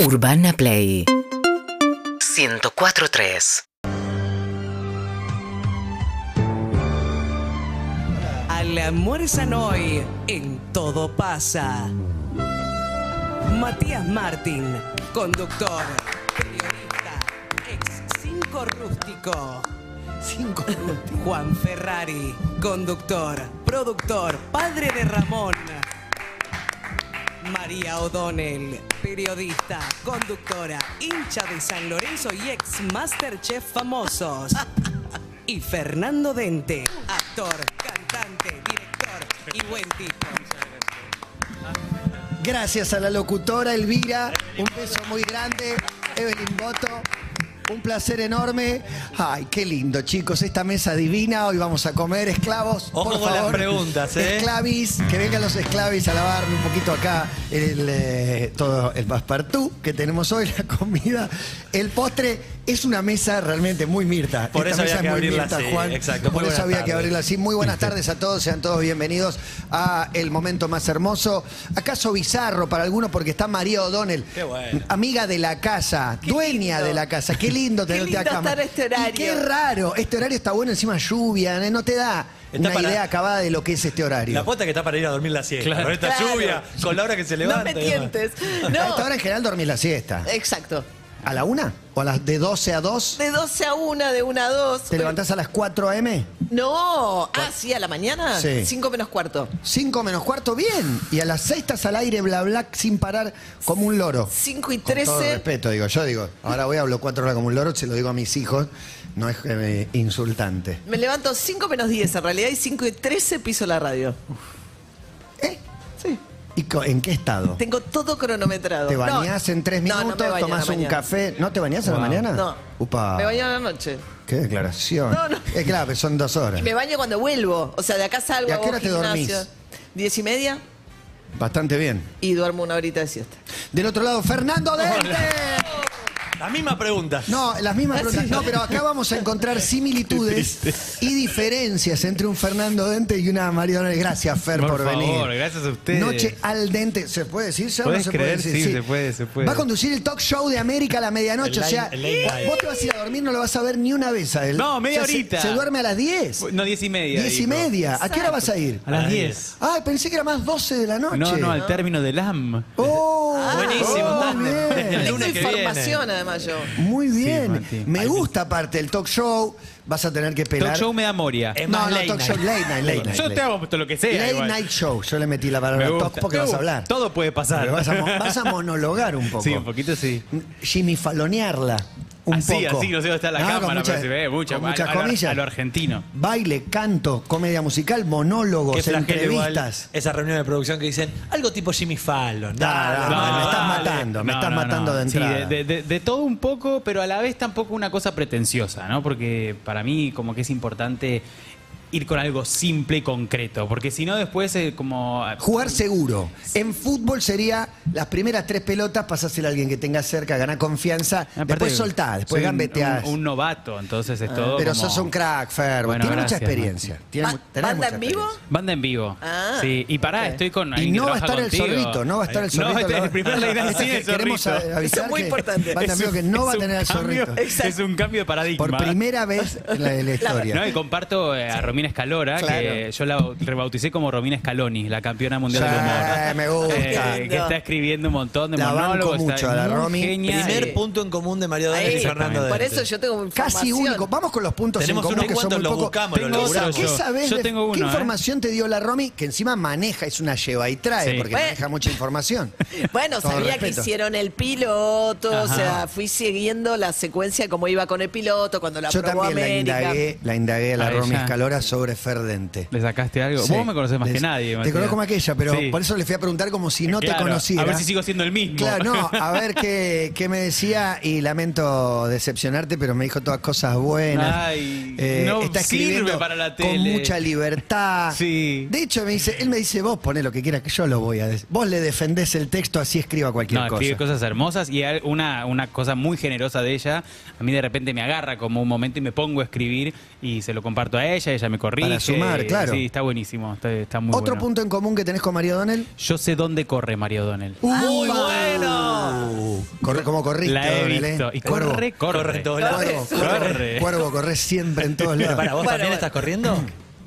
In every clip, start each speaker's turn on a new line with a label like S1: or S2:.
S1: Urbana Play 104.3
S2: Almuerzan hoy en Todo pasa. Matías Martín, conductor, periodista, ex cinco rústico. Cinco rústico. Juan Ferrari, conductor, productor, padre de Ramón. María O'Donnell, periodista, conductora, hincha de San Lorenzo y ex Masterchef famosos. Y Fernando Dente, actor, cantante, director y buen tipo.
S3: Gracias a la locutora Elvira, un beso muy grande, Evelyn Boto, un placer enorme. Ay, qué lindo, chicos, esta mesa divina, hoy vamos a comer esclavos.
S4: Ojo
S3: por
S4: con las
S3: favor.
S4: preguntas, ¿eh?
S3: Esclavis, que vengan los esclavis a lavarme un poquito acá el, eh, todo el paspartú que tenemos hoy, la comida, el postre. Es una mesa realmente muy mirta.
S4: Por
S3: Esta
S4: eso
S3: mesa
S4: había que
S3: es muy
S4: abrirla
S3: mirta,
S4: así,
S3: Juan.
S4: exacto. Muy
S3: Por eso
S4: buenas
S3: había que
S4: tardes.
S3: abrirla así. Muy buenas tardes a todos, sean todos bienvenidos a el momento más hermoso. ¿Acaso bizarro para algunos? Porque está María O'Donnell,
S4: Qué bueno.
S3: amiga de la casa, dueña de la casa. Qué lindo tenerte
S5: lindo
S3: acá. Ma-
S5: estar a este
S3: Y
S5: horario.
S3: qué raro, este horario está bueno, encima lluvia, ¿eh? no te da
S4: Está
S3: una
S4: para-
S3: idea acabada de lo que es este horario.
S4: La posta que está para ir a dormir la siesta. Con esta
S5: Claro.
S4: lluvia, con la hora que se
S5: No
S4: levanta.
S5: me
S4: y demás.
S5: tientes.
S3: A esta
S5: No.
S3: hora en general dormís la siesta.
S5: Exacto.
S3: ¿A la una? ¿O a las de 12 a 2?
S5: De 12 a 1, de 1 a 2.
S3: ¿Te levantás a las 4 a.m.?
S5: No. Ah, sí, a la mañana.
S3: Sí.
S5: 5 menos cuarto.
S3: 5 menos cuarto, bien. Y a las 6 estás al aire, bla, bla, sin parar, como un loro.
S5: 5 y
S3: Con todo
S5: 13.
S3: respeto, digo, yo digo, ahora voy a hablar 4 horas como un loro, se lo digo a mis hijos, no es eh, insultante.
S5: Me levanto 5 menos 10 en realidad y 5 y 13 piso la radio.
S3: ¿Eh?
S5: Sí.
S3: ¿Y co- en qué estado?
S5: Tengo todo cronometrado.
S3: ¿Te
S5: No.
S3: bañás en 3
S5: No, no
S3: minutos,
S5: me baño a la
S3: tomás un
S5: mañana.
S3: café? ¿No te bañás a la
S4: Wow.
S3: mañana?
S5: No.
S3: Upa.
S5: Me baño a la noche.
S3: Qué declaración.
S5: No, no.
S3: Es claro, pero son dos horas.
S5: Y me baño cuando vuelvo. O sea, de acá salgo.
S3: ¿Y a qué
S5: hago
S3: hora te
S5: gimnasio.
S3: dormís?
S5: 10 y media
S3: Bastante bien.
S5: y duermo una horita de siesta.
S3: Del otro lado, Fernando Dente.
S4: Las mismas preguntas.
S3: No, las mismas
S6: Ah,
S3: preguntas. No, pero acá vamos a encontrar similitudes y diferencias entre un Fernando Dente y una María Donel. Gracias, Fer, por,
S6: Por
S3: venir.
S6: favor, gracias a ustedes.
S3: Noche al Dente. ¿Se puede decir ya o
S6: ¿Podés
S3: no se
S6: creer?
S3: puede decir?
S6: Sí, se puede, se puede.
S3: Va a conducir el talk show de América a la medianoche.
S4: El
S3: O sea,
S4: late- el late night.
S3: vos te vas a ir a dormir, no lo vas a ver ni una vez a él.
S6: No, media
S3: O sea, se-
S6: horita.
S3: Se, duerme a las 10.
S6: No, diez y media.
S3: 10 y
S6: dijo.
S3: media. ¿A qué hora vas a ir?
S6: A las 10.
S3: Ah, pensé que era más 12 de la noche.
S6: No, no, al término del AM.
S3: Oh,
S4: Buenísimo,
S3: oh,
S4: tándem.
S3: bien.
S4: Desde el
S5: Tengo
S4: lunes que viene.
S5: información además yo.
S3: Muy bien.
S6: Mati.
S3: me gusta aparte el talk show. Vas a tener que pelar.
S6: Talk show me da moria.
S4: Es
S3: no,
S4: más
S3: no,
S4: late
S3: talk
S4: night.
S3: show, late night, late night.
S6: Yo
S3: late
S6: te hago lo que sea.
S3: Late
S6: igual.
S3: night show. Yo le metí la
S6: Me
S3: palabra talk
S6: gusta.
S3: porque vas a hablar.
S6: Todo puede pasar.
S3: Pero vas a, mo- vas a monologar un poco.
S6: Sí, un poquito sí.
S3: Jimmy falonearla. Un
S6: así,
S3: poco.
S6: así, no sé dónde está la
S3: Ah, con
S6: cámara,
S3: mucha-
S6: pero se ve mucha,
S3: con
S6: a-
S3: muchas
S6: a, lo-
S3: comillas.
S6: a lo argentino.
S3: Baile, canto, comedia musical, monólogos,
S4: Qué flagelo igual
S3: entrevistas.
S4: Esa reunión de producción que dicen algo tipo Jimmy Fallon.
S3: Da, da,
S4: hermano,
S3: Ah, me estás
S4: dale.
S3: matando, me
S6: No,
S3: estás
S6: no, no.
S3: matando de
S6: Sí,
S3: entrada.
S6: de, de- de todo un poco, pero a la vez tampoco una cosa pretenciosa, ¿no? Porque para mí como que es importante ir con algo simple y concreto, porque si no después es como...
S3: Jugar seguro. En fútbol sería las primeras tres pelotas, pasásela a alguien que tenga cerca, ganá confianza,
S6: Aparte,
S3: después soltá, después
S6: soy un-
S3: gambeteás. Ah.
S6: Un, un novato, entonces es todo
S3: Pero
S6: como-
S3: sos un crack, Fer.
S6: Bueno,
S3: Tiene mucha
S6: gracias,
S3: experiencia. Ah, Tiene
S5: Ba-
S3: mu- tenés
S5: ¿banda
S3: mucha
S5: en vivo?
S3: experiencia.
S6: Banda en vivo.
S5: Ah,
S6: sí. Y pará, estoy con. alguien
S3: Y
S6: que
S3: no va a
S6: trabaja
S3: estar el
S6: contigo.
S3: zorrito, no va a estar el zorrito.
S6: No, este
S3: la-
S6: es el primer ley del cine es
S3: Queremos a-
S6: zorrito.
S3: avisar
S5: Eso es muy
S3: que
S5: importante.
S3: Banda en vivo que no va a tener al
S6: el
S3: zorrito.
S6: Es un cambio de paradigma.
S3: Por primera vez en la, de la historia.
S6: No, y comparto eh, a Romina Escalora,
S3: Claro.
S6: que yo la rebauticé como Romina Escaloni, la campeona mundial del
S3: Sí,
S6: humor.
S3: me gusta.
S6: Eh, que está escribiendo un montón de
S3: La banco
S6: monólogos. está
S3: mucho a la
S6: muy
S3: Romy.
S6: genial.
S4: Primer
S6: Eh,
S4: punto en común de Mario Dale
S5: Ahí,
S4: y Fernando
S5: por
S4: Dente.
S5: eso yo tengo información.
S3: Casi único. Vamos con los puntos
S4: Tenemos
S3: en común
S4: unos
S3: que son
S4: cuantos,
S3: muy
S4: los
S3: pocos.
S4: buscamos, los
S3: ¿Qué,
S4: laburamos.
S3: ¿qué sabés
S6: Yo
S3: de-
S6: tengo
S3: ¿Qué
S6: uno, ¿eh?
S3: información te dio la Romy? Que encima maneja, es una lleva y trae,
S6: Sí.
S3: porque
S5: Bueno.
S3: maneja mucha información.
S5: Bueno,
S3: Todo
S5: sabía que
S3: respeto.
S5: hicieron el piloto, o
S6: Ajá.
S5: sea, fui siguiendo la secuencia como iba con el piloto, cuando la
S3: Yo
S5: probó
S3: también la
S5: América.
S3: indagué, la indagué a la
S6: A
S3: Romy
S6: ella.
S3: Escalora sobre Ferdente.
S6: ¿Le sacaste algo?
S3: Sí.
S6: Vos me conocés más
S3: Les-
S6: que nadie.
S3: Te
S6: Matías.
S3: conozco más que ella, pero
S6: Sí.
S3: por eso le fui a preguntar como si no te
S6: Claro,
S3: conociera.
S6: A ver si sigo siendo el mismo.
S3: Claro, no, a ver qué, qué me decía y lamento decepcionarte, pero me dijo todas cosas buenas. Eh,
S6: Ay, no sirve para la
S3: Con
S6: tele.
S3: mucha libertad.
S6: Sí.
S3: De hecho, me dice, él me dice, vos poné lo que quieras, que yo lo voy a decir. Vos le defendés el texto, así escriba cualquier
S6: No,
S3: cosa.
S6: escribe cosas hermosas y hay una, una cosa muy generosa de ella. A mí de repente me agarra como un momento y me pongo a escribir y se lo comparto a ella, ella me corrige.
S3: Para sumar, claro.
S6: Sí, está buenísimo, está, está muy
S3: Otro
S6: bueno.
S3: punto en común que tenés con María Donel.
S6: Yo sé dónde corre María O'Donnell.
S3: ¡Muy bueno! Corre como corriste. ¿eh?
S6: La he
S3: don Belén.
S5: ¿eh?
S6: visto. Y
S3: Cuervo.
S6: corre,
S4: Corre
S6: corre.
S4: en todos
S3: Cuervo,
S4: lados.
S3: cuervo, cuervo, corres siempre en todos lados.
S4: Para, ¿vos
S5: Bueno,
S4: también
S5: bueno.
S4: estás corriendo?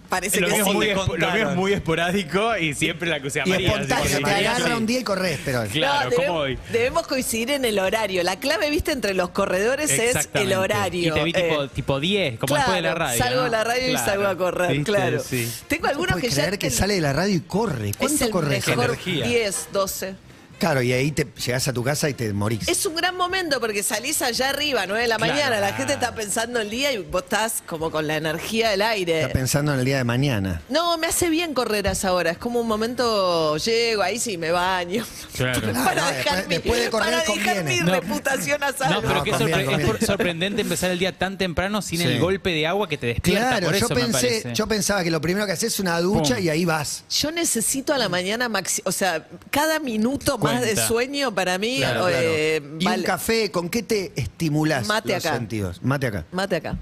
S5: Parece
S6: Lo
S5: que
S6: mío, es
S5: sí.
S6: muy
S4: te
S6: espo- lo mío es
S4: contaron.
S6: muy esporádico y siempre la acusé a
S4: Y
S6: María. así
S4: espontáneo,
S6: que
S3: Te
S4: Sí,
S6: María,
S3: agarra
S6: sí.
S3: un día y corres, pero.
S6: Claro,
S5: No,
S6: ¿cómo
S5: debem-
S6: voy?
S5: Debemos coincidir en el horario. La clave, viste, entre los corredores es el
S6: Exactamente.
S5: horario.
S6: Y te vi tipo,
S5: Eh,
S6: tipo 10, como después de la
S5: claro,
S6: radio.
S5: Salgo
S6: ¿no?
S5: de la radio y
S6: Claro.
S5: salgo a correr,
S6: ¿Viste?
S5: claro.
S6: Sí.
S5: Tengo algunos que
S3: Puedes
S5: ya.
S3: creer que
S5: ten-
S3: sale de la radio y corre.
S5: es
S3: ¿Cuánto
S5: el
S3: corres?
S5: mejor
S4: Energía.
S5: 10, 12.
S3: Claro, y ahí te llegas a tu casa y te morís.
S5: Es eh, un gran momento porque salís allá arriba, 9 de la
S6: Claro.
S5: mañana, la gente está pensando el día y vos estás como con la energía del
S3: Estás
S5: aire.
S3: pensando en el día de mañana.
S5: No, me hace bien correr a esa hora. Es como un momento, llego, ahí sí me baño.
S6: Claro.
S5: Para
S3: no, después-
S5: dejar, mi,
S3: después de correr
S5: para dejar
S3: conviene.
S5: mi
S6: No.
S5: reputación a salvo.
S6: No, pero
S3: No,
S6: que
S3: conviene, conviene.
S6: sorprendente empezar el día tan temprano sin
S3: Sí.
S6: el golpe de agua que te despierta.
S3: Claro,
S6: por
S3: yo
S6: eso me
S3: pensé,
S6: parece.
S3: yo pensaba que lo primero que haces es una ducha
S6: Pum.
S3: y ahí vas.
S5: Yo necesito a la mañana, maxi- o sea, cada minuto más de
S6: Cuenta.
S5: sueño para mí
S3: Claro, claro.
S5: eh,
S3: Y
S5: vale.
S3: un café, ¿con qué te estimulás
S5: Mate
S3: los
S5: acá.
S3: sentidos? Mate acá.
S5: Mate acá.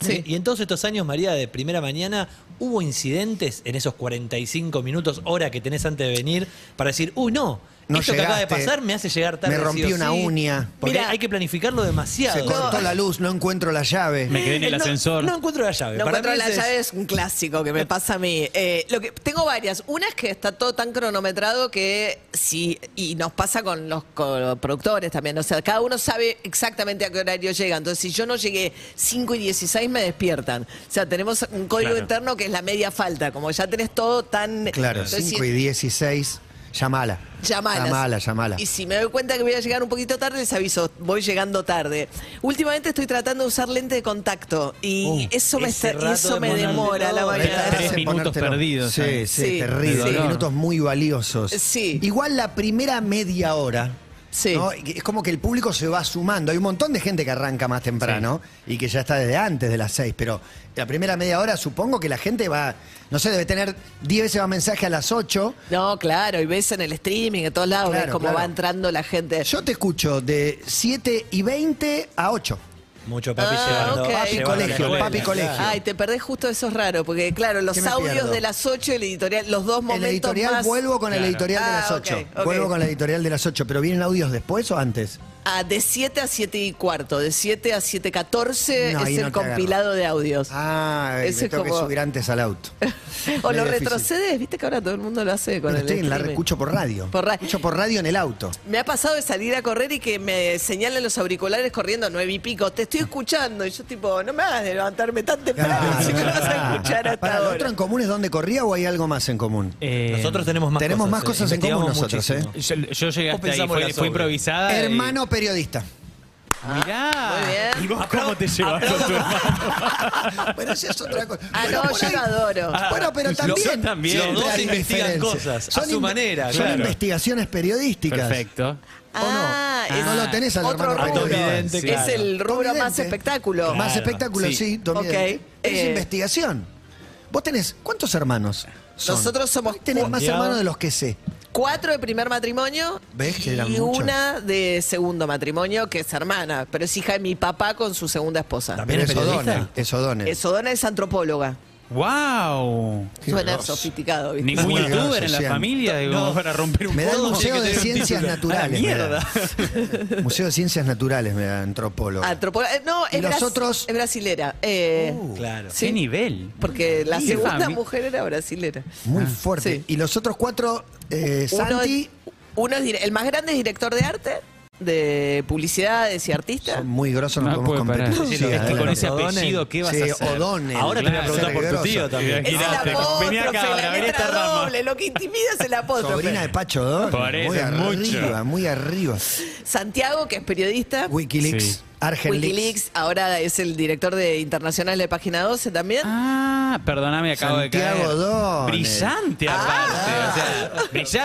S5: Sí.
S4: Y, y en todos estos años, María, de primera mañana, ¿hubo incidentes en esos 45 minutos, hora que tenés antes de venir, para decir, uy, no,
S3: No
S4: esto que acaba de
S3: llegaste,
S4: pasar me hace llegar
S3: me
S4: tarde? sí o
S3: rompí una
S4: sí"?
S3: uña.
S4: Porque
S5: Mirá.
S4: hay que planificarlo
S3: Se
S4: demasiado.
S3: cortó la luz, no encuentro la llave.
S6: Me quedé en el
S4: Eh, No,
S6: ascensor.
S4: No, encuentro la llave.
S5: No
S4: Para
S5: encuentro
S4: mí
S5: la
S4: ese es-
S5: llave, es un clásico que me pasa a mí. Eh, lo que, tengo varias. Una es que está todo tan cronometrado que si, y nos pasa con los co- productores también. O sea, cada uno sabe exactamente a qué horario llega. Entonces, si yo no llegué 5 y 16, me despiertan. O sea, tenemos un código
S6: Claro.
S5: interno que es la media falta. Como ya tenés todo tan.
S3: Claro,
S5: Entonces, si-
S3: 5 y 16, llamala.
S5: Llamala.
S3: Llamala, llamala.
S5: Y si me doy cuenta que voy a llegar un poquito tarde, les aviso, voy llegando tarde. Últimamente estoy tratando de usar lente de contacto y
S3: Oh,
S4: Uh,
S5: eso me,
S4: ese
S5: está-
S4: rato
S5: eso
S4: de
S5: me
S4: ponértelo.
S5: demora la
S4: Ahí
S5: mañana.
S4: está,
S3: Te
S6: Tres
S3: hace
S6: minutos
S3: ponértelo.
S6: perdidos,
S3: Sí,
S6: eh.
S3: sí,
S5: Sí.
S3: terrible.
S6: De dolor.
S3: Minutos muy valiosos.
S5: Sí.
S3: Igual la primera media hora.
S5: Sí.
S3: ¿no? Y Es como que el público se va sumando. Hay un montón de gente que arranca más temprano y que ya está desde antes de las seis, pero la primera media hora supongo que la gente va, no sé, debe tener 10 veces más mensaje a las 8.
S5: No, claro, y ves en el streaming, en todos lados, ves
S3: Claro,
S5: cómo
S3: claro.
S5: va entrando la gente.
S3: Yo te escucho de 7 y 20 a 8.
S4: Mucho papi
S5: Ah,
S4: llevando.
S5: ok. Papi
S4: llevando
S3: colegio,
S4: la escuela.
S3: papi colegio.
S5: Ay, te perdés justo eso es raro, porque claro, los
S3: ¿Qué me
S5: audios
S3: pierdo?
S5: de las 8 y el editorial, los dos
S3: El
S5: momentos
S3: editorial,
S5: más
S3: vuelvo con el
S6: Claro.
S3: editorial de
S5: Ah,
S3: las
S5: ok,
S3: 8.
S5: ok.
S3: Vuelvo con el editorial de las 8, pero ¿vienen audios después o antes?
S5: Ah, de 7 a 7 y cuarto, de 7 a 7.14
S3: No, ahí
S5: es
S3: no
S5: el
S3: te agarro.
S5: compilado de audios.
S3: Ah,
S5: Ese
S3: me tengo
S5: como-
S3: que subir antes al auto.
S5: o
S3: medio
S5: lo
S3: difícil.
S5: retrocedes, viste que ahora todo el mundo lo hace con
S3: Bueno,
S5: el
S3: estoy en la
S5: streaming.
S3: escucho por radio.
S5: Por ra-
S3: escucho por radio en el auto.
S5: Me ha pasado de salir a correr y que me señalen los auriculares corriendo a nueve y pico. Te estoy escuchando. Y yo, tipo, no me hagas de levantarme tan temprano.
S3: Claro,
S5: si me vas a
S3: claro.
S5: escuchar hasta
S3: Para, ¿lo otro
S5: ahora.
S3: en común es donde corría o hay algo más en común?
S6: Eh,
S4: Nosotros tenemos más
S3: Tenemos más
S4: eh,
S3: cosas en común
S4: investigamos
S3: nosotros,
S4: muchísimo.
S6: yo, yo llegué
S4: Vos
S6: hasta ahí,
S4: pensamos
S6: fue,
S4: la
S6: fue
S4: sobre.
S6: improvisada. y-
S3: Hermano periodista.
S5: Muy
S6: Mirá.
S5: bien.
S6: ¿Y vos cómo te llevas con tu
S3: bueno, eso es Ah, otra cosa.
S5: Ah,
S3: Bueno,
S5: no,
S3: por
S5: yo
S3: ahí-
S5: lo adoro.
S3: Bueno, pero
S6: Lo-
S3: también.
S6: yo también.
S3: siempre
S6: Los dos
S3: hay
S4: investigan
S3: diferencias.
S4: cosas, a su
S3: in-
S4: manera,
S3: Son
S4: claro.
S3: investigaciones periodísticas.
S6: Perfecto.
S3: ¿O no?
S5: Ah,
S3: ¿O no
S6: es-
S3: lo tenés al
S5: Otro
S3: hermano
S5: rubro.
S3: periodista?
S4: Vidente,
S5: Es
S4: claro.
S5: el
S3: Don
S5: rubro más
S3: Vidente.
S5: espectáculo.
S3: Más
S6: Claro,
S3: espectáculo, sí,
S6: sí.
S3: Don
S5: Ok,
S3: Vidente. Es
S5: eh.
S3: investigación. Vos tenés, ¿cuántos hermanos? son?
S5: Nosotros somos
S3: Tenés más
S4: cuatro.
S3: hermanos de los que sé.
S5: Cuatro de primer matrimonio
S3: ¿Ves que eran
S5: y
S3: muchos?
S5: una de segundo matrimonio, que es hermana, pero es hija de mi papá con su segunda esposa.
S4: ¿También
S3: Pero
S4: es
S3: es
S4: periodista?
S3: O'Donnell. Es O'Donnell.
S5: Sodona es antropóloga.
S6: ¡Wow!
S3: Qué
S5: Suena
S3: grosso.
S5: sofisticado, ¿viste?
S6: Ningún
S3: Muy
S6: youtuber
S3: grosso,
S6: en la
S3: Jean.
S6: familia, digo,
S4: No.
S6: para romper un
S3: Me da el
S6: codo,
S3: Museo
S6: tiene que
S3: de
S6: tener un
S3: Ciencias
S6: título. A la
S3: Naturales. me da.
S6: ¡Mierda!
S3: Museo de Ciencias Naturales, me da antropólogo.
S5: Antropóloga. eh, No,
S3: ¿Y
S5: es,
S3: los
S5: bras-
S3: otros? Uh.
S5: es brasilera. eh,
S4: Claro.
S5: Sí.
S6: ¡Qué nivel!
S5: Porque la
S6: Sí,
S5: segunda
S6: fami-
S5: mujer era brasilera.
S3: Muy fuerte.
S5: ah, sí.
S3: Y los otros cuatro, eh,
S5: Uno
S3: Santi,
S5: es- uno es dire- el más grande es director de arte, de publicidades y artistas.
S3: son muy grosos, no,
S6: No
S3: podemos
S6: puede parar.
S3: competir.
S6: Sí,
S3: Sí,
S6: es que
S3: adelante.
S6: con ese
S4: O'Donnell.
S6: apellido, ¿qué vas a
S3: Sí,
S6: hacer?
S3: O'Donnell.
S4: Ahora te voy a
S6: Claro.
S4: preguntar por tu tío
S3: Grosso.
S4: también.
S5: es el
S6: Girate,
S5: apóstrofe,
S6: vení acá,
S5: la
S6: ahora, vení a
S5: letra
S6: esta rama.
S5: doble, lo que intimida es el apóstrofe.
S3: Sobrina de Pacho Don.
S6: Por eso,
S3: muy
S6: mucho.
S3: arriba, muy arriba.
S5: Santiago, que es periodista.
S3: Wikileaks,
S6: Sí.
S3: Argenleaks.
S5: Wikileaks, ahora es el director de Internacional de Página 12 también.
S6: Ah, perdóname, acabo de
S3: Santiago Ah.
S6: caer.
S3: O'Donnell.
S6: Brillante aparte, o sea,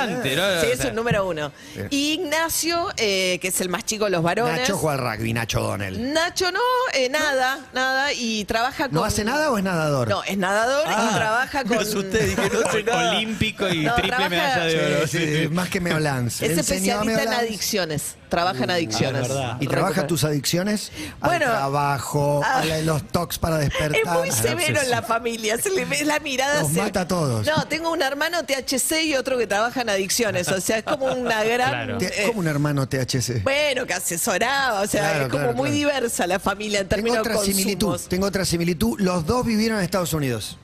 S6: brillante, ¿no?
S5: Sí,
S6: O
S5: es
S6: sea,
S5: el número uno. Y Ignacio, eh, que es el más chico de los varones.
S3: Nacho juega al rugby, Nacho Donel.
S5: Nacho no, eh, nada, nada. Y trabaja con.
S3: ¿No hace nada o es nadador?
S5: No, es nadador y trabaja con.
S4: Ah, Me asusté, dije, no sé nada.
S6: Olímpico y
S5: No,
S6: triple
S5: trabaja-
S6: medalla de oro.
S3: Sí, sí, sí, más que me
S5: Es especialista en
S3: adicción.
S5: adicciones. trabajan adicciones.
S4: Uh, es verdad.
S3: ¿Y trabajas tus adicciones?
S5: Bueno,
S3: al trabajo,
S5: ah,
S3: a la- los tocs para despertar.
S5: Es muy
S3: a la
S5: severo en
S3: obsesión.
S5: la familia, se le ve la mirada.
S3: Los
S5: se-
S3: mata a todos.
S5: No, tengo un hermano THC y otro que trabaja en adicciones, o sea, es como una gran...
S6: Claro.
S3: Te-
S5: eh,
S3: Como un hermano THC.
S5: bueno, que asesoraba, o sea,
S3: Claro,
S5: es como
S3: claro,
S5: muy
S3: claro.
S5: diversa la familia en
S3: Tengo
S5: términos de
S3: otra similitud.
S5: consumos.
S3: Tengo otra similitud. Los dos vivieron en Estados Unidos.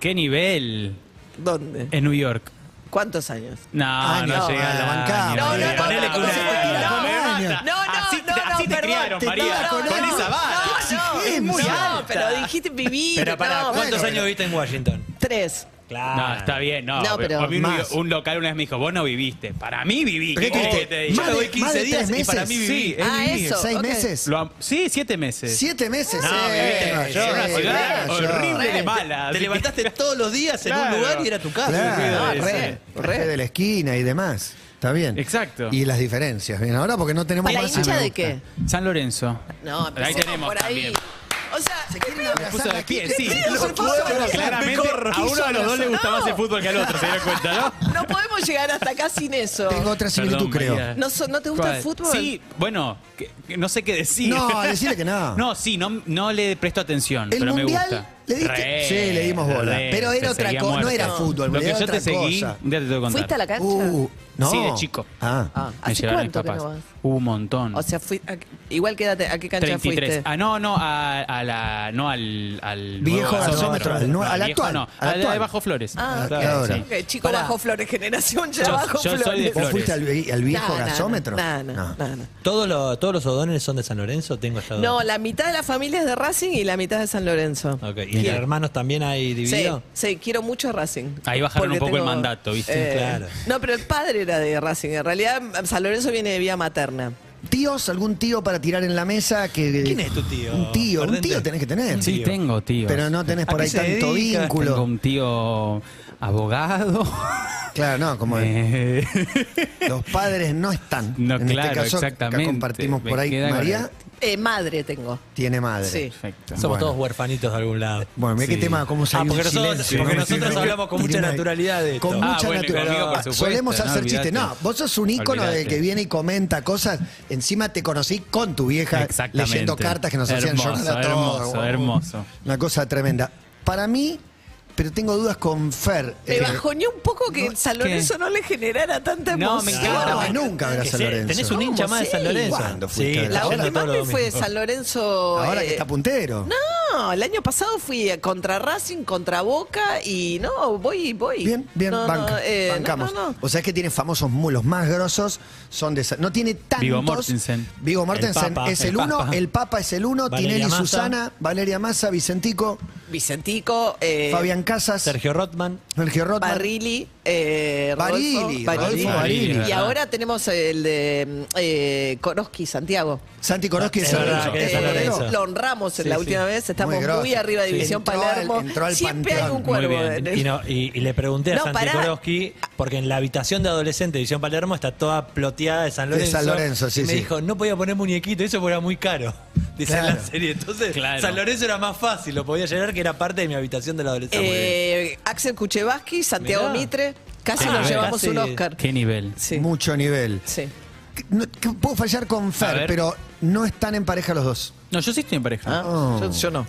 S6: ¿Qué nivel
S5: ¿Dónde?
S6: en New York?
S5: ¿Cuántos años?
S6: No,
S3: Años,
S6: no llega
S3: ah,
S6: al
S3: la
S6: año.
S3: bancamos.
S5: No, no, no,
S6: Eh, Ponele
S5: no,
S6: que un
S5: no,
S6: año.
S5: no,
S6: me
S3: no,
S5: No,
S6: mata.
S5: no,
S6: así,
S5: no,
S6: te,
S5: no,
S6: así te
S5: perdón,
S6: criaron,
S5: te-
S6: María.
S5: no, no,
S6: con
S5: no,
S6: esa base.
S5: No, no,
S3: Exigencia.
S5: es muy
S3: No,
S5: alta. pero dijiste vivir.
S4: Pero para,
S5: no,
S4: ¿cuántos
S3: bueno,
S4: años
S3: pero-
S4: viviste en Washington?
S5: Tres.
S4: Claro.
S6: No, está bien, no.
S5: No, pero-
S6: a mí un,
S3: Más.
S6: un local una vez me dijo, vos no viviste. Para mí viví.
S3: ¿Pero qué
S6: ¿Qué
S3: tuviste?
S6: te
S3: Más
S6: digo?
S4: Yo me
S3: de-
S4: voy 15
S3: más de
S4: días
S3: tres
S4: y para
S3: meses.
S4: mí
S6: Sí,
S4: viví.
S6: es
S5: Ah,
S6: vivir.
S5: eso.
S3: ¿Seis
S5: ok.
S3: meses?
S6: Lo am- sí, siete meses.
S3: ¿Siete meses?
S4: No,
S3: eh,
S4: viviste en
S3: sí,
S4: Nueva York,
S3: sí,
S4: una ciudad
S3: Nueva York.
S6: horrible de mala.
S4: Te levantaste todos los días en
S6: Claro.
S4: un lugar y era tu casa.
S3: Claro, Ah,
S6: Sí, sí,
S3: re,
S6: sí.
S3: re de la esquina y demás. Está bien.
S6: Exacto.
S3: Y las diferencias. Bien, ahora porque no tenemos
S5: ¿Para
S3: más.
S5: hincha
S3: me
S5: de
S3: gusta.
S5: qué?
S6: San Lorenzo.
S5: No,
S6: ahí
S5: empecemos
S6: tenemos
S5: por ahí.
S6: también.
S5: O sea,
S6: Me puso de pie, sí.
S5: Lo
S6: Lo
S5: puso
S6: puso,
S5: de pie.
S6: claramente,
S4: Me corro.
S6: a uno de los dos le gusta
S5: No.
S6: más el fútbol que al otro, se dieron cuenta, ¿no?
S5: no podemos llegar hasta acá sin eso.
S3: Tengo otra similitud,
S6: Perdón,
S3: creo.
S6: María.
S5: ¿No, so- no te gusta el
S6: ¿Cuál?
S5: fútbol?
S6: Sí, bueno, que- que no sé qué decir.
S3: No, decile que no.
S6: No, sí, no, no le presto atención,
S3: ¿El
S6: pero
S3: mundial?
S6: me gusta.
S3: ¿Le diste? sí, le dimos bola.
S6: re,
S3: pero
S6: te
S3: era otra
S6: seguía
S3: cosa, no
S6: muerto.
S3: era fútbol,
S6: Lo
S3: boludo,
S6: que
S3: era
S6: yo
S3: otra
S6: te seguí,
S3: cosa.
S6: un día te tengo que contar.
S5: ¿Fuiste a la cancha?
S3: Uh, no.
S6: Sí, de chico.
S3: Ah.
S5: Ah,
S6: Me
S5: ¿Hace
S6: llevaron mis
S5: cuánto que
S6: papás.
S5: no vas?
S6: Hubo un montón.
S5: O sea, fui, a- igual quédate, ¿a qué cancha
S6: 33.
S5: fuiste?
S6: Ah, no, no, a, a la. No al. al
S3: Viejo
S6: nuevo
S3: gasómetro, al nuevo- al
S6: al viejo
S3: actual,
S6: No,
S3: al
S6: al de
S3: actual.
S6: Bajo Flores.
S5: Ah,
S3: ok.
S6: Sí.
S3: Ahora.
S5: Ok, chico
S2: Pará.
S5: bajo flores, generación ya
S6: Yo-
S5: bajo
S6: yo soy de
S5: flores. Ah,
S3: ¿Vos
S6: Flores.
S3: fuiste al, vi- al viejo
S5: No, no, no,
S3: gasómetro?
S5: No, no, no. no.
S4: ¿Todos los, todos los O'Donnell son de San Lorenzo? Tengo esta duda.
S5: No, la mitad de la familia es de Racing y la mitad de San Lorenzo.
S4: Ok, ¿Y entre hermanos también hay
S5: Sí,
S4: dividido?
S5: sí, quiero mucho a Racing.
S6: Ahí bajaron
S5: Porque eh,
S6: un poco el mandato, ¿viste?
S4: Claro.
S5: No, pero el padre era de Racing. En realidad, San Lorenzo viene de vía materna.
S3: ¿Tíos? ¿Algún tío para tirar en la mesa? Que,
S4: ¿Quién es tu tío?
S3: Un tío, un
S4: Perdente.
S3: tío tenés que tener.
S6: Sí, tengo, tío.
S3: Pero no tenés por
S4: ¿A
S3: ahí
S4: qué se
S3: tanto
S4: dedica?
S3: vínculo.
S6: Tengo un tío abogado.
S3: Claro, no, como
S6: Eh,
S3: los padres no están.
S6: No,
S3: en
S6: claro,
S3: este caso, acá
S6: exactamente.
S3: compartimos
S6: Me
S3: por ahí.
S6: queda con
S3: María
S6: el-
S5: Eh, madre tengo.
S3: tiene madre.
S5: Sí.
S6: Perfecto.
S4: Somos
S3: Bueno.
S4: todos huerfanitos de algún lado.
S3: Bueno, mira qué
S6: Sí.
S3: tema, cómo se
S4: Ah,
S3: hay
S4: porque
S3: un
S4: nosotros-
S3: silencio,
S4: porque
S3: ¿no?
S4: nosotros
S3: Sí, sí,
S4: hablamos con
S3: sí.
S4: mucha
S3: Tiene-
S4: naturalidad de esto.
S3: Con
S6: Ah,
S3: mucha
S6: bueno, y conmigo,
S3: naturalidad.
S6: por supuesto,
S3: Solemos
S6: no,
S3: hacer
S6: olvidate.
S3: chistes. No, vos sos un ícono
S6: Olvidate.
S3: del que viene y comenta cosas. Encima te conocí con tu vieja
S6: Exactamente.
S3: leyendo cartas que nos hacían
S6: Hermoso,
S3: llorar a todos.
S6: hermoso, hermoso.
S3: Una cosa tremenda. Para mí, pero tengo dudas con Fer.
S5: Me
S3: eh,
S5: bajoneó un poco que San Lorenzo no le generara tanta
S6: No,
S5: emoción.
S6: me
S3: no,
S6: encanta.
S3: nunca habrá
S4: Que
S3: San
S4: sé,
S3: Lorenzo.
S4: Tenés un hincha más de San
S5: Sí.
S4: Lorenzo.
S3: ¿Cuándo fuiste a ver?
S5: La
S3: Ahora
S5: última
S4: todo
S5: vez
S4: lo
S5: fue
S4: mismo.
S5: San Lorenzo.
S3: Ahora
S5: eh,
S3: que está puntero.
S5: No, el año pasado fui a contra Racing, contra Boca y no, voy, voy.
S3: Bien, bien,
S5: No, no,
S3: banca,
S5: eh, no,
S3: bancamos.
S5: no, no.
S3: O sea, es que tiene famosos mulos más grosos, son de... esa- No tiene tantos...
S6: Viggo Mortensen.
S3: Vigo Mortensen
S4: El Papa,
S3: es el,
S4: el
S3: uno,
S4: Papa.
S3: el Papa es el uno,
S4: Valeria
S3: Tinelli,
S4: Massa.
S3: Susana, Valeria Massa, Vicentico,
S5: Vicentico, eh,
S3: Fabián Casas, Sergio,
S4: Sergio Rotman.
S3: Rotman.
S5: Barili, eh, Rodolfo
S3: Barili, Rodolfo
S6: Barili,
S5: Y
S6: ¿verdad?
S5: ahora tenemos el de eh, Koroski, Santiago.
S3: Santi Koroski
S4: Es
S3: San
S4: verdad
S3: Lorenzo.
S4: que es San
S5: Eh,
S4: Lorenzo.
S5: lo honramos en
S4: Sí,
S5: la
S4: sí.
S5: última vez, estamos
S3: Muy
S5: muy,
S3: grosso.
S5: arriba de
S3: Sí.
S5: División
S3: Entró al-
S5: Palermo.
S3: entró al
S5: Siempre hay
S3: panteón.
S5: un cuervo. eh.
S6: Muy bien.
S5: en el-
S4: Y, no- y- y le pregunté a
S5: No,
S4: Santi
S5: pará.
S4: Korowski, porque en la habitación de adolescente de División Palermo está toda ploteada de San
S3: De
S4: Lorenzo.
S3: San Lorenzo, sí,
S4: y me
S3: sí.
S4: dijo, no podía poner muñequito, eso porque era muy caro. Dice en la
S3: Claro.
S4: serie. Entonces,
S6: Claro.
S4: San Lorenzo era más fácil, lo podía llenar, que era parte de mi habitación de la adolescencia. Muy bien.
S5: Eh, Axel Kuchevaski, Santiago
S4: Mirá.
S5: Mitre, casi
S4: Ah,
S5: nos
S4: casi-
S5: llevamos un Oscar.
S6: ¿Qué nivel?
S5: Sí.
S3: Mucho nivel.
S5: Sí.
S3: Que- no- que puedo fallar con
S6: A
S3: Fer,
S6: ver.
S3: pero no están en pareja los dos.
S6: No, yo sí estoy en pareja.
S5: Ah,
S3: Oh.
S5: yo, yo no.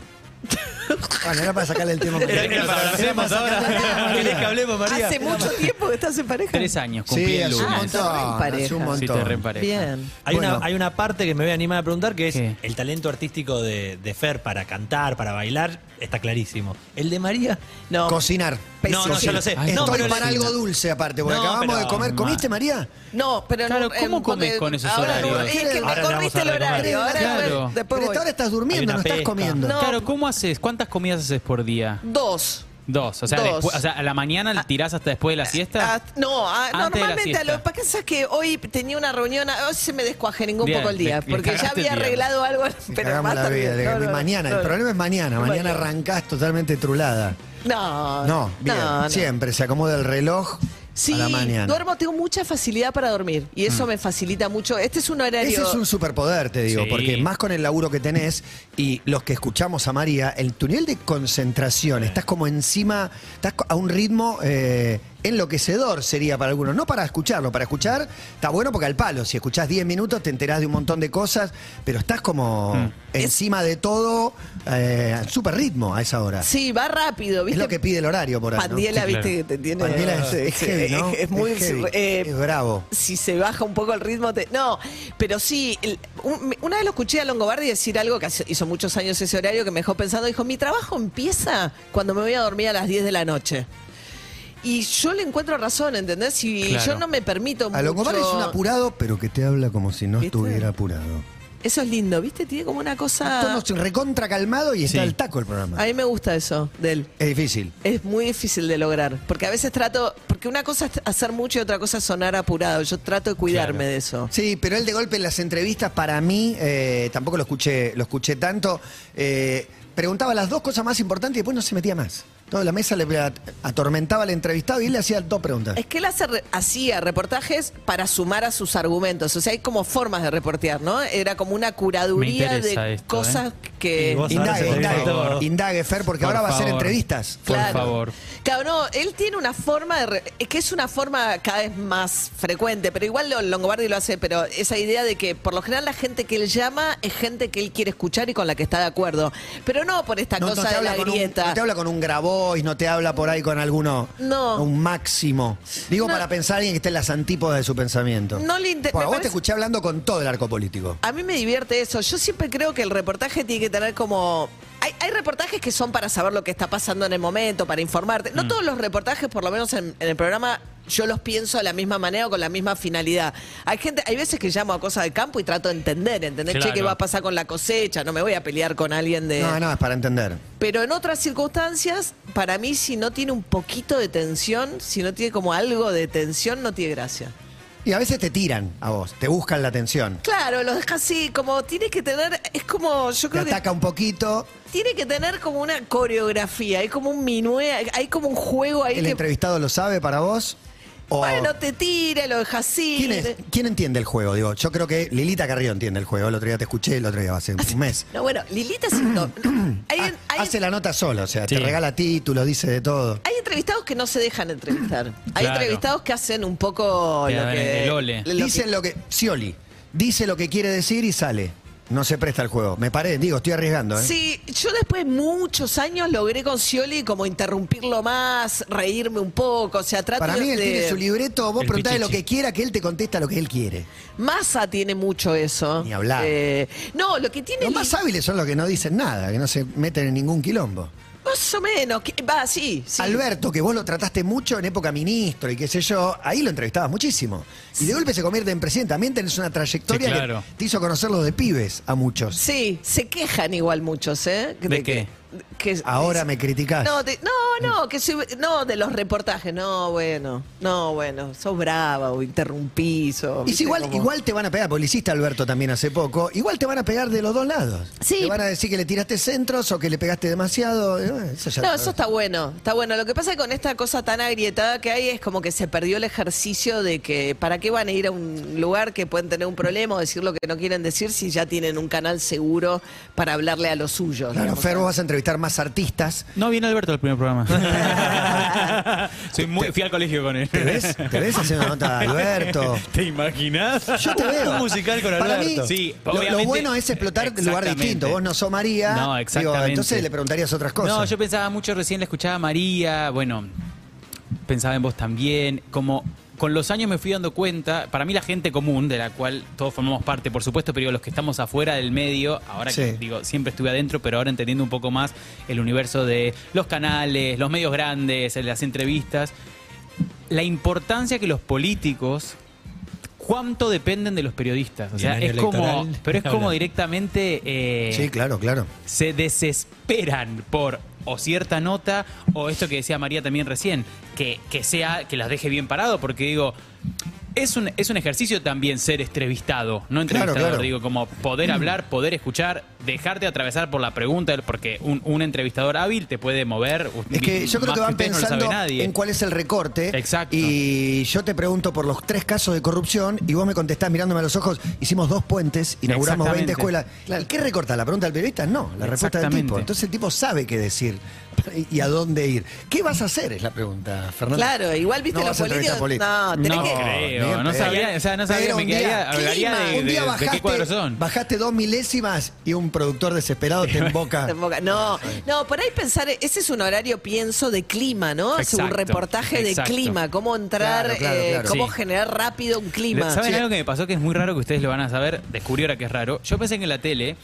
S3: Bueno, era para sacarle el tema.
S4: Era- era para
S3: Era
S4: hablemos
S3: sacarle el tema,
S4: ahora.
S3: María.
S4: ¿Querés que hablemos, María?
S5: ¿Hace mucho tiempo que estás en pareja?
S6: Tres años, cumplí
S3: Sí,
S6: el
S3: hace un
S5: Ah,
S6: lunes.
S5: entonces re en
S3: montón. Hace
S5: pareja.
S3: un
S6: Sí, te
S3: montón.
S6: repareja.
S5: Bien.
S4: Hay,
S3: Bueno.
S4: una, hay una parte que me voy a animar a preguntar que es
S6: ¿Qué?
S4: el talento artístico de, de Fer para cantar, para bailar, está clarísimo. El de María,
S5: No.
S3: Cocinar.
S5: No, no,
S4: yo lo sé.
S3: Estoy
S4: No, pero
S3: para
S4: la-
S3: algo dulce aparte, porque
S4: No,
S3: acabamos
S4: pero-
S3: de comer. ¿Comiste, María?
S5: No, pero
S6: Claro,
S5: no,
S6: ¿cómo
S5: em,
S6: comes
S5: porque
S6: con esos
S5: ahora no-
S6: horarios?
S5: es que me
S4: Ahora le vamos a
S5: corriste el
S4: recomendar.
S5: horario. Ahora
S6: Claro.
S5: después
S3: Pero
S5: voy.
S3: hasta ahora estás
S4: Hay
S3: durmiendo,
S4: una
S3: no estás
S4: pesca.
S3: comiendo.
S5: No.
S6: Claro, ¿cómo haces? ¿Cuántas comidas haces por día?
S5: Dos.
S6: Dos. O sea,
S5: Dos.
S6: después- o sea, a la mañana le tirás hasta después de la siesta.
S5: Ah, no, ah,
S6: Antes de la
S5: normalmente a
S6: siesta.
S5: lo que pasa es que hoy tenía una reunión, ah, hoy se me descuajeringó un
S6: Bien,
S5: poco el día,
S6: le- le
S5: porque ya
S6: cagaste
S5: había
S6: el día.
S5: arreglado algo, pero
S3: Cagamos
S5: más
S3: la vida.
S5: también.
S3: de-
S5: No, no,
S3: de mañana,
S5: no,
S3: el problema es mañana. Mañana
S5: Mañana.
S3: arrancás totalmente trulada.
S5: No,
S3: No, bien.
S5: no, no.
S3: Siempre se acomoda el reloj
S5: Sí,
S3: a la mañana. Mm.
S5: duermo, tengo mucha facilidad para dormir y eso me facilita mucho. Este es un horario.
S3: Ese es un superpoder, te digo,
S6: Sí.
S3: porque más con el laburo que tenés y los que escuchamos a María, el, tu nivel de concentración, estás como encima, estás co- a un ritmo eh, enloquecedor sería para algunos. No para escucharlo, para escuchar está bueno porque al palo. Si escuchás 10 minutos te enterás de un montón de cosas, pero estás como encima de todo, eh, a súper ritmo a esa hora.
S5: Sí, va rápido,
S3: Es
S5: ¿viste?
S3: lo que pide el horario por ahí. ¿no?
S5: Pandiela,
S6: Sí, claro.
S5: viste que te tiene.
S3: Pandiela es- es heavy, ¿no?
S5: es muy.
S3: Es heavy,
S5: eh,
S3: es bravo.
S5: Si se baja un poco el ritmo, te- no. Pero sí, el- un- me- una vez lo escuché a Longobardi decir algo que hace- hizo muchos años ese horario que me dejó pensando. Dijo: Mi trabajo empieza cuando me voy a dormir a las 10 de la noche. Y yo le encuentro razón, ¿entendés? Si
S6: Claro.
S5: yo no me permito.
S3: A Longobardi
S5: mucho-
S3: es un apurado, pero que te habla como si no
S5: ¿Viste?
S3: estuviera apurado.
S5: Eso es lindo, ¿viste? Tiene como una cosa.
S3: Tonos recontra calmado y está
S6: Sí.
S3: al taco el programa.
S5: A mí me gusta eso de él.
S3: Es difícil.
S5: Es muy difícil de lograr, porque a veces trato, porque una cosa es hacer mucho y otra cosa es sonar apurado. Yo trato de cuidarme
S6: Claro.
S5: de eso.
S3: Sí, pero él de golpe en las entrevistas, para mí, eh, tampoco lo escuché, lo escuché tanto. eh, preguntaba las dos cosas más importantes y después no se metía más. Toda la mesa le at- atormentaba al entrevistado y él le hacía dos preguntas.
S5: Es que él hace re- hacía reportajes para sumar a sus argumentos. O sea, hay como formas de reportear, ¿no? Era como una curaduría
S6: Me interesa
S5: de
S6: esto,
S5: cosas
S6: ¿eh?
S5: que.
S4: Y vos- ahora se
S3: Indague,
S4: te viene
S3: indague,
S6: todo.
S3: indague, Fer, porque
S6: Por
S3: ahora va a hacer
S6: favor.
S3: entrevistas.
S6: Por favor.
S5: Claro, no, él tiene una forma de. re- es que es una forma cada vez más frecuente, pero igual lo- Longobardi lo hace, pero esa idea de que por lo general la gente que él llama es gente que él quiere escuchar y con la que está de acuerdo. Pero no por esta cosa de la
S3: con un,
S5: grieta.
S3: no te habla con un Grabois, no te habla por ahí con alguno.
S5: No.
S3: Un máximo. Digo
S5: No.
S3: para pensar a alguien que esté en las antípodas de su pensamiento.
S5: No le inter-
S3: Bueno, vos
S5: me
S3: te
S5: parece-
S3: escuché hablando con todo el arco político.
S5: A mí me divierte eso. Yo siempre creo que el reportaje tiene que tener como. Hay, hay reportajes que son para saber lo que está pasando en el momento, para informarte. No todos los reportajes, por lo menos en, en el programa, yo los pienso de la misma manera o con la misma finalidad. Hay gente, hay veces que llamo a cosas del campo y trato de entender, ¿entendés? Che,
S6: Claro.
S5: ¿qué va a pasar con la cosecha? No me voy a pelear con alguien de.
S3: No, no, es para entender.
S5: Pero en otras circunstancias, para mí, si no tiene un poquito de tensión, si no tiene como algo de tensión, no tiene gracia.
S3: Y a veces te tiran a vos, te buscan la atención.
S5: Claro, los deja así, como tiene que tener, es como, yo
S3: Te
S5: creo que
S3: ataca un poquito,
S5: tiene que tener como una coreografía, hay como un minué, hay- hay como un juego ahí
S3: el
S5: que,
S3: entrevistado lo sabe para vos. O-
S5: bueno, te tira, lo deja así.
S3: ¿quién, es- quién entiende el juego? Digo, yo creo que Lilita Carrió entiende el juego. El otro día te escuché, el otro día hace un mes.
S5: No, bueno, Lilita es un... no, hay,
S3: Ha-
S5: hay-
S3: Ah, hace la nota sola, o sea, te
S6: Sí.
S3: regala títulos, dice de todo.
S5: hay entrevistados que no se dejan entrevistar. Hay
S6: Claro.
S5: entrevistados que hacen un poco
S6: Que
S5: lo
S6: dan
S5: que...
S6: el ole.
S5: lo que-
S3: Dicen lo que. Scioli, dice lo que quiere decir y sale. No se presta al juego. Me paré, digo, estoy arriesgando, ¿eh?
S5: Sí, yo después de muchos años logré con Scioli como interrumpirlo más, reírme un poco, o sea, trato
S3: Para mí él
S5: de-
S3: tiene su libreto, vos
S6: El
S3: preguntale lo
S6: pichichi.
S3: que quiera, que él te contesta lo que él quiere.
S5: Massa tiene mucho eso.
S3: Ni hablar.
S5: Eh, no, lo que tiene.
S3: Los más hábiles son los que no dicen nada, que no se meten en ningún quilombo.
S5: Más o menos. que- Va, sí. sí.
S3: Alberto, que vos lo trataste mucho en época ministro y qué sé yo, ahí lo entrevistabas muchísimo. Y de golpe se convierte en presidente. También tenés una trayectoria
S6: Sí, claro.
S3: que te hizo conocerlo de pibes a muchos.
S5: Sí, se quejan igual muchos, ¿eh?
S6: ¿De qué?
S5: que-
S3: Ahora me criticás.
S5: No, te- no, no, que soy- no, de los reportajes. No, bueno. No, bueno. Sos brava o interrumpís. o,
S3: Y si
S5: viste,
S3: igual,
S5: como-
S3: igual te van a pegar, porque lo hiciste Alberto también hace poco, igual te van a pegar de los dos lados.
S5: Sí.
S3: Te van a decir que le tiraste centros o que le pegaste demasiado. eh, bueno, Eso ya
S5: No, eso está bueno, está bueno. Lo que pasa es que con esta cosa tan agrietada que hay es como que se perdió el ejercicio de que para qué van a ir a un lugar que pueden tener un problema o decir lo que no quieren decir si ya tienen un canal seguro para hablarle a los suyos.
S3: Claro,
S5: digamos.
S3: Fer, vos vas a entrevistar más artistas.
S6: No, viene Alberto al primer programa. Soy muy, fui al colegio con él.
S3: ¿Te ves? ¿Te ves haciendo nota de Alberto?
S6: ¿Te imaginas?
S3: Yo te veo.
S6: Un musical con Alberto.
S3: Para mí,
S6: sí,
S3: lo- lo,
S6: obviamente-
S3: bueno es explotar un lugar
S6: Exactamente.
S3: distinto. Vos no sos María.
S6: No,
S3: digo,
S6: exactamente.
S3: entonces le preguntarías otras cosas.
S6: No, yo pensaba mucho, recién la escuchaba a María, bueno, pensaba en vos también, como... Con los años me fui dando cuenta, para mí la gente común, de la cual todos formamos parte, por supuesto, pero digo, los que estamos afuera del medio, ahora que
S3: Sí.
S6: digo, siempre estuve adentro, pero ahora entendiendo un poco más el universo de los canales, los medios grandes, las entrevistas, la importancia que los políticos cuánto dependen de los periodistas. O
S4: Y
S6: sea,
S4: en año
S6: es como,
S4: electoral,
S6: pero es
S4: ni
S6: como
S4: hablar.
S6: directamente eh,
S3: Sí, claro, claro.
S6: se desesperan por o cierta nota o esto que decía María también recién, que, que sea que las deje bien parado, porque digo, es un, es un ejercicio también ser entrevistado, no entrevistador,
S3: claro.
S6: digo, como poder hablar, poder escuchar, dejarte atravesar por la pregunta, porque un, un entrevistador hábil te puede mover.
S3: Es que yo creo
S6: más
S3: que van
S6: ustedes no lo
S3: pensando
S6: sabe nadie.
S3: en cuál es el recorte.
S6: Exacto.
S3: Y yo te pregunto por los tres casos de corrupción y vos me contestás mirándome a los ojos. Hicimos dos puentes, inauguramos 20
S6: Exactamente.
S3: escuelas. ¿Y qué recorta? ¿La pregunta del periodista? No, la respuesta del
S6: Exactamente.
S3: tipo. Entonces el tipo sabe qué decir. ir y a dónde ir. ¿Qué vas a hacer? Es la pregunta, Fernando.
S5: Claro, igual viste
S3: no
S5: los
S3: vas a entrevistar
S5: políticos. No, tenés
S6: No
S5: que.
S6: creo,
S3: Ah, ni
S6: no
S3: en
S6: sabría,
S3: pedo.
S6: Eh, o sea, no sabría,
S3: Pero
S6: me
S3: un día,
S6: quedaría, hablaría
S5: clima,
S6: de,
S3: un día
S6: de- de
S3: bajaste,
S6: qué cuadro son.
S3: bajaste dos milésimas y un productor desesperado te emboca.
S5: En Boca. No, no, por ahí pensar, ese es un horario, pienso, de clima, ¿no? Es un
S6: Exacto,
S5: reportaje de
S6: exacto.
S5: clima, cómo entrar,
S3: Claro, claro,
S5: eh,
S3: claro.
S5: cómo
S6: Sí.
S5: generar rápido un clima.
S6: ¿Saben
S5: Sí.
S6: algo que me pasó que es muy raro que ustedes lo van a saber? Descubrí ahora que es raro. Yo pensé que en la tele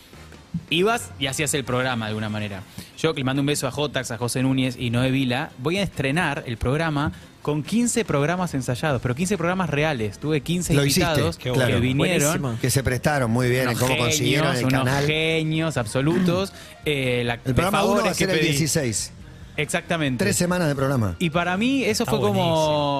S6: ibas y hacías el programa de alguna manera. Yo que le mando un beso a Jotax, a José Núñez y Noé Vila. Voy a estrenar el programa con 15 programas ensayados, pero 15 programas reales. Tuve 15
S3: Lo hiciste,
S6: invitados
S3: qué
S6: que
S3: bueno.
S6: vinieron.
S5: Buenísimo.
S3: Que se prestaron muy bien en
S6: Unos
S3: cómo consiguieron
S6: genios,
S3: el
S6: unos
S3: canal. Mm.
S6: genios absolutos. Eh, la- de
S3: El programa 1 va a
S6: favores que
S3: ser el
S6: pedí.
S3: 16.
S6: Exactamente.
S3: Tres semanas de programa.
S6: Y para mí eso
S4: Está
S6: fue como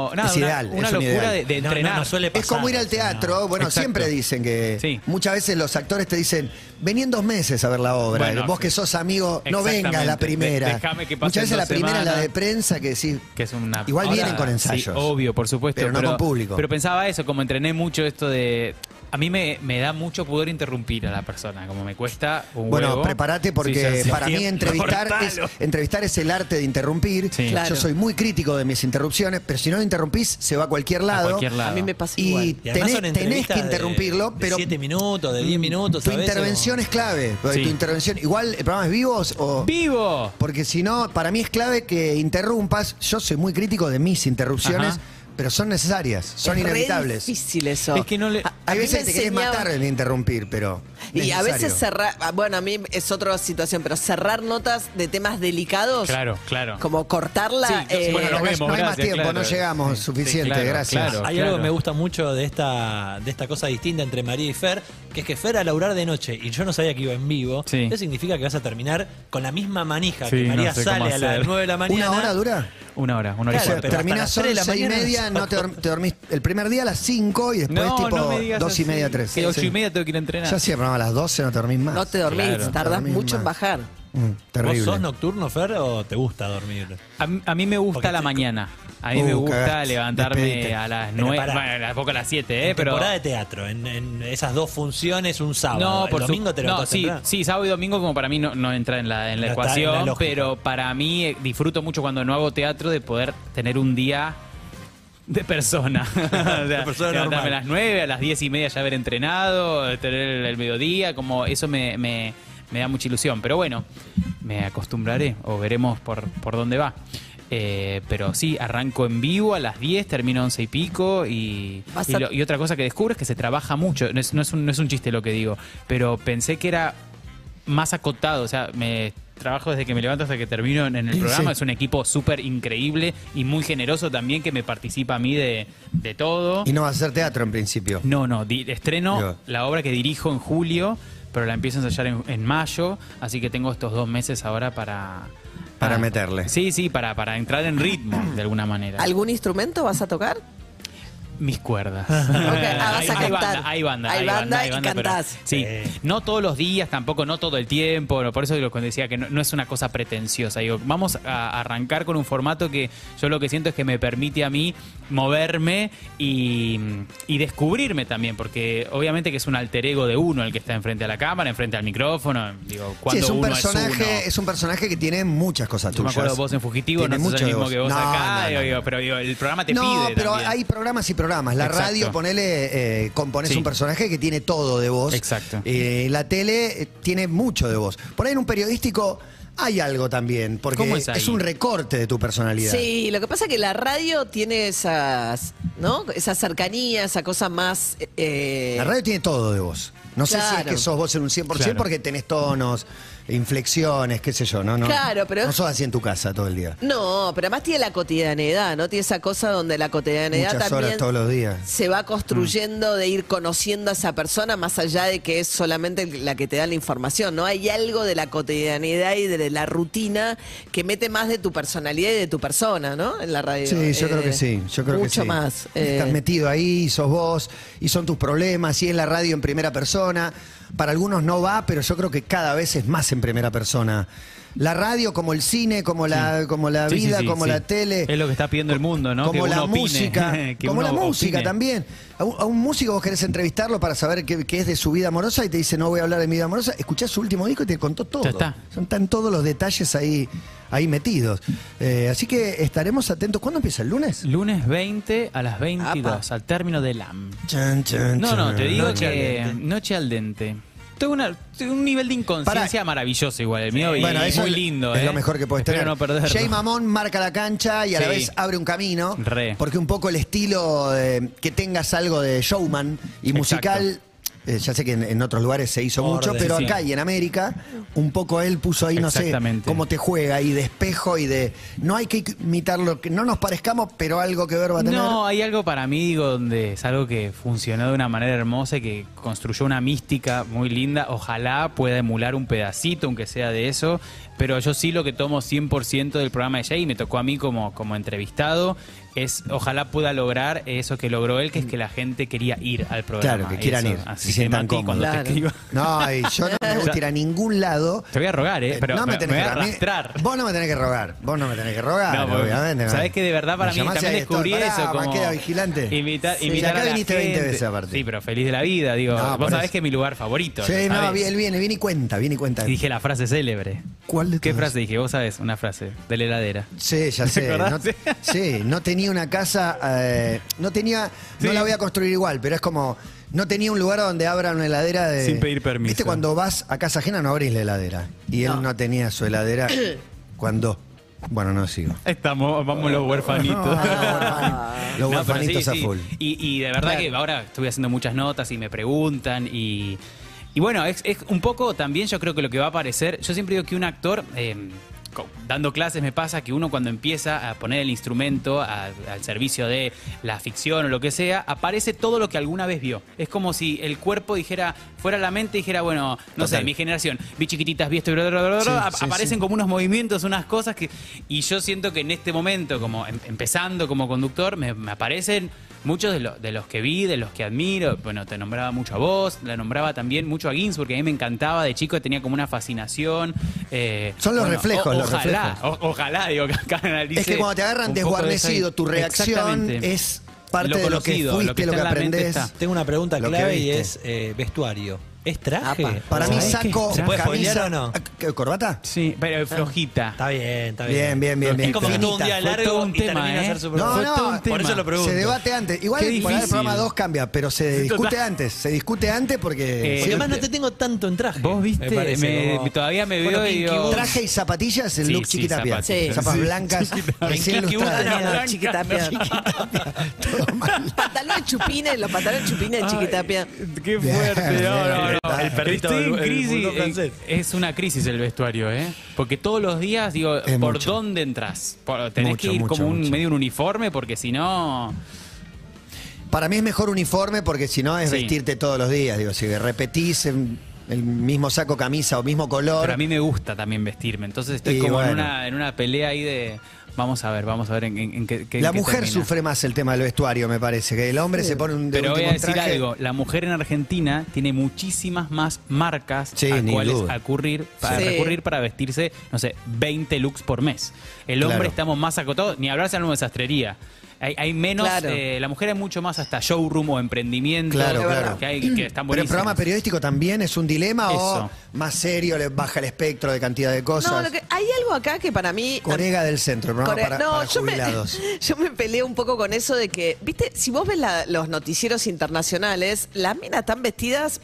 S4: buenísimo.
S6: nada,
S3: Es
S6: una,
S3: ideal,
S6: una
S3: es un
S6: locura
S3: ideal.
S6: de,
S4: No,
S6: de
S4: no,
S6: entrenar.
S4: no suele
S3: Es como ir al
S4: pasar,
S3: teatro,
S4: no.
S3: bueno,
S6: Exacto.
S3: siempre dicen que
S6: Sí.
S3: muchas veces los actores te dicen, vení en dos meses a ver la obra,
S6: Bueno,
S3: vos que sos amigo, no
S6: exactamente.
S3: vengas la primera.
S6: De- dejame que pasen
S3: muchas veces la
S6: dos
S3: primera es la
S6: semanas.
S3: de prensa que decís,
S6: que es una
S3: igual
S6: ahora,
S3: vienen con ensayos.
S6: sí, obvio por supuesto
S3: Pero no con público.
S6: pero pensaba eso como entrené mucho esto de a mí me, me da mucho poder interrumpir a la persona como me cuesta un
S3: Bueno,
S6: huevo.
S3: prepárate
S6: Sí, ya
S3: porque
S6: sé.
S3: para mí
S6: Tiempo,
S3: entrevistar es,
S6: cortalo.
S3: entrevistar es el arte de interrumpir.
S6: Sí.
S5: Claro.
S3: Yo soy muy crítico de mis interrupciones, pero si no lo interrumpís, se va a cualquier lado.
S6: cualquier lado.
S5: A mí me pasa igual.
S3: Y,
S4: Y además
S3: tenés,
S4: son
S3: tenés
S4: entrevistas
S3: que
S4: de-
S3: interrumpirlo,
S4: de
S3: pero
S4: siete minutos, de 10 minutos.
S3: tu
S4: a veces,
S3: intervención
S4: o-
S3: es clave. porque
S6: Sí.
S3: Tu intervención, igual, ¿el programa es vivos o...?
S6: vivo
S3: Porque si no, para mí es clave que interrumpas. Yo soy muy crítico de mis interrupciones,
S6: Ajá.
S3: pero son necesarias, son
S5: Es re
S3: inevitables.
S5: difícil eso.
S6: es que no le
S5: Ah, a
S3: Hay
S5: mí
S3: veces
S5: me
S3: que te querés
S5: enseñaban-
S3: matar el interrumpir, pero.
S5: Y a
S3: necesario.
S5: veces cerrar, ah, bueno, a mí es otra situación, pero cerrar notas de temas delicados,
S6: claro claro
S5: como cortarla,
S6: Sí, yo-
S5: eh,
S6: bueno,
S3: No,
S6: nos vemos,
S3: no hay más
S6: gracias,
S3: tiempo,
S6: claro.
S3: no llegamos
S6: Sí,
S3: suficiente,
S6: claro,
S3: gracias.
S6: claro.
S4: Hay algo que me gusta mucho de esta, de esta cosa distinta entre María y Fer, que es que Fer a laburar de noche, y yo no sabía que iba en vivo,
S6: Sí.
S4: eso significa que vas a terminar con la misma manija
S6: Sí,
S4: que
S6: no
S4: María
S6: sé cómo
S4: sale a
S6: hacer.
S4: las 9 de la mañana.
S3: ¿Una hora dura?
S6: una hora una
S3: o
S6: hora y
S4: Claro,
S3: sea,
S6: cuarto
S4: pero hasta
S3: terminás
S4: las
S3: a
S4: tres de la
S3: las seis y
S4: mañana
S3: media,
S4: no
S3: no te, dorm- te dormís el primer día a las 5 y después
S6: no,
S3: tipo
S6: no me digas
S3: 2 y
S6: así,
S3: media, 3.
S6: que ocho y media tengo que ir a entrenar
S3: Yo hacía programa a las 12, no te dormís más.
S5: no te dormís,
S6: Claro.
S5: tardás
S3: Dormís
S5: mucho en
S3: más.
S5: bajar.
S3: Mm, terrible.
S4: ¿Vos sos nocturno, Fer, o te gusta dormir?
S6: A, mí- a mí me gusta
S4: Porque
S6: la
S4: te-
S6: mañana. A mí
S3: Uh,
S6: me gusta
S3: cagaste.
S6: levantarme
S3: Despedite.
S6: a las
S4: Pero
S6: nueve,
S4: pará.
S6: bueno, a las- poco a las siete,
S4: En
S6: ¿eh? Pero
S4: temporada de teatro, en, en esas dos funciones, un sábado. el
S6: su-
S4: domingo te
S6: no,
S4: levantás
S6: sí,
S4: temprano.
S6: sí, sábado y domingo como para mí no, no entra en la, en la
S4: No está en la
S6: ecuación,
S4: lógica.
S6: pero para mí eh, disfruto mucho cuando no hago teatro de poder tener un día de persona. O sea,
S4: persona
S6: levantarme
S4: normal.
S6: a las nueve, a las diez y media ya haber entrenado, tener el, el mediodía, como eso me, me- me da mucha ilusión. Pero bueno, me acostumbraré o veremos por, por dónde va. Eh, pero sí, arranco en vivo a las 10, termino 11 y pico y,
S5: Vas
S6: y
S5: a-
S6: lo- y otra cosa que descubro es que se trabaja mucho. No es, no es un, no es un chiste lo que digo, pero pensé que era más acotado. O sea, me trabajo desde que me levanto hasta que termino en, en el
S3: Sí.
S6: programa. Es un equipo súper increíble y muy generoso también que me participa a mí de, de todo.
S3: Y no vas a hacer teatro en principio.
S6: No, no, di- estreno
S3: Yo.
S6: la obra que dirijo en julio, pero la empiezo a ensayar en, en mayo, así que tengo estos dos meses ahora para...
S3: Para meterle.
S6: Sí, sí, para, para entrar en ritmo, de alguna manera.
S5: ¿Algún instrumento vas a tocar?
S6: Mis cuerdas.
S5: ah, vas a
S6: hay,
S5: cantar.
S6: banda, hay banda,
S5: Hay
S6: hay
S5: banda
S6: banda, hay
S5: y
S6: banda, pero-
S5: cantás.
S6: sí,
S4: Sí.
S6: no todos los días, tampoco, no todo el tiempo. no, por eso lo que decía que no, no es una cosa pretenciosa. Digo, vamos a arrancar con un formato que yo lo que siento es que me permite a mí moverme y, y descubrirme también, porque obviamente que es un alter ego de uno el que está enfrente a la cámara, enfrente al micrófono. Digo,
S3: Sí,
S6: cuando
S3: es un
S6: uno
S3: personaje, es,
S6: es uno.
S3: un personaje que tiene muchas cosas
S6: Yo me
S3: tuyas.
S6: acuerdo vos en Fugitivo,
S3: Tiene
S6: no sos
S3: mucho
S6: el
S3: de
S6: mismo
S3: vos.
S6: que vos
S3: No,
S6: acá,
S3: no, no,
S6: digo,
S3: no.
S6: pero digo, el programa Ah, te
S3: no,
S6: pide.
S3: pero
S6: también.
S3: hay programas y programas. La
S6: Exacto.
S3: radio, ponele, eh, compones
S6: Sí.
S3: un personaje que tiene todo de vos.
S6: Exacto.
S3: Eh, la tele eh, tiene mucho de vos. Por ahí en un periodístico hay algo también, porque
S6: ¿Cómo es ahí?
S3: un recorte de tu personalidad.
S5: Sí, lo que pasa es que la radio tiene esas, ¿no? Esa cercanía, esa cosa más... eh,
S3: La radio tiene todo de vos. No sé si es
S5: Claro.
S3: que sos vos en un 100%
S6: Claro.
S3: porque tenés tonos, inflexiones, qué sé yo, ¿no? no
S5: Claro, pero-
S3: No sos así en tu casa todo el día.
S5: No, pero además tiene la cotidianidad, ¿no? Tiene esa cosa donde la cotidianidad
S3: Muchas
S5: también
S3: horas todos los Mm. días.
S5: se va construyendo de ir conociendo a esa persona más allá de que es solamente la que te da la información, ¿no? Hay algo de la cotidianidad y de la rutina que mete más de tu personalidad y de tu persona, ¿no? En la radio.
S3: Sí, yo creo
S5: Eh,
S3: que sí, yo creo que sí.
S5: Mucho más. eh,
S3: Estás metido ahí, sos vos, y son tus problemas, y es la radio en primera persona. para algunos no va, pero yo creo que cada vez es más en primera persona. La radio, como el cine, como la, como la
S6: Sí, sí,
S3: vida,
S6: sí,
S3: como
S6: sí.
S3: la tele.
S6: Es lo que está pidiendo el mundo, ¿no?
S3: Como
S6: Que
S3: la
S6: uno opine,
S3: música,
S6: que
S3: como
S6: uno
S3: la música
S6: opine.
S3: también. A un, a un músico vos querés entrevistarlo para saber qué, qué es de su vida amorosa y te dice no voy a hablar de mi vida amorosa. Escuchás su último disco y te contó todo.
S6: Ya está.
S3: Son tan todos los detalles ahí, ahí metidos. Eh, así que estaremos atentos. ¿Cuándo empieza el lunes?
S6: Lunes 20 a las 22, al término del AM.
S3: Chan, chan,
S6: No, no, te
S3: chan.
S6: digo
S4: Noche
S6: que
S4: al dente.
S6: noche al dente. Tengo, una- tengo un nivel de inconsciencia
S3: Pará.
S6: maravilloso igual, el mío, y
S3: Bueno, eso
S6: muy
S3: es-
S6: lindo.
S3: Es
S6: ¿eh?
S3: lo mejor que puedes
S6: Espero
S3: tener.
S6: no perderlo.
S3: Jay Mamón marca la cancha y a la
S6: Sí.
S3: vez abre un camino.
S6: Re.
S3: Porque un poco el estilo de- que tengas algo de showman y
S6: Exacto.
S3: musical. eh, ya sé que en, en otros lugares se hizo
S4: Orden,
S3: mucho, pero
S6: sí.
S3: acá y en América, un poco él puso ahí, no sé,
S6: Exactamente.
S3: cómo te juega y de espejo y de. No hay que imitar lo que no nos parezcamos, pero algo que ver va a tener.
S6: No, hay algo para mí, digo, donde es algo que funcionó de una manera hermosa y que construyó una mística muy linda. Ojalá pueda emular un pedacito, aunque sea de eso. Pero yo sí lo que tomo 100% del programa de Jay, y me tocó a mí como, como entrevistado, es ojalá pueda lograr eso que logró él, que es que la gente quería ir al programa.
S3: Claro, que quieran
S6: Eso,
S3: ir,
S6: Así
S3: se
S6: que,
S3: sientan
S6: Mati, cuando
S5: cómodos.
S6: te escriba-
S3: No, y yo no me gusta ir a ningún lado.
S6: Te voy a rogar, ¿eh?
S3: Eh,
S6: Pero
S3: no me
S6: me,
S3: tenés
S6: me voy
S3: que
S6: a
S3: rogar. A mí-
S6: arrastrar.
S3: Vos no me tenés que rogar. Vos Ah, no me tenés que rogar,
S6: No, porque
S3: obviamente.
S6: Sabés que de verdad para
S3: Me
S6: mí
S3: llamás y
S6: también
S3: ahí
S6: descubrí
S3: estoy. Pará,
S6: eso. Como
S3: Maqueda vigilante.
S6: Invitar,
S3: Sí.
S6: invitar
S3: Y acá
S6: a la
S3: viniste 20
S6: gente.
S3: veces aparte.
S6: Sí, pero feliz de la vida, digo.
S3: No, por
S6: vos sabés
S3: eso.
S6: que es mi lugar favorito.
S3: Sí,
S6: ¿lo
S3: no,
S6: sabés?
S3: bien, viene, viene y cuenta, viene y cuenta.
S6: Y dije la frase célebre.
S3: ¿Cuál de
S6: ¿Qué
S3: todas?
S6: frase dije? Vos sabés, una frase de la heladera.
S3: Sí, ya sé.
S6: acordás?
S3: No,
S6: Sí.
S3: sí, no tenía una casa, eh, no tenía, no
S6: Sí.
S3: la voy a construir igual, pero es como, no tenía un lugar donde abra una heladera de...
S6: Sin pedir permiso.
S3: Viste, cuando vas a casa ajena no abrís la heladera. Y él no tenía su heladera cuando... Bueno, no sigo.
S6: Estamos, vamos los
S3: No,
S6: huerfanitos.
S3: los huerfan- los
S6: No, pero
S3: huerfanitos
S6: sí, sí.
S3: a full.
S6: Y, y de verdad que ahora estuve haciendo muchas notas y me preguntan y, y bueno, es, es un poco también yo creo que lo que va a aparecer, yo siempre digo que un actor, eh, co- dando clases me pasa que uno cuando empieza a poner el instrumento a- al servicio de la ficción o lo que sea, aparece todo lo que alguna vez vio. Es como si el cuerpo dijera, fuera la mente y dijera, bueno, no
S3: Total.
S6: sé, mi generación, vi chiquititas, vi esto, bla, bla, bla, bla,
S3: Sí,
S6: bla,
S3: sí,
S6: aparecen
S3: sí.
S6: como unos movimientos, unas cosas que. Y yo siento que en este momento, como em- empezando como conductor, me, me aparecen muchos de, lo- de los que vi, de los que admiro. Bueno, te nombraba mucho a vos, la nombraba también mucho a Ginsburg, que a mí me encantaba de chico, tenía como una fascinación. eh,
S3: Son los reflejos, los
S6: ojalá, o- ojalá, digo, que acá analice
S3: es que cuando te agarran
S6: un poco de esa-
S3: desguarnecido, tu reacción
S6: Exactamente.
S3: es parte
S6: Lo
S3: de lo que
S6: conocido, lo
S3: fuiste, lo
S6: que
S3: que,
S6: está en la mente
S3: aprendés.
S6: está.
S4: Ah, Tengo una pregunta
S3: Lo que
S4: clave y
S3: viste.
S4: es eh, vestuario. ¿Es traje?
S5: Apa.
S3: Para
S4: ¿O
S3: mí
S4: sabés qué?
S3: saco
S4: ¿Se puede spoilear
S3: camisa... Ah,
S4: o no?
S3: ¿Qué, ¿Corbata?
S6: Sí, pero flojita.
S4: Está bien, está
S3: Bien,
S4: bien.
S3: bien, bien, bien.
S4: Es como que tuvo un día
S6: Fue
S4: largo
S6: todo un
S4: y
S6: tema,
S4: termina de
S6: ¿eh?
S4: hacer su
S6: No,
S3: no,
S4: programa. Fue todo un
S6: tema.
S4: Por eso lo pregunto.
S3: Se debate antes. Igual
S6: Qué
S3: por ahí el
S6: difícil.
S3: programa 2 cambia, pero se discute
S6: Total.
S3: antes. Se discute antes porque.
S6: Eh,
S4: Porque
S3: siempre-
S4: además no te tengo tanto en traje.
S6: Vos viste,
S4: me parece,
S6: me-
S4: como-
S6: todavía me
S4: Bueno,
S6: veo y
S4: Pinky
S6: digo-
S4: Boots.
S3: Traje y zapatillas, el
S6: Sí,
S3: look
S6: sí,
S3: chiquitapia.
S5: zapatillas.
S3: Zapas
S6: Sí.
S3: blancas, recién
S6: Pinky Boots
S3: lustradas.
S6: tenía blancas,
S5: Chiquitapia.
S6: blancas.
S3: Todo mal.
S5: Pantalones chupines, los pantalones chupines de Chiquitapia.
S6: Qué
S3: Bien,
S6: fuerte, no,
S3: bien,
S6: no, no.
S4: el perrito,
S6: Estoy en
S4: el- el
S6: crisis.
S4: bulldog francés.
S6: eh, es una crisis el vestuario, ¿eh? Porque todos los días, digo,
S3: Es
S6: ¿por
S3: mucho.
S6: dónde entras? Por- tenés
S3: Mucho,
S6: que ir
S3: mucho,
S6: como un
S3: mucho.
S6: medio un uniforme porque si no.
S3: Para mí es mejor uniforme porque si no es
S6: Sí.
S3: vestirte todos los días. Digo, si repetís en el mismo saco camisa o mismo
S6: Pero
S3: color.
S6: a mí me gusta también vestirme. Entonces estoy
S3: Y
S6: como en,
S3: bueno.
S6: una, en una pelea ahí de. Vamos a ver, vamos a ver en, en- en qué. qué-
S3: la
S6: en qué
S3: mujer
S6: termina.
S3: sufre más el tema del vestuario, me parece. Que el hombre se pone un de
S6: Pero voy
S3: último
S6: a decir
S3: traje.
S6: algo, la mujer en Argentina tiene muchísimas más marcas
S3: Sí,
S6: a
S3: ni
S6: cuales
S3: duda.
S6: acurrir, para
S5: Sí.
S6: recurrir para vestirse, no sé, 20 looks por mes. El hombre
S3: Claro.
S6: estamos más acotados, ni hablarse de sastrería. Hay, hay menos,
S5: Claro.
S6: eh, la mujer hay mucho más hasta showroom o emprendimiento
S3: Claro, claro.
S6: que hay que están
S3: Pero el
S6: buenísimos.
S3: programa periodístico también es un dilema
S6: Eso.
S3: o más serio, le baja el espectro de cantidad de cosas.
S5: No, lo que, hay algo acá que para mí.
S3: Corega del Centro, el programa
S5: Corre-
S3: para,
S5: no,
S3: para
S5: yo, me,
S3: jubilados.
S5: yo me peleo un poco con eso de que, viste, si vos ves la- los noticieros internacionales, las minas están vestidas.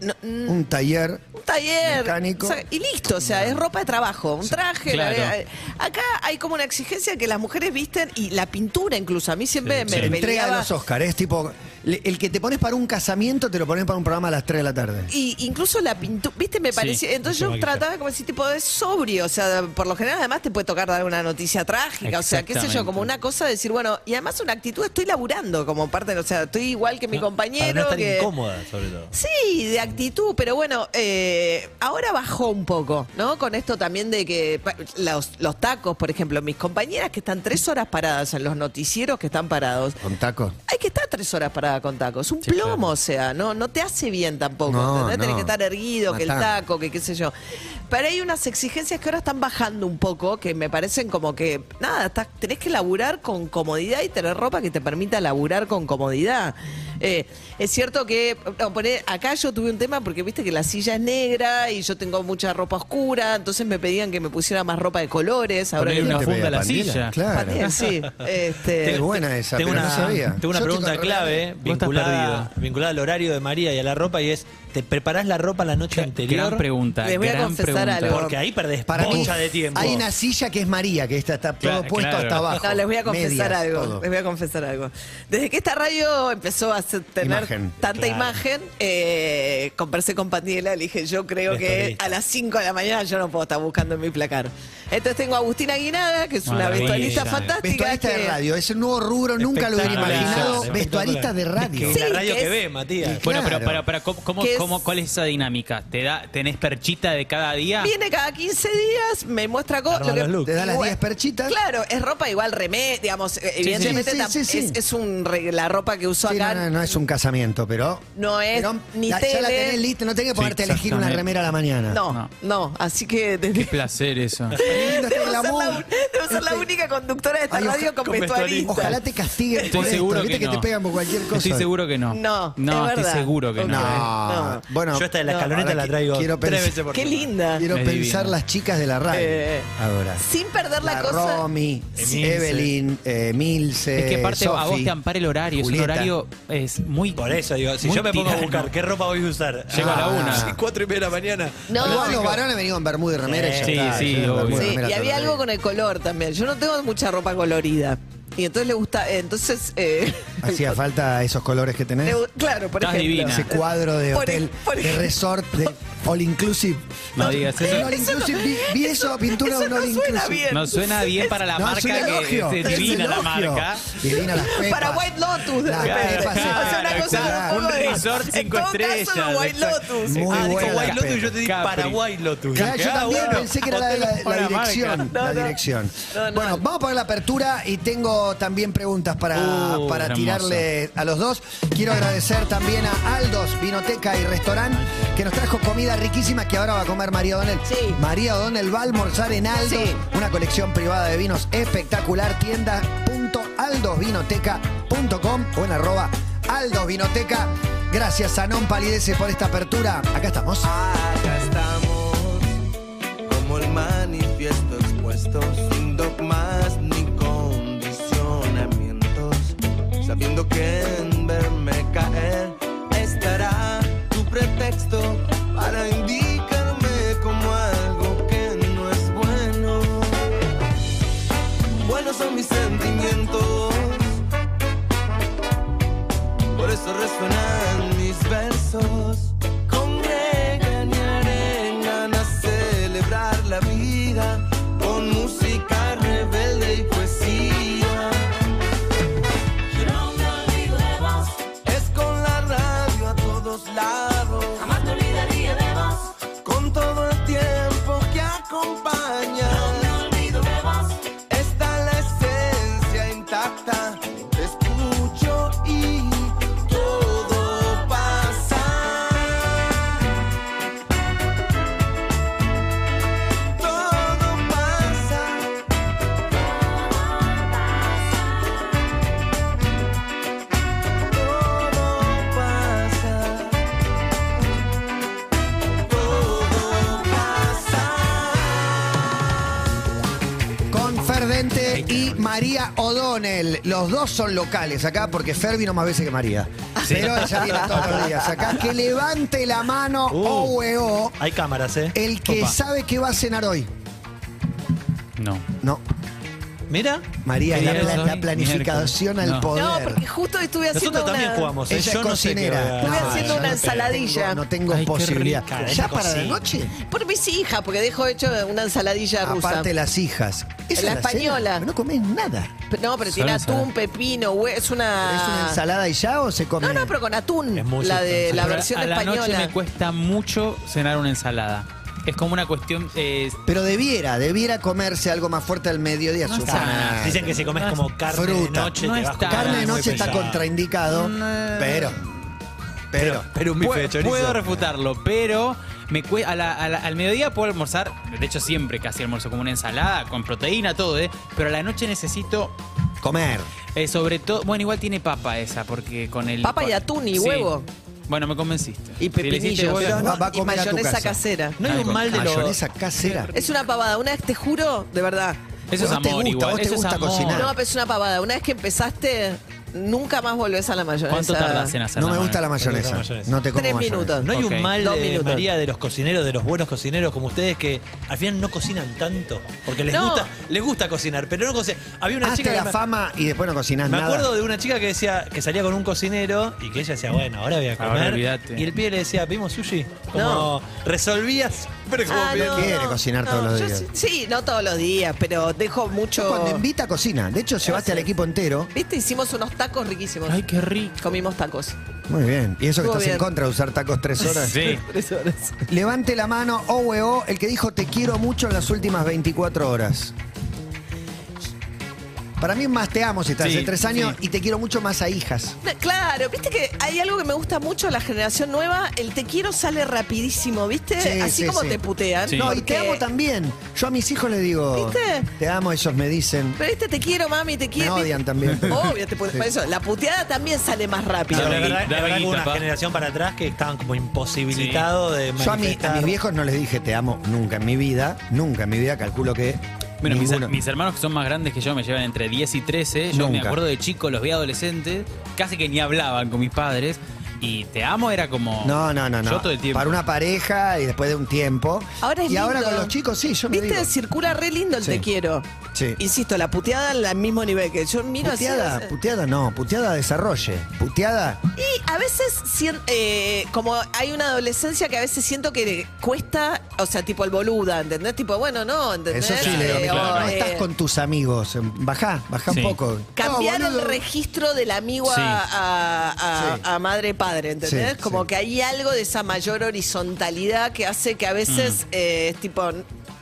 S5: no, mm,
S3: Un taller.
S5: un taller
S3: Mecánico.
S5: o sea, y listo, o sea, es ropa de trabajo, un traje. la-
S6: claro.
S5: acá hay como una exigencia que las mujeres visten y la pintura incluso. A mí siempre me
S3: La entrega de
S5: peleaba-
S3: los Oscars, es tipo, le- el que te pones para un casamiento te lo pones para un programa a las 3 de la tarde.
S5: Y incluso la pintura, viste, me
S6: Sí,
S5: parecía. entonces yo
S4: mucho maquillaje.
S5: trataba como si tipo de sobrio. O sea, por lo general además te puede tocar dar una noticia trágica. O sea, qué sé yo,
S6: Exactamente.
S5: como una cosa de decir, bueno, y además una actitud, estoy laburando como parte, o sea, estoy igual que mi
S4: No,
S5: compañero.
S4: Ah, Para no estar
S5: que-
S4: incómoda, sobre todo.
S5: Sí, de actitud, pero bueno, eh, ahora bajó un poco, ¿no? Con esto también de que pa- los, los tacos, por ejemplo, mis compañeras que están tres horas paradas en los noticieros que están parados.
S3: Con tacos.
S5: Hay que estar tres horas ensalada con taco. Es un
S6: Sí,
S5: plomo,
S6: claro.
S5: o sea, no, no te hace bien tampoco.
S3: No,
S5: ¿entendés? Tenés
S3: no.
S5: que estar erguido, que el
S3: Matando.
S5: taco, que qué sé yo. Pero hay unas exigencias que ahora están bajando un poco, que me parecen como que, nada, estás- tenés que laburar con comodidad y tener ropa que te permita laburar con comodidad. Eh, es cierto que, no, poné- acá yo tuve un tema porque viste que la silla es negra y yo tengo mucha ropa oscura, entonces me pedían que me pusiera más ropa de colores. Ahora
S6: Ponerle
S5: que
S6: una
S3: Te
S6: funda
S3: pega
S6: a la
S3: pandilla,
S6: silla.
S3: Claro.
S5: Patines, sí. Este,
S3: Es buena esa,
S4: tengo
S3: pero
S4: una,
S3: no sabía.
S4: Tengo una
S3: Yo estoy
S4: pregunta
S3: con
S4: clave
S6: Vos estás
S4: vinculada,
S6: perdido.
S4: vinculada al horario de María y a la ropa y es, ¿te preparás la ropa la noche anterior?
S6: Gran pregunta.
S5: Les voy a
S6: gran
S5: confesar
S6: pregunta.
S5: algo.
S4: Porque ahí perdés
S3: Para mí,
S4: bocha de tiempo.
S3: hay una silla que es María, que esta está todo
S6: Claro,
S3: puesto
S6: claro.
S3: hasta abajo.
S5: No, les voy a confesar
S3: Medias,
S5: algo.
S3: todo.
S5: Les voy a confesar algo. Desde que esta radio empezó a hacer- tener
S3: Imagen.
S5: tanta
S4: Claro.
S5: imagen, eh, conversé con Paniela, le dije, yo creo
S4: Estoy
S5: que
S4: listo.
S5: a las 5 de la mañana yo no puedo estar buscando en mi placar. Entonces tengo a Agustina Guinada, que es una
S6: Maravilla.
S5: vestuarista fantástica.
S3: Vestuarista
S5: que-
S3: de radio, es un nuevo rubro, nunca lo hubiera
S6: Espectacular.
S3: imaginado.
S6: Espectacular.
S3: Vestuarista de radio.
S4: Es que
S5: Sí,
S4: la radio
S5: que
S4: que,
S5: es-
S4: ve, Matías.
S6: Bueno,
S3: Claro.
S6: pero para, para, ¿cómo, cómo-
S5: Que es-
S6: cómo- cuál es esa dinámica? ¿Te da, ¿Tenés perchita de cada día?
S5: Viene cada 15 días, me muestra cosas.
S4: Arma
S5: lo que-
S4: los looks.
S3: Te da las
S5: Igual-
S3: 10 perchitas.
S5: Claro, es ropa igual remé, digamos, eh, evidentemente
S3: sí,
S5: tam-
S3: sí, sí.
S5: Es, es un re- la ropa que uso
S3: Sí,
S5: acá.
S3: no, no, no es un casamiento, pero.
S5: No es
S3: pero
S5: ni
S3: la- Ya la
S5: tele.
S3: tenés lista, no tenés que
S6: Sí,
S3: ponerte a elegir una
S6: exactamente.
S3: remera a la mañana.
S5: no,
S6: no.
S5: no, así que desde,
S6: Placer eso.
S3: Lindo este
S5: Debo ser, la,
S3: glamour.
S5: debo ser la
S3: Este-
S5: única conductora de esta
S3: Ay, oja-
S5: radio con
S4: con vestuarista.
S5: vestuarista.
S3: Ojalá te castiguen
S6: Estoy
S3: por esto,
S6: seguro
S3: Viste
S6: que,
S3: que,
S6: no.
S3: te pegan por cualquier cosa.
S6: Estoy seguro que no.
S5: No,
S6: No,
S5: es
S6: estoy
S5: verdad.
S6: seguro que no. eh.
S5: Ok.
S3: No.
S5: No.
S3: Bueno,
S4: Yo hasta de la
S5: No,
S4: escaloneta
S3: ahora
S4: la
S3: qui-
S4: traigo
S3: quiero
S4: tres
S3: pensar-
S4: veces por
S5: Qué
S4: semana.
S5: linda.
S3: quiero
S6: Es
S3: pensar
S6: divino.
S3: las chicas de la radio.
S5: Eh,
S3: Ahora.
S5: Sin perder la,
S3: La
S5: cosa.
S3: Romy,
S4: Emilce.
S3: Evelyn, eh, Milce.
S6: Es que aparte a vos
S3: Sofi,
S6: te ampara el horario. Es
S3: Julieta.
S6: un horario es muy.
S4: Por eso digo, si
S6: muy
S4: yo me pongo a
S6: tirano.
S4: buscar qué ropa voy a usar.
S6: Llego a la
S4: Ah,
S6: una.
S4: sí, cuatro y media de la mañana.
S5: No.
S3: Igual los varones venían en Bermuda y remera y ya
S4: Sí,
S3: está,
S6: sí,
S3: yo en
S6: obvio.
S3: Bermuda
S5: Sí,
S3: remera
S5: y
S3: todo
S5: había
S3: el
S5: algo
S3: día.
S5: con el color también. Yo no tengo mucha ropa colorida. Y entonces le gusta. eh, Entonces. eh,
S3: Hacía falta esos colores que tenés.
S5: le gu- claro, por
S6: Estás
S5: ejemplo.
S6: divina.
S3: ¿Eh? Ese cuadro de
S5: Por-
S3: hotel,
S5: por-
S3: de resort, de all inclusive.
S6: No digas
S3: En
S6: eso.
S3: all inclusive, vi, vi eso, pintura de
S5: Eso
S3: un
S5: no
S3: all
S5: suena
S3: inclusive.
S5: bien.
S6: No suena bien para la
S3: No,
S6: marca
S3: es un elogio,
S6: que es
S3: es un
S6: divina la
S3: elogio.
S6: marca.
S3: Divina las pepas.
S5: Para White Lotus, de
S3: Las
S5: repente.
S3: pepas, sí.
S5: o sea, una
S3: Claro,
S5: cosa
S3: claro.
S5: un poco
S6: Un
S5: de-
S6: resort
S5: en
S6: cinco
S5: todo Caso,
S6: estrellas,
S5: de White
S6: exacto.
S5: Lotus.
S3: Muy
S4: ah, dijo
S3: buena
S4: White
S3: la
S4: Lotus y yo
S6: pena.
S4: te di
S6: Capri.
S4: Paraguay Lotus.
S3: Claro,
S4: Dije,
S3: yo
S4: ah,
S3: también
S4: bueno.
S3: pensé que era la, la- la
S6: Buena
S3: dirección.
S6: marca.
S5: No,
S3: la
S5: no.
S3: dirección.
S5: No, no.
S3: Bueno, vamos a poner la apertura y tengo también preguntas para,
S6: Uh,
S3: para
S6: hermoso.
S3: tirarle a los dos. Quiero agradecer también a Aldos, Vinoteca y Restaurante, que nos trajo comida riquísima que ahora va a comer María O'Donnell.
S5: Sí.
S3: María O'Donnell va a almorzar en Aldos,
S5: Sí.
S3: una colección privada de vinos espectacular, tienda.aldosvinoteca.com o en arroba aldosvinoteca. Gracias a Non Palidece por esta apertura. Acá estamos.
S1: Acá estamos, como el manifiesto expuesto, sin dogmas ni condicionamientos, sabiendo que en verme caer estará tu pretexto para indicarme como algo que no es bueno. Buenos son mis sentimientos, por eso resuenan mis versos. Congregan y arengan a celebrar la vida con música rebelde y poesía. Es con la radio a todos lados. Jamás te olvidaría de vos. Con todo el tiempo que acompaña. Está la esencia intacta. Te escucho y todo pasa. Todo pasa. Todo pasa, todo pasa.
S3: Con Ferdente y María O'Donnell. Los dos son locales acá porque Fer vino más veces que María. Pero ella viene todos los días acá. Que levante la mano,
S4: Uh.
S3: OEO,
S4: Hay cámaras, ¿eh?
S3: el que
S4: Opa.
S3: sabe que va a cenar hoy.
S6: No.
S3: No,
S4: Mira.
S3: María, la,
S6: María
S3: pla-
S6: hoy,
S3: la planificación al
S6: miércoles. No.
S3: poder.
S5: No, porque justo estuve haciendo
S4: Nosotros también
S5: una-
S4: jugamos. ¿eh?
S3: Ella
S4: Yo
S3: es
S4: no sé qué
S3: cocinera.
S4: hora-
S5: Voy
S3: No,
S5: haciendo
S3: yo no
S5: una
S3: tengo-
S5: ensaladilla.
S3: No tengo,
S6: Ay, qué
S3: posibilidad.
S6: rica,
S3: ¿Ya
S4: ella
S3: para la
S4: cocina.
S3: noche?
S5: Por mis hijas, porque dejo hecho una ensaladilla rusa.
S3: Aparte las hijas. Esa
S5: La
S3: es cena.
S5: española.
S3: No comes nada.
S5: No, pero tiene
S6: Solo
S5: atún,
S6: ensalada.
S5: pepino, hue- es una...
S3: ¿Es una ensalada y ya o se come?
S5: Ah. No, no, pero con atún.
S4: Es muy
S5: la de
S4: sustancioso.
S5: la
S6: Pero
S5: versión
S6: a la
S5: española.
S6: noche me cuesta mucho cenar una ensalada. Es como una cuestión. eh,
S3: Pero debiera, debiera comerse algo más fuerte al mediodía.
S6: No
S3: Susana.
S6: está.
S4: Dicen que si comes como carne
S3: Fruta.
S4: de noche
S6: No
S4: te vas
S6: está.
S4: con-
S3: Carne de
S6: Ah,
S4: es muy
S3: noche está
S4: pesado.
S3: contraindicado,
S6: Mm, eh,
S3: pero, pero,
S4: Ah. Pero un bife de
S6: Puedo,
S4: chorizo.
S6: puedo refutarlo, pero me cue- a la- a la- al mediodía puedo almorzar, de hecho siempre casi almuerzo como una ensalada, con proteína, todo, ¿eh? pero a la noche necesito,
S3: comer.
S6: eh, sobre todo, bueno, igual tiene papa esa, porque con el...
S5: Papa y
S6: con-
S5: atún y huevo.
S6: Bueno, me convenciste.
S5: Y
S6: Si le hiciste
S5: pepinillos.
S6: huevo-
S3: pero
S5: no,
S3: va a
S5: y
S3: comer a tu
S5: mayonesa
S3: casa.
S5: casera.
S4: No hay un mal de los...
S3: Mayonesa casera.
S5: Es una pavada. Una vez, te juro, de verdad.
S6: Eso es
S3: Vos te
S6: amor
S3: gusta,
S6: igual.
S3: vos te
S6: eso es
S3: gusta
S6: amor.
S3: cocinar.
S5: No, pero es una pavada. Una vez que empezaste, nunca más volvés a la mayonesa.
S6: ¿Cuánto tardas en hacerlo?
S3: No me gusta la mayonesa.
S4: mayonesa.
S3: No te como
S5: Tres
S3: mayonesa.
S5: minutos.
S4: No hay
S6: Ok.
S4: un mal
S5: Dos
S4: de
S5: minutos.
S4: María de los cocineros, de los buenos cocineros como ustedes que al final no cocinan tanto. Porque les
S5: No.
S4: gusta, les gusta cocinar, pero no cocinan. Había una
S3: Hazte
S4: chica
S3: la
S4: que me-
S3: fama y después no cocinas
S4: Me
S3: nada.
S4: acuerdo de una chica que decía que salía con un cocinero y que ella decía, bueno, ahora voy a
S6: Ahora
S4: comer.
S6: olvídate.
S4: y el pibe le decía, ¿pedimos sushi? Como
S5: No.
S4: resolvías, pero como
S5: Ah,
S4: bien.
S5: no,
S3: quiere
S5: no,
S3: cocinar todos los
S5: yo
S3: días.
S5: sí- sí, no todos los días, pero dejo mucho.
S3: Yo Cuando invita, cocina. De hecho, llevaste al equipo entero.
S5: ¿Viste? Hicimos unos tacos riquísimos.
S6: Ay, qué rico.
S5: Comimos tacos.
S3: Muy bien. Y eso que
S5: Estuvo
S3: estás en
S5: bien.
S3: contra de usar tacos tres horas.
S6: Sí.
S5: Tres horas.
S3: Levante la mano, OEO, el que dijo te quiero mucho en las últimas 24 horas. Para mí es más te amo si estás
S6: Sí,
S3: hace tres años
S6: sí.
S3: y te quiero mucho más a hijas.
S5: No, Claro, viste que hay algo que me gusta mucho de la generación nueva, el te quiero sale rapidísimo, ¿viste?
S3: Sí,
S5: Así
S3: sí,
S5: como
S3: sí.
S5: te putean.
S6: Sí.
S3: No, y
S5: porque-
S3: te amo también. Yo a mis hijos les digo,
S5: ¿Viste?
S3: te amo, ellos me dicen.
S5: Pero viste, te quiero, mami, te
S3: Me
S5: quiero.
S3: odian también.
S5: Obvio, te puedes
S3: Sí.
S5: para eso. La puteada también sale más rápido.
S4: Pero la
S6: Dame
S4: verdad,
S6: guita,
S4: la verdad
S6: dame
S4: que hubo
S6: guita,
S4: una
S6: pa.
S4: generación para atrás que estaban como imposibilitados de
S3: Yo a, mi- a
S4: manifestar.
S3: mis viejos no les dije te amo nunca en mi vida, nunca en mi vida, calculo que
S6: Bueno, mis,
S3: ninguno.
S6: mis hermanos que son más grandes que yo me llevan entre 10 y 13. Yo me
S3: Nunca.
S6: acuerdo de chico, los vi adolescentes, casi que ni hablaban con mis padres. Y te amo era como.
S3: No, no, no, no.
S6: Yo todo el tiempo.
S3: Para una pareja y después de un tiempo.
S5: Ahora es
S3: y ahora
S5: lindo.
S3: con los chicos, sí, yo me
S5: ¿Viste?
S3: digo.
S5: Circula re lindo el
S3: Sí.
S5: te quiero.
S3: Sí.
S5: Insisto, la puteada al mismo nivel que yo miro así,
S3: Puteada,
S5: así.
S3: puteada no, puteada desarrolle. Puteada.
S5: Y a veces, sien- eh, como hay una adolescencia que a veces siento que le cuesta, o sea, tipo el boluda, ¿entendés? Tipo, bueno, no, ¿entendés?
S3: Eso sí, le digo,
S5: Eh,
S6: claro.
S5: o,
S3: no
S5: eh,
S3: estás con tus amigos. em, Bajá, bajá
S6: Sí.
S3: un poco.
S5: Cambiar
S3: No,
S5: el
S3: boludo.
S5: registro del amigo a-
S6: Sí.
S5: a, a-
S3: Sí.
S5: a madre-padre, ¿entendés?
S3: Sí,
S5: Como
S3: sí.
S5: que hay algo de esa mayor horizontalidad que hace que a
S6: Mm.
S5: veces, eh, tipo,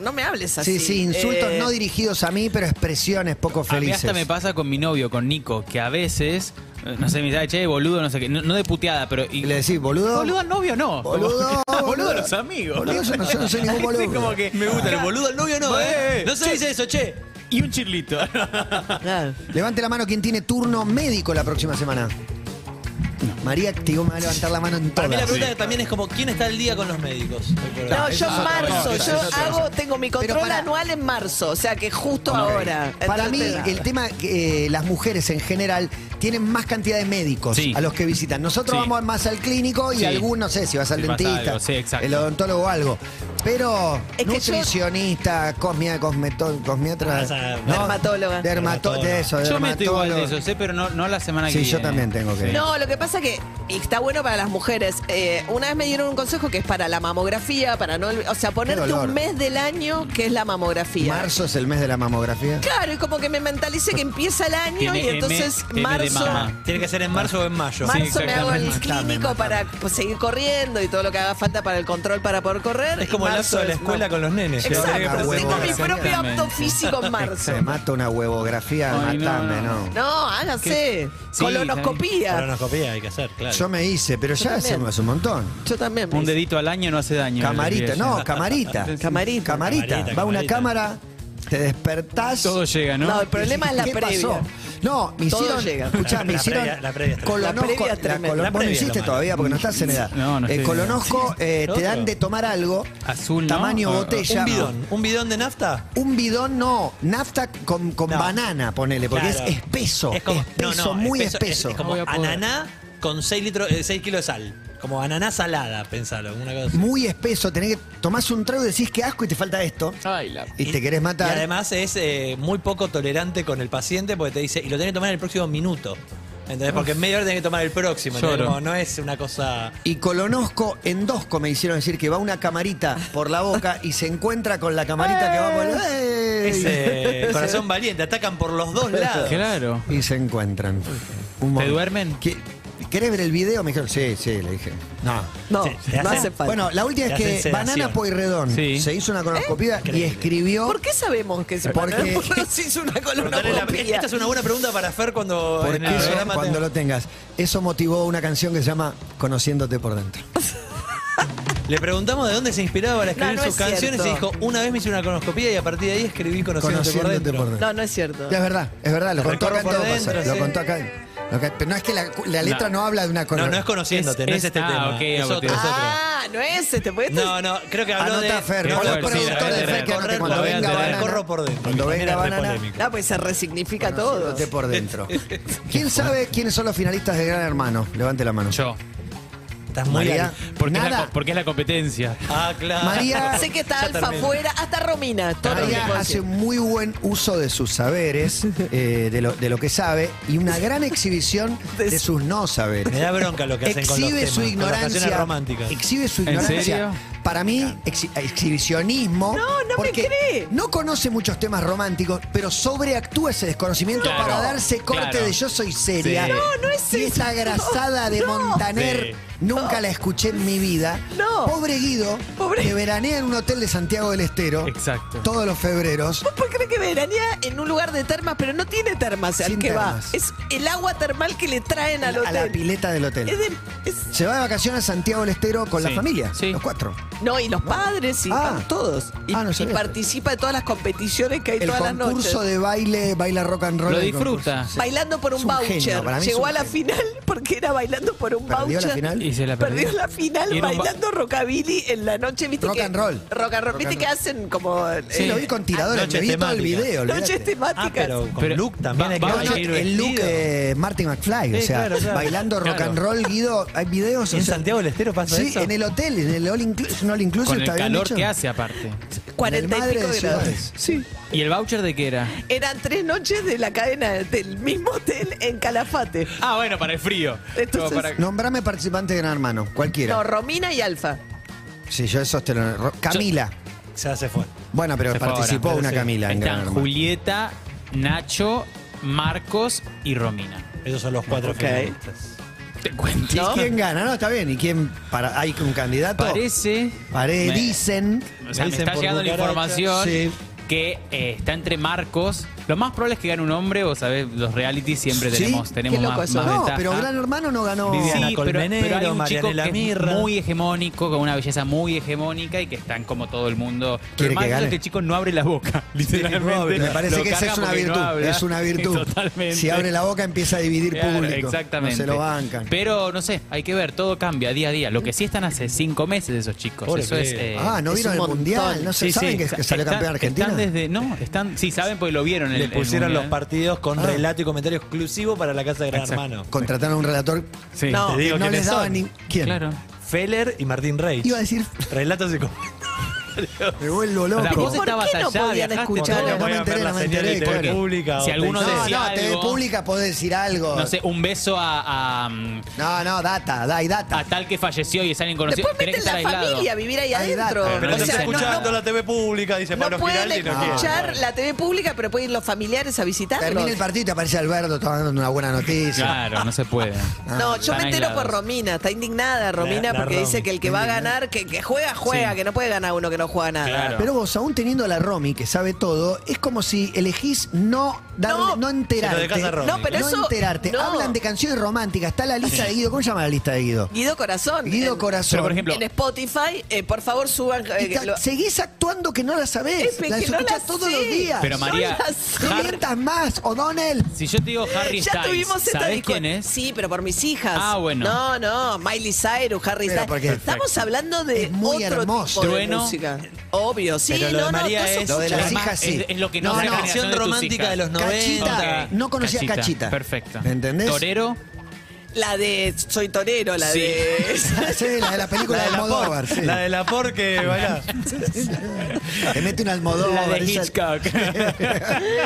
S5: no me hables así.
S3: Sí, sí, insultos
S5: Eh,
S3: no dirigidos a mí, pero expresiones poco
S6: A mí
S3: felices.
S6: hasta me pasa con mi novio, con Nico, que a veces, eh, no sé, me dice, "Ay, che, boludo, no sé qué, no, no de puteada, pero. y-
S3: Y le decís, boludo.
S6: boludo al novio no. Como-
S3: Boludo,
S6: boludo
S3: boludo.
S6: a los amigos.
S3: Boludo, yo no- yo no soy ningún boludo.
S6: Sí, como que,
S4: Me gusta el boludo al novio, no,
S6: Eh,
S4: ¿eh?
S6: eh,
S4: No se
S6: che.
S4: dice eso, che.
S6: Y un chirlito.
S5: claro.
S3: Levante la mano quien tiene turno médico la próxima semana. María activó, me va a levantar la mano en
S4: Para mí la
S3: todas.
S4: pregunta también es como, ¿quién está al día con los médicos?
S5: No, yo
S3: es otra
S5: marzo,
S3: cosa,
S5: yo
S3: es otra
S5: hago,
S3: cosa.
S5: tengo mi control
S3: Pero para-
S5: anual en marzo, o sea que justo ahora.
S3: Para mí,
S5: Entonces,
S3: el tema que eh, las mujeres en general tienen más cantidad de médicos
S6: Sí.
S3: a los que visitan. Nosotros
S6: Sí.
S3: vamos más al clínico y
S6: Sí.
S3: algún, no sé, si vas al
S6: Si vas a
S3: dentista,
S6: algo, sí, exacto.
S3: el odontólogo o algo. Pero
S5: Es que yo-
S3: nutricionista, cosmia, cosmeto- cosmiatra,
S4: Ah, esa-
S5: Dermatóloga.
S3: dermato- de eso,
S6: Yo meto igual de
S3: dermatólogo.
S6: eso, sé, pero no, no la semana que
S3: Sí,
S6: viene.
S3: yo también tengo que-
S5: No, lo que pasa que y está bueno para las mujeres. eh, una vez me dieron un consejo que es para la mamografía, para no, olvi- o sea, ponerte
S3: dolor.
S5: un mes del año que es la mamografía.
S3: Marzo es el mes de la mamografía.
S5: Claro, y como que me mentalicé que empieza el año
S6: Tiene
S5: y
S6: M,
S5: entonces
S6: M de
S5: marzo,
S6: mamá.
S4: Tiene que ser en marzo o en mayo.
S5: marzo me hago el
S6: exactamente.
S5: clínico
S3: Matame, matame.
S5: para pues, seguir corriendo y todo lo que haga falta para el control para poder correr.
S4: Es
S5: y
S4: como el
S5: marzo
S4: lapso de la
S5: es-
S4: escuela
S5: no.
S4: con los nenes. ¿eh?
S3: Una
S5: Exacto,
S3: huevo
S5: tengo mi
S3: grande.
S5: propio
S6: Exactamente.
S5: apto físico en marzo.
S3: Se mata una huevografía,
S6: Ay, no,
S3: matame,
S6: no,
S3: no.
S5: No, háganse.
S6: ¿Qué? Sí,
S5: Colonoscopía.
S4: Colonoscopía hay que hacer, claro.
S3: Yo me hice, pero ya
S5: también.
S3: hacemos un montón.
S5: Yo también.
S6: Un dedito al año no hace daño.
S3: Camarita,
S6: diría yo.
S3: no, camarita.
S5: Camarita.
S3: Camarita.
S4: Camarita,
S3: Va una
S4: camarita.
S3: cámara, te despertás.
S6: Todo llega, ¿no?
S5: No, el problema es la
S3: ¿Qué
S5: previa.
S3: pasó? No, me
S5: Todo
S3: hicieron.
S5: llega.
S3: Escuchá, me
S4: La
S3: hicieron.
S4: previa- la previa es
S3: colonosco-
S5: tremenda. La previa es
S3: la
S5: tremenda.
S3: colo-
S4: La
S3: Vos no
S4: previa es
S3: hiciste
S4: lo
S3: todavía porque no estás en edad.
S6: No, no
S3: el
S6: estoy
S3: colonosco eh, te
S4: ¿Otro?
S3: dan de tomar algo.
S6: Azul, ¿no?
S3: Tamaño
S6: O- o-
S3: botella.
S4: ah. un bidón, un bidón de nafta.
S3: Un bidón no, nafta con, con
S4: No.
S3: banana, ponele, porque
S4: Claro.
S3: es espeso.
S4: Es como, no,
S3: espeso,
S4: no,
S3: muy espeso.
S4: Es, es como
S6: No voy a poder.
S4: ananá con 6 litros, 6 kilos de sal. Como ananá salada, pensalo, una cosa así.
S3: Muy espeso, tenés que tomás un trago y decís que asco y te falta esto.
S6: Ay, la-
S3: Y, te querés matar.
S4: Y además es eh, muy poco tolerante con el paciente porque te dice, y lo tenés que tomar en el próximo minuto. ¿Entendés? Porque en media hora tenés que tomar el próximo. ¿entendés?
S6: Lloro.
S4: Como no es una cosa.
S3: Y colonosco endosco me hicieron decir que va una camarita por la boca y se encuentra con la camarita que va por el... ¡Ey!
S4: es, eh, corazón valiente, atacan por los dos lados.
S6: Claro.
S3: Y se encuentran. Un momento.
S6: duermen?
S3: Que- ¿Querés ver el video? Me dijeron, sí, sí, le dije. No.
S2: No,
S4: Sí, se
S2: no
S4: hacen-
S2: hace falta.
S3: Bueno, la última
S4: Le
S3: es
S4: hacen
S3: que
S4: sedación.
S3: Banana Pueyrredón
S6: Sí.
S3: se hizo una colonoscopia y
S4: Increíble.
S3: escribió.
S2: ¿Por qué sabemos que se
S3: Porque-
S2: se hizo una
S4: Preguntale la-
S2: colonoscopia?
S4: Esta es una buena pregunta para Fer cuando
S3: Porque
S4: en el
S3: eso,
S4: programa te-
S3: cuando lo tengas. Eso motivó una canción que se llama Conociéndote por dentro.
S4: le preguntamos de dónde se inspiraba para escribir
S2: No, no
S4: sus
S2: es
S4: canciones y
S2: cierto.
S4: dijo, una vez me hice una conoscopía y a partir de ahí escribí conociéndote,
S3: Conociéndote
S4: por dentro.
S2: No, no es cierto.
S3: Ya, Es verdad, es verdad, lo
S4: Te
S3: contó acá en
S4: recorro
S3: todo
S4: por dentro,
S3: Paso, Lo
S4: sí.
S3: contó acá. Lo que- pero no es que la, la letra no, habla de una
S4: No,
S3: cosa.
S4: no es conociéndote, no es
S6: Es-
S4: este
S6: ah,
S4: tema.
S6: ok,
S4: es
S6: no,
S4: otro, es otro.
S2: Ah, no es este, porque este
S4: No, no, creo que habló
S3: Anota,
S4: de...
S3: Fer,
S6: Qué
S3: pon los
S6: fuerte,
S3: productores
S6: sí,
S3: de
S6: la
S3: Fer que
S6: verdad,
S3: anoten.
S6: la
S3: cuando
S6: verdad,
S3: venga
S6: la verdad,
S3: Banana.
S4: corro por dentro.
S3: Cuando
S4: que
S3: venga
S4: también es re
S3: Banana.
S4: polémico.
S2: Ah, pues se resignifica todo.
S3: Conociéndote por dentro. ¿Quién sabe quiénes son los finalistas de Gran Hermano? Levante la mano.
S6: Yo.
S4: Estás muy
S3: María.
S4: al-
S6: Porque, es la,
S3: Nada.
S6: co- porque es la competencia.
S4: Ah, claro.
S3: María.
S2: Sé que está
S4: Ya
S2: Alfa
S4: termino.
S2: afuera, hasta Romina. Todo lo que
S3: María
S2: puedo
S3: hace
S2: decir.
S3: muy buen uso de sus saberes, eh, de, lo, de lo que sabe, y una gran exhibición de sus no saberes.
S4: Me da bronca lo que hacen con los
S3: exhibe su
S4: temas, con las
S3: ignorancia.
S4: canciones románticas. Ah,
S3: Exhibe su
S6: ¿En
S3: ignorancia.
S6: serio?
S3: Para mí, exhi- exhibicionismo.
S2: No, no me
S3: porque
S2: cree.
S3: No conoce muchos temas románticos, pero sobreactúa ese desconocimiento
S6: Claro,
S3: para darse corte
S6: claro.
S3: de yo soy seria.
S6: Sí. No,
S2: no es
S3: Y esa
S2: eso.
S3: grasada de
S2: No.
S3: Montaner.
S4: Sí.
S3: Nunca la escuché en mi vida.
S2: No.
S3: Pobre Guido,
S2: Pobre-
S3: que veranea en un hotel de Santiago del Estero.
S6: Exacto.
S3: Todos los febreros.
S2: ¿Vos por qué crees que veranía en un lugar de termas, pero no tiene termas ¿eh? al
S3: Sin
S2: que
S3: termas.
S2: va? Es el agua termal que le traen al
S3: A
S2: hotel.
S3: la pileta del hotel.
S2: Es de- es-
S3: Se va de vacaciones a Santiago del Estero con la
S6: Sí.
S3: familia.
S6: Sí.
S3: Los cuatro.
S2: no, y los padres, y
S3: Ah.
S2: van todos. Y,
S3: Ah, no
S2: y
S3: sabía.
S2: participa de todas las competiciones que hay
S3: El
S2: todas las noches.
S3: concurso de baile, baila rock and roll.
S6: Lo
S3: el
S6: disfruta.
S3: concurso. Sí.
S2: Bailando por un,
S3: Es un
S2: voucher.
S3: genio, para mí es
S2: Llegó
S3: un
S2: a la
S3: genio.
S2: final porque era bailando por un
S3: ¿Perdió
S2: voucher.
S3: la final?
S6: Y se la perdió.
S2: Perdió la final
S6: Y era un ba-
S2: bailando rockabilly en la noche, ¿viste?
S3: Rock
S2: que-
S3: and roll.
S2: Rock and roll. ¿Viste
S3: and
S2: que hacen como.
S3: Sí,
S2: eh,
S3: lo vi con tiradores,
S4: noches
S3: me vi todo el
S4: temáticas.
S3: video. olvídate.
S2: noches temáticas.
S4: Ah, pero con
S6: Pero
S4: Luke también
S6: va-
S4: hay que
S6: va a
S3: No, no,
S4: ir
S6: venir
S3: el
S4: vestido.
S3: look de Marty McFly, o
S4: Sí,
S3: sea,
S4: claro, claro.
S3: bailando rock
S6: Claro.
S3: and roll, Guido, hay videos. o
S4: ¿En
S3: sea,
S4: Santiago del Estero pasa
S3: Sí,
S4: eso?
S3: en el hotel, en el All Inclusive, no All Inclusive,
S6: Con el
S3: está bien
S6: calor
S3: dicho.
S6: que hace aparte.
S3: En el
S2: Cuarenta y
S3: madre
S2: pico
S3: de
S2: grados.
S3: ciudades.
S2: Sí.
S6: ¿Y el voucher de qué era?
S2: Eran tres noches de la cadena del mismo hotel en Calafate.
S6: Ah, bueno, para el frío.
S2: Entonces-
S6: Como para-
S3: Nombrame participante de Gran Hermano, cualquiera.
S2: No, Romina y Alfa.
S3: Sí, yo esos te lo- Ro- Camila.
S4: Ya se fue.
S3: Bueno, pero
S6: Se fue
S3: participó
S6: ahora,
S3: una
S6: pero sí.
S3: Camila en Gran
S6: Están
S3: Hermano.
S6: Julieta, Nacho, Marcos y Romina.
S4: Esos son los cuatro
S2: Ok.
S4: finalistas.
S6: Te cuento.
S2: ¿no?
S3: ¿Quién gana? No, está bien. ¿Y quién? Para, ¿Hay un candidato?
S6: Parece.
S3: Pare-
S6: Me-
S3: dicen.
S6: O sea,
S4: Me
S6: me
S4: dicen
S6: está
S4: por
S6: llegando la
S4: cucaracha.
S6: información
S3: Sí.
S6: que eh, está entre Marcos. Lo más probable es que gane un hombre, o sabés, los reality siempre
S3: Sí,
S6: tenemos,
S3: qué
S6: tenemos
S2: loco
S6: más,
S2: eso.
S6: más
S3: No,
S6: ventaja.
S3: pero Gran Hermano no
S2: Oh.
S3: ganó.
S4: Viviana
S6: sí, pero,
S4: Colmenero,
S6: pero hay un chico
S4: Marianela
S6: que
S4: Mirra.
S6: es muy hegemónico, con una belleza muy hegemónica y que están como todo el mundo.
S3: ¿Quiere
S6: Pero más
S3: que gane?
S6: este chico no abre la boca, literalmente.
S4: no abre.
S3: Me parece
S6: Lo
S3: que esa
S6: cagan
S3: es una
S6: porque no
S3: virtud.
S6: habla.
S3: es una virtud.
S6: Totalmente.
S3: Si abre la boca empieza a dividir
S6: Claro,
S3: público.
S6: Exactamente.
S3: No se lo bancan.
S6: Pero no sé, hay que ver, todo cambia día a día. Lo que sí están hace cinco meses esos chicos.
S4: Pobre
S6: Eso es.
S4: Fede.
S6: eh,
S3: ah, no
S2: es
S3: vieron
S2: un
S3: el
S2: montón.
S3: mundial. No se
S6: sí,
S3: saben
S6: sí,
S3: que, que
S6: está-
S3: salió
S6: están-
S3: campeón
S6: Están
S3: Argentina.
S6: desde, no, están, sí, saben porque lo vieron. en
S4: Le
S6: el- el
S4: pusieron los
S6: Mundial.
S4: partidos con
S3: Ah.
S4: relato y comentario exclusivo para la casa de Gran
S6: Exacto.
S4: Hermano.
S3: Contrataron a un relator.
S6: Sí.
S2: No,
S4: Te digo
S3: no
S4: quiénes
S3: les daban
S4: son.
S3: ni. ¿Quién?
S6: Claro.
S4: Feller y Martín Rey.
S3: Iba a decir,
S4: Relatos y comentarios.
S3: me vuelvo
S6: O sea,
S3: loco.
S6: vos estabas
S2: qué no
S6: allá,
S2: podían
S6: viajaste,
S2: escuchar?
S6: todo.
S3: No, no me
S4: podían ver
S3: enteré,
S4: las
S3: no me
S4: señales
S3: enteré,
S4: de TV
S3: claro.
S4: pública o
S6: Si alguno
S3: no,
S4: televisión.
S6: decía
S3: no, TV
S6: algo.
S3: Pública podés decir algo.
S6: No sé, un beso a, a, mm,
S3: No, no, data, da y
S6: a
S3: data.
S6: tal que falleció y es alguien conocido.
S2: Después
S6: Tenés que
S2: meten la
S6: estar aislado.
S2: familia a vivir ahí
S3: Ahí
S2: adentro.
S3: data.
S6: Pero
S4: Pero no
S2: O
S4: está
S2: sea, no-
S4: escuchando
S2: no-
S4: la TV pública, dice
S2: no
S4: Pablo
S2: pueden
S4: Giraldi. No
S2: escuchar
S4: quiere.
S2: la TV pública, pero pueden ir los familiares a visitarlos.
S3: Termina el partido y te aparece Alberto tomando una buena noticia.
S6: Claro, no se puede.
S2: No, yo
S6: Están
S2: me entero
S6: aislados.
S2: por Romina, está indignada Romina
S4: La- la
S2: porque
S4: Romy.
S2: dice que el que va a ganar, que, que juega, juega,
S6: Sí.
S2: que no puede ganar uno que no juega nada.
S6: Claro.
S3: Pero vos, aún teniendo a la Romy, que sabe todo, es como si elegís no darle, no,
S2: No.
S3: enterarte.
S4: Se lo dejás a Romy.
S2: No, pero eso-
S3: enterarte.
S2: no.
S3: Hablan de canciones románticas. Está la lista de Guido. ¿Cómo se llama la lista de Guido?
S2: Guido Corazón.
S3: Guido
S2: en,
S3: Corazón.
S6: Pero, por ejemplo,
S2: En Spotify, eh, por favor suban. eh,
S3: Y ta-
S2: que lo-
S3: seguís actuando que no la sabés.
S2: Es que
S3: la
S2: no
S3: escuchás
S2: la
S3: todos
S2: sé.
S3: los días.
S6: Pero María,
S2: Son las-
S3: No
S6: Har-
S3: mientas más, O'Donnell.
S6: si yo te digo Harry
S2: ya
S6: Styles,
S2: tuvimos esta
S6: ¿sabés
S2: discu-
S6: quién es?
S2: Sí, pero por mis hijas.
S6: Ah, bueno.
S2: No, no, Miley Cyrus, Harry
S3: Pero
S2: Styles.
S3: porque-
S2: Estamos hablando de
S3: Es muy
S2: otro
S3: hermoso.
S2: tipo de
S6: Trueno.
S2: música. Obvio, sí,
S4: Pero lo de
S2: no, no,
S4: María
S2: todo eso-
S4: es-
S3: Lo de las
S6: Es más,
S3: hijas, sí.
S6: Es, es lo que no,
S3: No,
S6: la
S3: no.
S6: generación de tus
S4: Romántica
S6: hijas.
S4: de los 90.
S3: Cachita.
S6: Ok,
S3: No conocía Cachita.
S6: Perfecto.
S3: ¿Entendés?
S6: Torero.
S2: La de Soy Torero, la
S6: Sí.
S2: de.
S3: Sí, la de la película
S4: La
S3: de
S4: de la
S3: Almodóvar.
S4: por,
S3: sí.
S4: la de la por que baila.
S3: Te mete un Almodóvar. esa-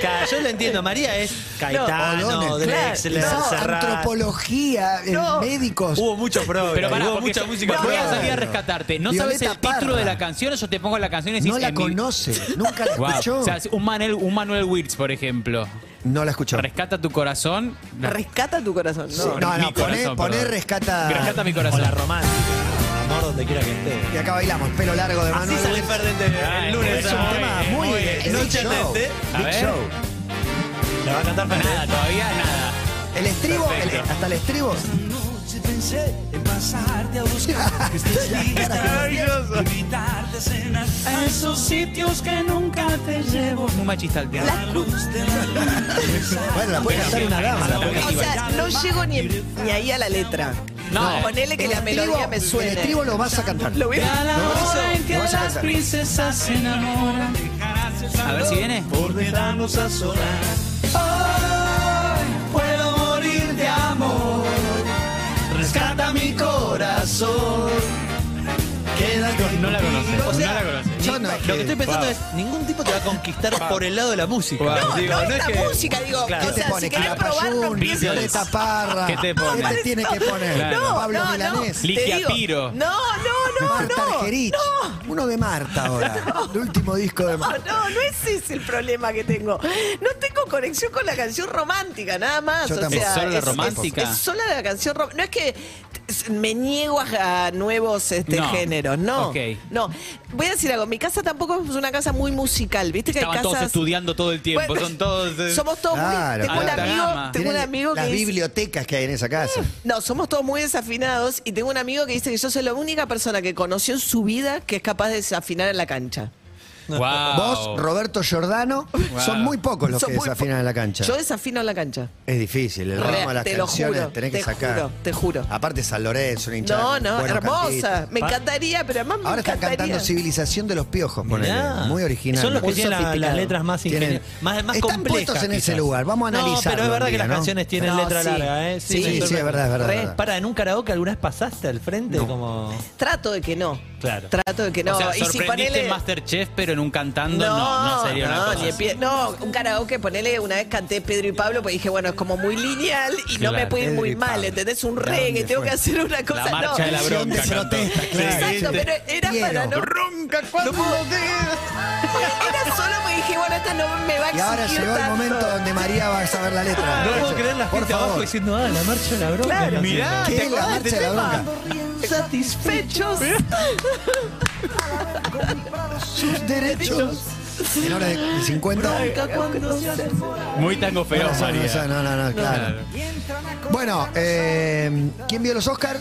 S4: Claro, yo lo entiendo, María es Caetano,
S3: O'Donnell.
S4: Drexler,
S3: No,
S4: Serrat.
S3: antropología, eh,
S2: No.
S3: médicos.
S4: Hubo mucho progre,
S6: Pero pará,
S4: hubo
S6: porque
S4: mucha
S6: yo-
S4: música
S6: voy a
S4: progre.
S6: salir a rescatarte. No
S3: Violeta
S6: sabes el título
S3: Parra.
S6: de la canción, yo te pongo la canción y decís,
S3: no la
S6: en mi-
S3: conoce, nunca la
S6: Guau.
S3: escuchó.
S6: O sea, un Manuel, un Manuel Wirtz, por ejemplo.
S3: No la escuchó.
S6: Rescata tu corazón. No.
S5: Rescata tu corazón.
S3: Sí.
S5: No.
S3: No, no,
S6: mi
S3: poné,
S6: corazón,
S3: poné
S6: perdón.
S3: rescata.
S6: Rescata mi
S4: O
S6: corazón.
S4: la romántica. Amor donde quiera que esté.
S3: Y acá bailamos, pelo largo de mano.
S4: Así sale Ferdente
S6: Ah,
S4: el lunes.
S6: es
S3: es un
S6: Ah,
S3: tema
S6: eh,
S3: muy.
S6: muy
S3: es
S6: bien.
S3: Big
S4: Noche
S3: Show.
S4: antes,
S6: a
S3: Big
S6: ver.
S3: Show.
S4: La va a cantar Ferdente.
S6: Nada, todavía nada.
S3: El estribo, el-
S6: Perfecto.
S3: hasta el estribo.
S7: noche pensé en pasarte a buscar que estés lista invitarte a cenar a esos sitios que nunca te llevo
S6: Muy machista el tema.
S7: la luz de la luna
S3: Bueno, la puede cantar una dama. la puede-
S5: O sea, no llego ni, ni ahí a la letra.
S6: No.
S5: Ponele que
S3: El
S5: la melodía
S3: estribo-
S5: me
S3: El
S5: suene.
S3: estribo lo vas a cantar.
S5: Lo voy a-
S6: A la
S3: No, eso,
S6: hora en
S3: lo
S6: que
S3: vas a
S6: las
S3: cantar.
S6: princesas se enamoran. A ver si viene.
S7: por dejarnos a solas
S6: Hoy puedo morir de amor.
S7: rescata mi corazón queda
S6: No la conoce.
S7: conmigo.
S6: No la conoce.
S3: Yo no,
S4: Lo que estoy pensando es, ningún tipo te va a conquistar por el lado de la música.
S6: Wow.
S5: No,
S6: Digo,
S5: no,
S6: no
S5: es
S6: es
S5: la
S6: que-
S5: música, digo.
S6: Claro.
S5: O
S3: ¿Qué te
S5: sea,
S3: pone?
S5: si querés probar, no
S3: Quilapayún,
S5: empieces.
S6: Beatles.
S3: Violeta Parra.
S6: ¿Qué te pone?
S3: ¿Qué te Este tiene que poner?
S6: Claro.
S3: Pablo Milanés.
S5: te
S6: Ligia
S5: digo. No,
S6: Piro.
S5: no, no,
S3: Marta
S5: no.
S3: Argerich. Uno de Marta ahora. El último disco de
S5: No,
S3: Marta.
S5: no, no ese es el problema que tengo. No tengo conexión con la canción romántica, nada más.
S3: Yo
S5: o
S3: tampoco.
S5: sea,
S6: ¿Es solo la romántica?
S5: Es, es solo la canción romántica. No es que t- me niego a, a nuevos este,
S6: No.
S5: géneros, no.
S6: Ok.
S5: No. Voy a decir algo. Mi casa tampoco es una casa muy musical. Viste que hay
S6: Estaban
S5: casas.
S6: todos estudiando todo el tiempo.
S5: Bueno,
S6: son todos. eh,
S5: Somos todos
S3: Claro,
S5: muy. Tengo un
S6: claro.
S5: amigo, tengo un
S3: Tienen
S5: amigo
S3: Las
S5: que dice-
S3: bibliotecas que hay en esa casa.
S5: no, somos todos muy desafinados y tengo un amigo que dice que yo soy la única persona que conoció en su vida que es capaz de desafinar en la cancha.
S6: Wow.
S3: Vos, Roberto Giordano, son muy pocos los
S5: Son
S3: que
S5: muy po-
S3: desafinan en la cancha.
S5: Yo desafino en la cancha.
S3: Es difícil, el
S5: Re-
S3: ritmo de las
S5: te lo
S3: canciones
S5: juro,
S3: tenés
S5: te
S3: que sacar.
S5: juro, te juro.
S3: Aparte San Lorenzo, un hincha.
S5: No,
S3: de
S5: no,
S3: buenos
S5: hermosa.
S3: cantistas.
S5: Me encantaría, pero además me
S3: Ahora están
S5: encantaría.
S3: cantando Civilización de los Piojos, ponele.
S4: Mirá.
S3: Muy original.
S4: Son los que
S3: Muy
S4: tienen la- las
S5: sofisticado.
S4: letras más
S3: Tienen-
S4: ingeniosas. Más, más
S3: Están
S4: complejas,
S3: puestos en ese
S4: quizás.
S3: lugar, vamos a
S4: No,
S3: analizarlo
S4: pero es verdad
S3: un
S4: que
S3: día,
S4: las
S3: ¿no?
S4: canciones tienen
S5: No,
S4: letra
S5: sí.
S4: larga, ¿eh?
S3: Sí, sí, es verdad, es verdad.
S5: Re,
S3: es verdad.
S4: Para, en un karaoke alguna vez pasaste al frente como.
S5: Trato de que no.
S4: Claro.
S5: Trato de que no.
S6: o sea,
S5: y si
S6: sorprendiste
S5: ponele.
S6: en Masterchef, pero en un cantando no, no, sería una
S5: no,
S6: cosa.
S5: ni en
S6: así.
S5: pie- no, un karaoke, ponele, una vez canté Pedro y Pablo, pues dije, bueno, es como muy lineal y no me
S6: Claro,
S5: puede ir
S3: Pedro y
S5: muy mal,
S3: Pablo.
S5: ¿entendés? Un
S3: ¿De
S5: reggae,
S3: dónde
S5: tengo
S3: fue?
S5: que hacer una cosa.
S6: marcha
S5: no.
S6: de la bronca.
S3: Canción de
S6: cantó.
S3: protesta, claro.
S5: Exacto,
S3: Sí.
S5: pero era para no.
S3: Quiero.
S5: Era solo porque dije, bueno, esta no me va a
S3: Y ahora
S5: exigir
S3: llegó el
S5: tanto.
S3: momento donde María va a saber la letra.
S4: No puedo creer la
S3: Por
S4: gente
S3: favor.
S4: abajo diciendo, ah, la marcha de la bronca.
S5: Claro.
S4: No sé,
S6: Mirá.
S4: no.
S3: ¿Qué
S6: ¿Te
S3: es la
S6: acordás de
S3: marcha de la bronca?
S5: Satisfechos.
S3: Sus derechos. En hora de 50.
S6: Muy tango feo,
S3: no, no,
S6: María.
S3: no, no, no, claro. Bueno, eh, ¿quién vio los Oscars?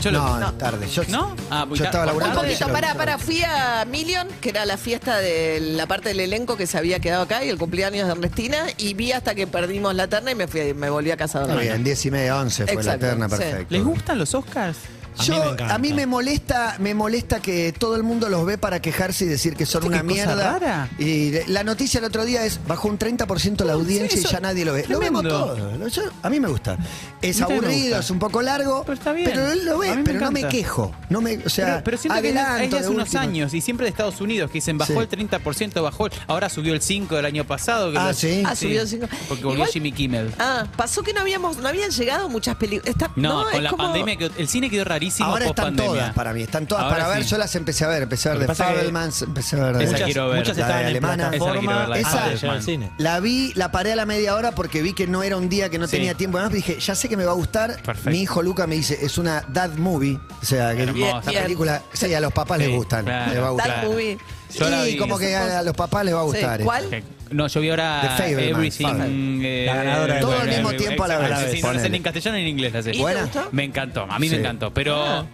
S6: Yo lo-
S3: no,
S6: no.
S3: tarde. Yo,
S6: ¿No? Ah, muy
S3: yo estaba
S6: tarde.
S5: Un
S3: laburando.
S5: poquito,
S3: Yo-
S5: para, para, fui a Million, que era la fiesta de la parte del elenco que se había quedado acá y el cumpleaños de Ernestina, y vi hasta que perdimos la terna y me fui, me volví a casa a
S3: Está
S5: dormir.
S3: bien, 10 y media, 11 fue la
S5: Exacto,
S3: terna,
S5: sí.
S3: perfecto.
S6: ¿Les gustan los Oscars?
S4: A mí
S3: Yo,
S4: me encanta.
S3: a mí me molesta, me molesta que todo el mundo los ve para quejarse y decir que son
S6: ¿Viste
S3: una
S6: qué cosa
S3: mierda.
S6: rara?
S3: Y de- la noticia el otro día es bajó un 30% la audiencia y ya nadie lo ve. Lo
S6: tremendo.
S3: vemos todo. Lo- yo- a mí me gusta. Es
S6: A mí también me
S3: aburrido,
S6: gusta.
S3: es un poco largo.
S6: Pero está bien.
S3: pero él
S6: A
S3: lo ve,
S6: mí me
S3: pero no me
S6: encanta.
S3: quejo. No me, o sea,
S6: pero, pero siento que es de- es de
S3: adelanto
S6: hace unos
S3: última.
S6: años y siempre de Estados Unidos que dicen bajó
S3: Sí.
S6: el 30%, bajó, el- ahora subió el 5 del año pasado. que
S3: Ah,
S6: lo-
S3: sí.
S5: Ah, subió cinco.
S6: Porque volvió
S5: Igual-
S6: Jimmy Kimmel.
S5: Ah, pasó que no habíamos, no habían llegado muchas películas.
S6: No,
S5: es
S6: con la
S5: como-
S6: pandemia, quedó- el cine quedó rarísimo
S3: Ahora
S6: post
S3: están
S6: pandemia.
S3: todas para mí, están todas
S6: Ahora
S3: para ver.
S6: sí.
S3: Yo las empecé a ver, empecé a ver
S4: Lo que
S3: de
S4: pasa es que
S3: Fabelmans, empecé a ver de
S6: Esa
S4: Muchas,
S6: quiero ver.
S4: muchas
S3: La
S4: estaban
S3: de
S4: en
S3: alemana.
S4: plataforma
S6: Esa la quiero ver, la de
S4: antes de llegar al
S6: Esa.
S4: cine.
S3: La vi, la paré a la media hora porque vi que no era un día que no
S6: Sí.
S3: tenía tiempo. Además dije, ya sé que me va a gustar.
S6: Perfecto.
S3: Mi hijo Luca me dice, es una dad movie. O sea, que
S6: Hermosa.
S3: la película, sí, a los papás
S6: Sí,
S3: les gustan.
S6: claro,
S3: les va a
S5: Dad
S3: gustar.
S6: Claro.
S5: movie.
S6: Yo la
S3: Sí,
S6: vi.
S3: como que a, a los papás les va a
S5: Sí,
S3: gustar.
S5: ¿Cuál?
S6: Ok. No, yo vi ahora eh,
S3: The Fableman,
S6: Everything.
S3: Fableman.
S6: eh,
S4: La ganadora de
S3: Todo al
S6: Everything,
S3: mismo tiempo a la
S6: exacto.
S3: vez,
S6: Sí, no la sé ni
S3: ponele.
S6: en castellano ni en inglés la sé.
S5: ¿Y
S3: Buena.
S5: te gustó? Ah.
S6: Me encantó, a mí
S3: Sí.
S6: me encantó, pero...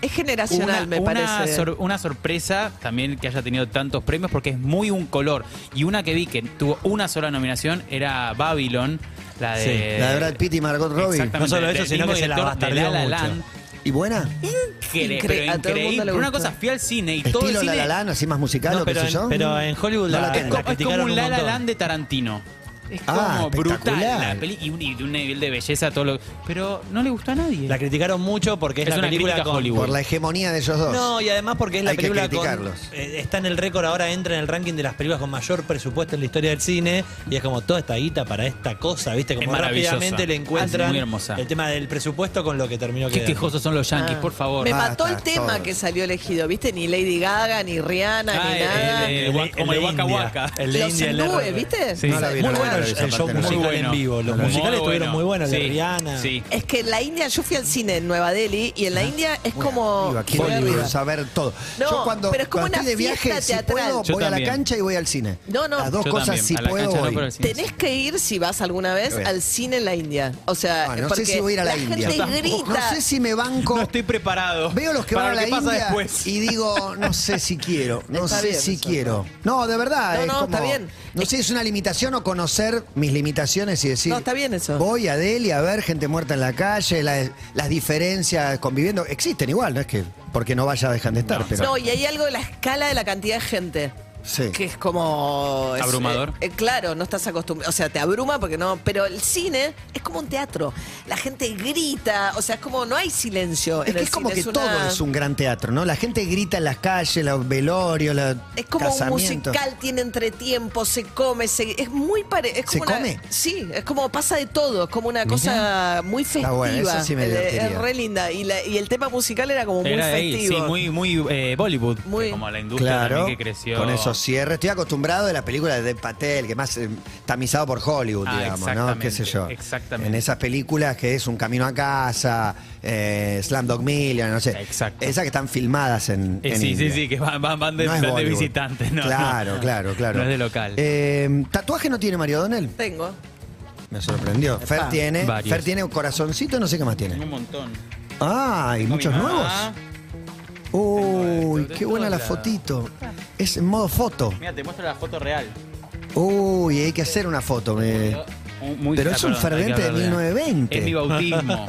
S5: Es generacional, me parece.
S6: sor- una sorpresa también que haya tenido tantos premios porque es muy un color. Y una que vi que tuvo una sola nominación era Babylon, la de,
S4: Sí,
S3: La de Brad Pitt y Margot Robbie.
S6: Exactamente,
S4: No solo eso,
S6: del
S4: sino
S6: mismo
S4: que se la
S6: director de
S4: bastardeó
S6: La La
S4: mucho.
S6: Land.
S3: ¿Y buena?
S5: Incre- a
S6: Incre- pero
S5: todo el mundo
S6: increíble.
S5: le
S6: Pero Una
S5: gustó.
S6: cosa, fui al cine y todo el
S3: Estilo
S6: cine...
S3: La La Land, así más musical
S4: No,
S3: o qué
S4: pero
S3: sé yo.
S4: en, pero en Hollywood
S3: No
S4: la,
S3: la tengo.
S4: la
S6: Es
S4: criticaron
S6: como un La La
S4: montón.
S6: Land de Tarantino. Es como
S3: Ah,
S6: brutal
S3: espectacular.
S6: la peli y un, y de un nivel de belleza todo lo pero no le gustó a nadie.
S4: La criticaron mucho porque es,
S6: Es
S4: la
S6: una
S4: película
S6: crítica
S4: con-
S6: Hollywood.
S3: Por la hegemonía de ellos dos.
S4: No, y además porque es la
S3: Hay que
S4: película con-
S3: criticarlos.
S4: eh, está en el récord ahora, entra en el ranking de las películas con mayor presupuesto en la historia del cine. Y es como toda esta guita para esta cosa, ¿viste? Como
S6: maravillosa.
S4: rápidamente le encuentran
S6: Es muy hermosa.
S4: el tema del presupuesto con lo que terminó
S6: Qué
S4: quedando.
S6: quejosos son los yankees,
S5: Ah.
S6: por favor.
S5: Me
S3: Ah,
S5: mató el
S3: está,
S5: tema
S3: todo.
S5: que salió elegido, ¿viste? Ni Lady Gaga, ni Rihanna,
S6: Ah,
S5: ni
S6: el-
S5: nada.
S6: el- Como
S4: de
S6: Waka
S4: India,
S6: Waka.
S4: el de
S5: Los
S4: India, el
S5: hindúes,
S4: RR.
S5: ¿viste?
S6: Sí.
S3: No la vi,
S5: Muy
S3: no la vi.
S5: bueno,
S4: el,
S3: maravillosa
S4: el show
S3: parte de la
S4: musical
S3: música.
S4: en vivo. Los
S6: Muy
S4: musicales
S6: bueno.
S4: estuvieron muy buenos, el de
S6: Sí,
S4: Rihanna.
S6: Sí.
S5: Es que en la India, yo fui al cine en Nueva Delhi y en
S6: Ah,
S5: la India es como.
S3: Viva,
S5: qué
S3: quiero
S5: verga.
S3: saber todo.
S5: No,
S3: yo cuando,
S5: pero es como
S3: cuando
S5: una
S3: estoy de viaje,
S5: fiesta
S3: si
S5: teatral.
S3: puedo,
S6: Yo
S3: voy a la
S6: también.
S3: cancha y voy al cine.
S5: No, no.
S3: Las dos
S6: Yo
S3: cosas,
S6: también,
S3: si
S6: a la
S3: puedo,
S6: cancha no,
S3: voy.
S6: pero al cine.
S5: Tenés que ir, si vas alguna vez,
S3: Bien.
S5: al cine en la India. O sea,
S3: Ah, no
S5: porque
S3: sé si voy a ir a la, India.
S5: gente grita.
S3: No sé si me banco.
S6: No estoy preparado.
S3: Veo los que
S6: para
S3: van
S6: lo
S3: a la
S6: que pasa
S3: India
S6: después.
S3: y digo, no sé si quiero, no
S5: Está
S3: sé
S5: bien
S3: si
S5: eso,
S3: quiero. No, de verdad,
S5: No,
S3: es
S5: no,
S3: como-
S5: está bien.
S3: No sé, es una limitación o conocer mis limitaciones y decir,
S5: No, está bien eso.
S3: voy a Delhi a ver gente muerta en la calle, la- las diferencias conviviendo, existen igual, no es que porque no vaya dejan de estar, pero
S5: No, y hay algo de la escala de la cantidad de gente.
S3: Sí.
S5: Que es como. es,
S6: Abrumador.
S5: eh, eh, claro, no estás acostumbrado. O sea, te abruma porque no. Pero el cine es como un teatro. La gente grita. O sea, es como. No hay silencio.
S3: es
S5: en
S3: que
S5: el
S3: es como
S5: cine,
S3: que
S5: una-
S3: todo es un gran teatro, ¿no? La gente grita en las calles, los velorios, los
S5: Es como un
S3: casamientos.
S5: musical, tiene entretiempo, se come, se- es muy parecido.
S3: ¿Se come?
S5: Sí, es como pasa de todo, es como una cosa muy festiva. Eh,
S3: Está bueno, eso sí me
S5: es,
S3: divertiría.
S5: es re linda. Y, la- y el tema musical era como
S6: Era
S5: muy
S6: ahí,
S5: festivo.
S6: sí, muy, muy eh, Bollywood. que
S5: Muy-
S6: Como la industria
S3: Claro,
S6: también que creció.
S3: con esos cierres. Estoy acostumbrado de las películas de Patel, que más eh, tamizado por Hollywood,
S6: Ah,
S3: digamos, ¿no? Qué sé
S6: exactamente,
S3: yo.
S6: exactamente.
S3: En esas películas que es Un Camino a Casa, eh, Slam Dog Million, no sé.
S6: Exacto.
S3: Esas que están filmadas en.
S6: Eh,
S3: en
S6: sí, sí,
S3: India.
S6: sí, que van, van, van de,
S3: No es
S6: van de
S3: Bollywood.
S6: visitantes, ¿no?
S3: claro,
S6: no.
S3: claro, claro.
S6: No es de local.
S3: Eh, ¿Tatuaje no tiene Mario Donel?
S5: Tengo.
S3: Me sorprendió. Fer tiene,
S6: Varios.
S3: Fer tiene un corazoncito, no sé qué más tiene.
S6: un montón.
S3: Ah, y muchos
S6: Mi mamá,
S3: nuevos. Uy,
S6: esto,
S3: qué buena la
S6: todas las-
S3: fotito. Es en modo foto.
S6: Mira, te muestro la foto real.
S3: Uy, hay que hacer una foto. me- Eh,
S6: Muy-
S3: Pero
S6: ah,
S3: es un
S6: perdón, hay que
S3: ferviente de
S6: hablar
S3: 1920.
S6: Es mi bautismo.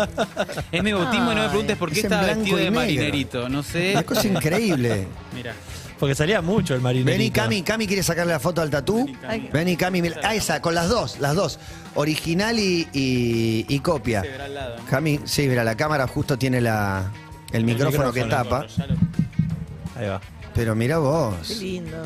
S6: es mi bautismo y no me preguntes por
S3: es
S6: qué
S3: en
S6: estaba
S3: blanco
S6: vestido
S3: y
S6: de
S3: negro.
S6: marinerito. No sé.
S3: Una cosa increíble.
S6: Mira.
S4: Porque salía mucho el marinero.
S3: Vení, Cami. Cami quiere sacarle la foto al tatú. Vení, Cami. mira. Ah, esa, con las dos, las dos. Original y, y- y copia.
S6: verá al lado, ¿no?
S3: Cami, sí, mira, la cámara justo tiene la, el, micrófono, que tapa.
S4: Ahí va.
S3: Pero mira
S5: Qué
S3: vos.
S5: lindo.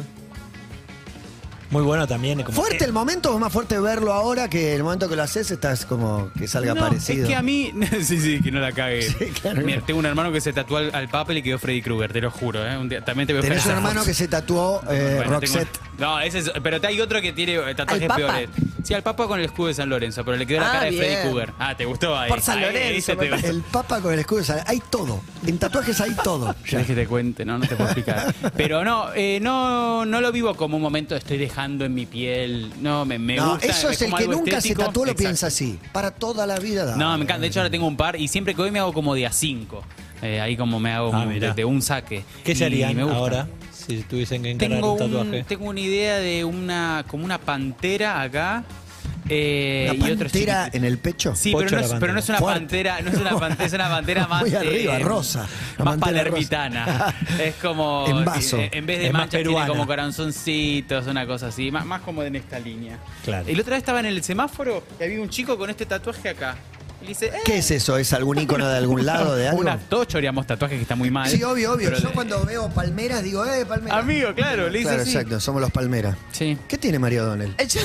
S4: Muy bueno también. como-
S3: ¿Fuerte el momento o más fuerte verlo ahora que el momento que lo haces estás como que salga
S6: No,
S3: parecido?
S6: Es que a mí. sí, sí, que no la cague.
S3: claro.
S6: Mira, tengo un hermano que se tatuó al, al Papa y le quedó Freddy Krueger, te lo juro. ¿eh? Un día- también te voy a
S3: Tenés un
S6: buscar esa
S3: hermano
S6: foto.
S3: que se tatuó eh,
S6: Bueno, tengo-
S3: Roxette.
S6: No, ese es, pero hay otro que tiene eh, tatuajes
S5: ¿Al Papa?
S6: peores. Sí, al Papa con el escudo de San Lorenzo, pero le quedó la
S5: Ah,
S6: cara de Freddy
S5: bien.
S6: Krueger. Ah, ¿te gustó ahí?
S5: Por San
S6: Ahí,
S5: Lorenzo,
S6: ese
S5: me
S6: te gustó.
S3: El Papa con el escudo de San- Hay todo. En tatuajes hay todo. Ya.
S6: ¿Querés que te cuente? No, no te puedo explicar. Pero no, eh, no, no lo vivo como un momento estoy dejando en mi piel. No, me, me
S3: No,
S6: gusta.
S3: eso es el
S6: como
S3: que
S6: algo
S3: nunca
S6: estético.
S3: se tatuó, lo
S6: Exacto.
S3: piensa así. Para toda la vida. dale.
S6: No, me encanta. De hecho, ahora tengo un par y siempre que voy me hago como de a cinco. Eh, ahí como me hago
S4: Ah,
S6: un-
S4: mirá.
S6: de, de un saque.
S4: ¿Qué
S6: Y
S4: serían
S6: me gusta.
S4: ahora si tuviesen que encarar
S6: Tengo,
S4: un tatuaje?
S6: un- tengo una idea de una como una pantera acá. eh,
S3: ¿La
S6: y otro
S3: pantera
S6: chiquitito.
S3: en el pecho?
S6: Sí,
S4: Pocho
S6: pero no,
S4: la
S6: es,
S4: pantera.
S6: pero no es una
S3: Fuerte.
S6: pantera, no es una pantera, es una pantera más.
S3: Muy arriba, rosa. La
S6: Más
S3: pantera
S6: palermitana.
S3: rosa.
S6: es como.
S3: En vaso.
S6: eh, En vez de
S4: Es más
S6: manchas, tiene
S4: peruana.
S6: como corazoncitos, una cosa así. Más, más como en esta línea.
S4: Claro.
S6: El otra vez estaba en el semáforo y había un chico con este tatuaje acá. Y le dice, "Eh".
S3: ¿Qué es eso? ¿Es algún icono de algún lado, de algo?
S6: Un actor, choreamos tatuajes que está muy mal.
S3: Sí, obvio, obvio.
S6: Pero
S3: Yo
S6: le-
S3: cuando veo palmeras digo, eh, palmeras.
S6: Amigo, claro, le dice
S3: Claro,
S6: así.
S3: exacto, somos los palmeras.
S6: Sí.
S3: ¿Qué tiene Mario Donel?
S5: Eh, yo-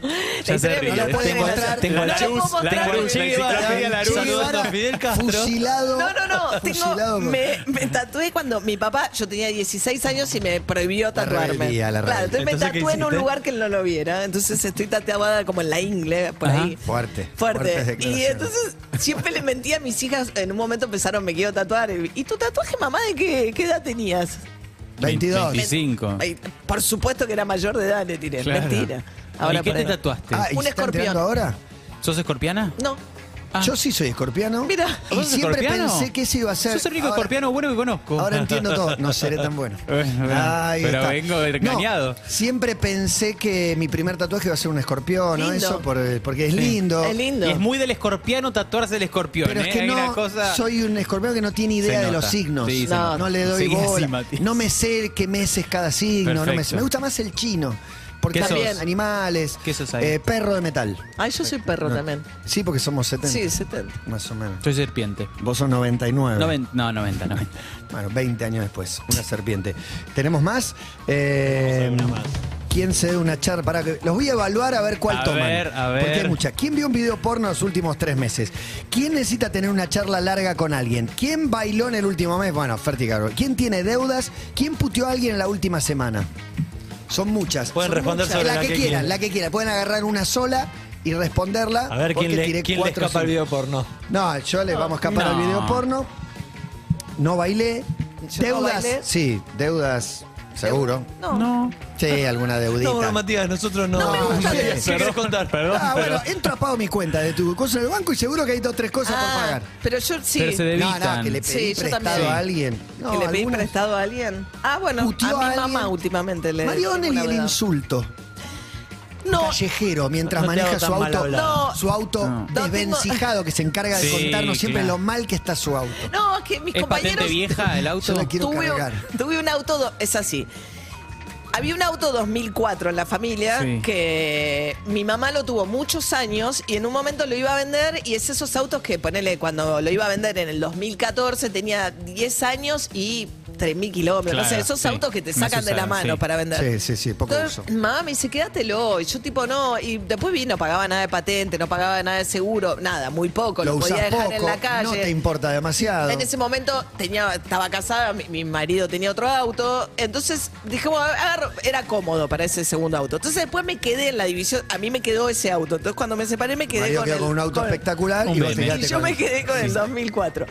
S6: Ya
S5: La
S6: se
S5: historia
S6: ríe.
S5: me la
S3: Tengo-
S5: pueden
S3: tengo-
S5: mostrar.
S4: tengo
S5: No
S4: la
S5: la puedo
S4: luz,
S5: mostrar
S4: tengo la
S5: porque-
S4: luz, la
S6: enciclopedia Larus.
S3: Che Guevara,
S4: Saludando a Fidel Castro.
S3: Fusilado.
S5: No, no, no.
S3: Fusilado
S5: Tengo,
S3: por-
S5: me, me tatué cuando mi papá, yo tenía 16 años y me prohibió tatuarme.
S3: rebeldía, la
S5: claro, entonces,
S4: rebeldía. Entonces, ¿qué
S5: me tatué en un
S4: hiciste?
S5: lugar que él no lo viera. Entonces estoy tatuada como en la ingle, por
S6: Ajá.
S5: ahí.
S3: Fuerte, fuertes
S5: Fuerte. Y
S3: declaraciones.
S5: entonces siempre le mentí a mis hijas. En un momento empezaron, me quiero tatuar. Y ¿y tu tatuaje, mamá, de qué, qué edad tenías?
S3: 22.
S6: 25.
S5: Ay, Por supuesto que era mayor de edad, le tiré.
S6: Claro.
S5: Mentira.
S6: ¿Y qué
S5: por
S6: te
S5: ahí.
S6: tatuaste?
S3: Ah, ¿y
S5: Un
S3: se está
S5: escorpión.
S3: enterando ahora?
S6: ¿Sos escorpiana?
S5: No,
S6: Ah.
S3: Yo sí soy escorpiano.
S5: Mira.
S3: y
S6: ¿Vos sos
S3: siempre
S6: escorpiano?
S3: pensé que eso iba a ser.
S6: Sos el único
S3: Ahora-
S6: escorpiano bueno que conozco.
S3: Ahora entiendo todo. No seré tan bueno.
S6: Bueno, bueno, pero vengo engañado.
S3: No, siempre pensé que mi primer tatuaje iba a ser un escorpión, ¿no?
S5: Lindo.
S3: Eso por- porque es lindo.
S5: es lindo.
S6: Y es muy del escorpiano tatuarse del escorpión,
S3: Pero es
S6: ¿eh?
S3: que
S6: Hay una
S3: no,
S6: cosa...
S3: soy un escorpión que no tiene idea
S6: Se
S3: de los
S6: nota.
S3: signos.
S6: Sí, se
S3: no,
S5: nota.
S3: no le doy
S6: Seguí así,
S3: bola.
S6: Mati.
S3: no me sé qué mes es cada signo. No me, sé.
S6: Perfecto.
S3: me gusta más el chino. Porque
S6: ¿Qué
S3: también
S6: sos?
S3: animales,
S6: ¿Qué sos ahí?
S3: eh, perro de metal.
S5: ay, yo soy perro
S3: No.
S5: también.
S3: Sí, porque somos 70.
S5: Sí, 70.
S3: Más o menos.
S6: Soy serpiente.
S3: Vos sos 99.
S6: Noven- No, 90, 90.
S3: Bueno, 20 años después, una serpiente. ¿Tenemos más? Eh, ¿Quién se dé una charla? Para que los voy a evaluar a ver cuál
S6: A
S3: toman.
S6: ver, a ver.
S3: Porque hay muchas. ¿Quién vio un video porno los últimos tres meses? ¿Quién necesita tener una charla larga con alguien? ¿Quién bailó en el último mes? Bueno, Ferti Caro. ¿Quién tiene deudas? ¿Quién puteó a alguien en la última semana? Son muchas.
S4: Pueden
S3: Son
S4: responder
S3: muchas.
S4: sobre
S3: la, que, quieran, la que quieran. Pueden agarrar una sola y responderla.
S4: A ver quién
S3: porque
S4: le,
S3: tiré
S4: quién le
S3: cuatro
S4: escapa al
S3: sin-
S4: video porno.
S3: No, yo le vamos a escapar al
S6: No.
S3: video porno. No bailé.
S5: Yo no
S3: Deudas.
S5: bailé.
S3: Sí, deudas, seguro.
S5: No.
S6: No.
S3: Sí, alguna deudita.
S4: No, bueno, Matías, nosotros no.
S5: No me gusta
S4: Sí,
S5: decir-
S4: si querés contar, perdón.
S3: Ah, bueno, entro a pago mi cuenta de tu cosa en el banco y seguro que hay dos tres cosas
S5: Ah,
S3: por pagar.
S5: Pero yo sí.
S6: Pero se
S5: que
S6: debe-
S3: No, no, que le
S6: evitan.
S3: pedí
S5: Sí, yo
S3: prestado
S5: también.
S3: a alguien. No,
S5: le pedí
S3: alguna-
S5: prestado a alguien. Ah, bueno,
S3: Puteó
S5: a mi
S3: a alguien.
S5: mamá últimamente le
S3: Marione y
S5: alguna
S3: el
S5: vez.
S3: insulto.
S5: No,
S3: Callejero, mientras
S4: No te hago
S3: maneja
S4: tan
S3: su
S4: mal
S3: auto,
S4: hablado.
S5: No.
S3: su auto
S6: No.
S3: desvencijado que se encarga de
S6: Sí,
S3: contarnos siempre
S6: claro.
S3: lo mal que está su auto.
S5: no, es que mis
S6: ¿Es patente
S5: compañeros.
S6: vieja el auto?
S3: Yo la quiero
S5: tuve,
S3: cargar.
S5: tuve un auto, do- es así. Había un auto 2004 en la familia
S6: Sí.
S5: que mi mamá lo tuvo muchos años y en un momento lo iba a vender y es esos autos que ponele cuando lo iba a vender en el 2014 tenía 10 años y 3.000 kilómetros. no
S6: Claro,
S5: sé, esos
S6: sí.
S5: autos que te
S6: Más
S5: sacan de la
S6: usados,
S5: mano
S6: sí.
S5: para
S3: Sí,
S5: vender.
S3: sí, sí, poco
S5: Entonces,
S3: uso.
S5: mamá me dice, quédatelo. Y yo, tipo, no. Y después vi, no pagaba nada de patente, no pagaba nada de seguro, nada, muy poco. Lo,
S3: Lo
S5: podía
S3: usas
S5: dejar
S3: poco,
S5: en la calle.
S3: no te importa demasiado.
S5: En ese momento tenía, estaba casada, mi, mi marido tenía otro auto, entonces dije, bueno, agarro- era cómodo para ese segundo auto. Entonces después me quedé en la división, a mí me quedó ese auto. Entonces cuando me separé me quedé
S3: Mario
S5: con,
S3: quedó
S5: el-
S3: con un auto
S5: con-
S3: espectacular
S6: Un
S3: y vos
S6: meme.
S3: te
S5: Y
S3: quedaste
S5: yo
S3: con
S5: me
S3: él.
S5: quedé con el 2004.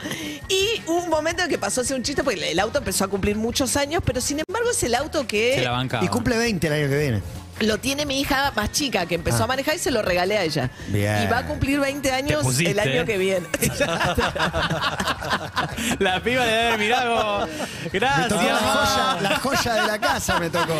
S5: Y hubo un momento en que pasó a ser un chiste, porque el auto empezó a cumplir muchos años, pero sin embargo es el auto que...
S6: Se la bancaba.
S3: Y cumple 20 el año que viene.
S5: Lo tiene mi hija más chica, que empezó
S3: Ah.
S5: a manejar y se lo regalé a ella.
S3: Bien.
S5: Y va a cumplir 20 años
S4: pusiste,
S5: el año
S4: ¿eh?
S5: que viene.
S6: La piba de haber mirado.
S3: Me tocó
S6: Gracias.
S3: la joya, la joya de la casa me tocó.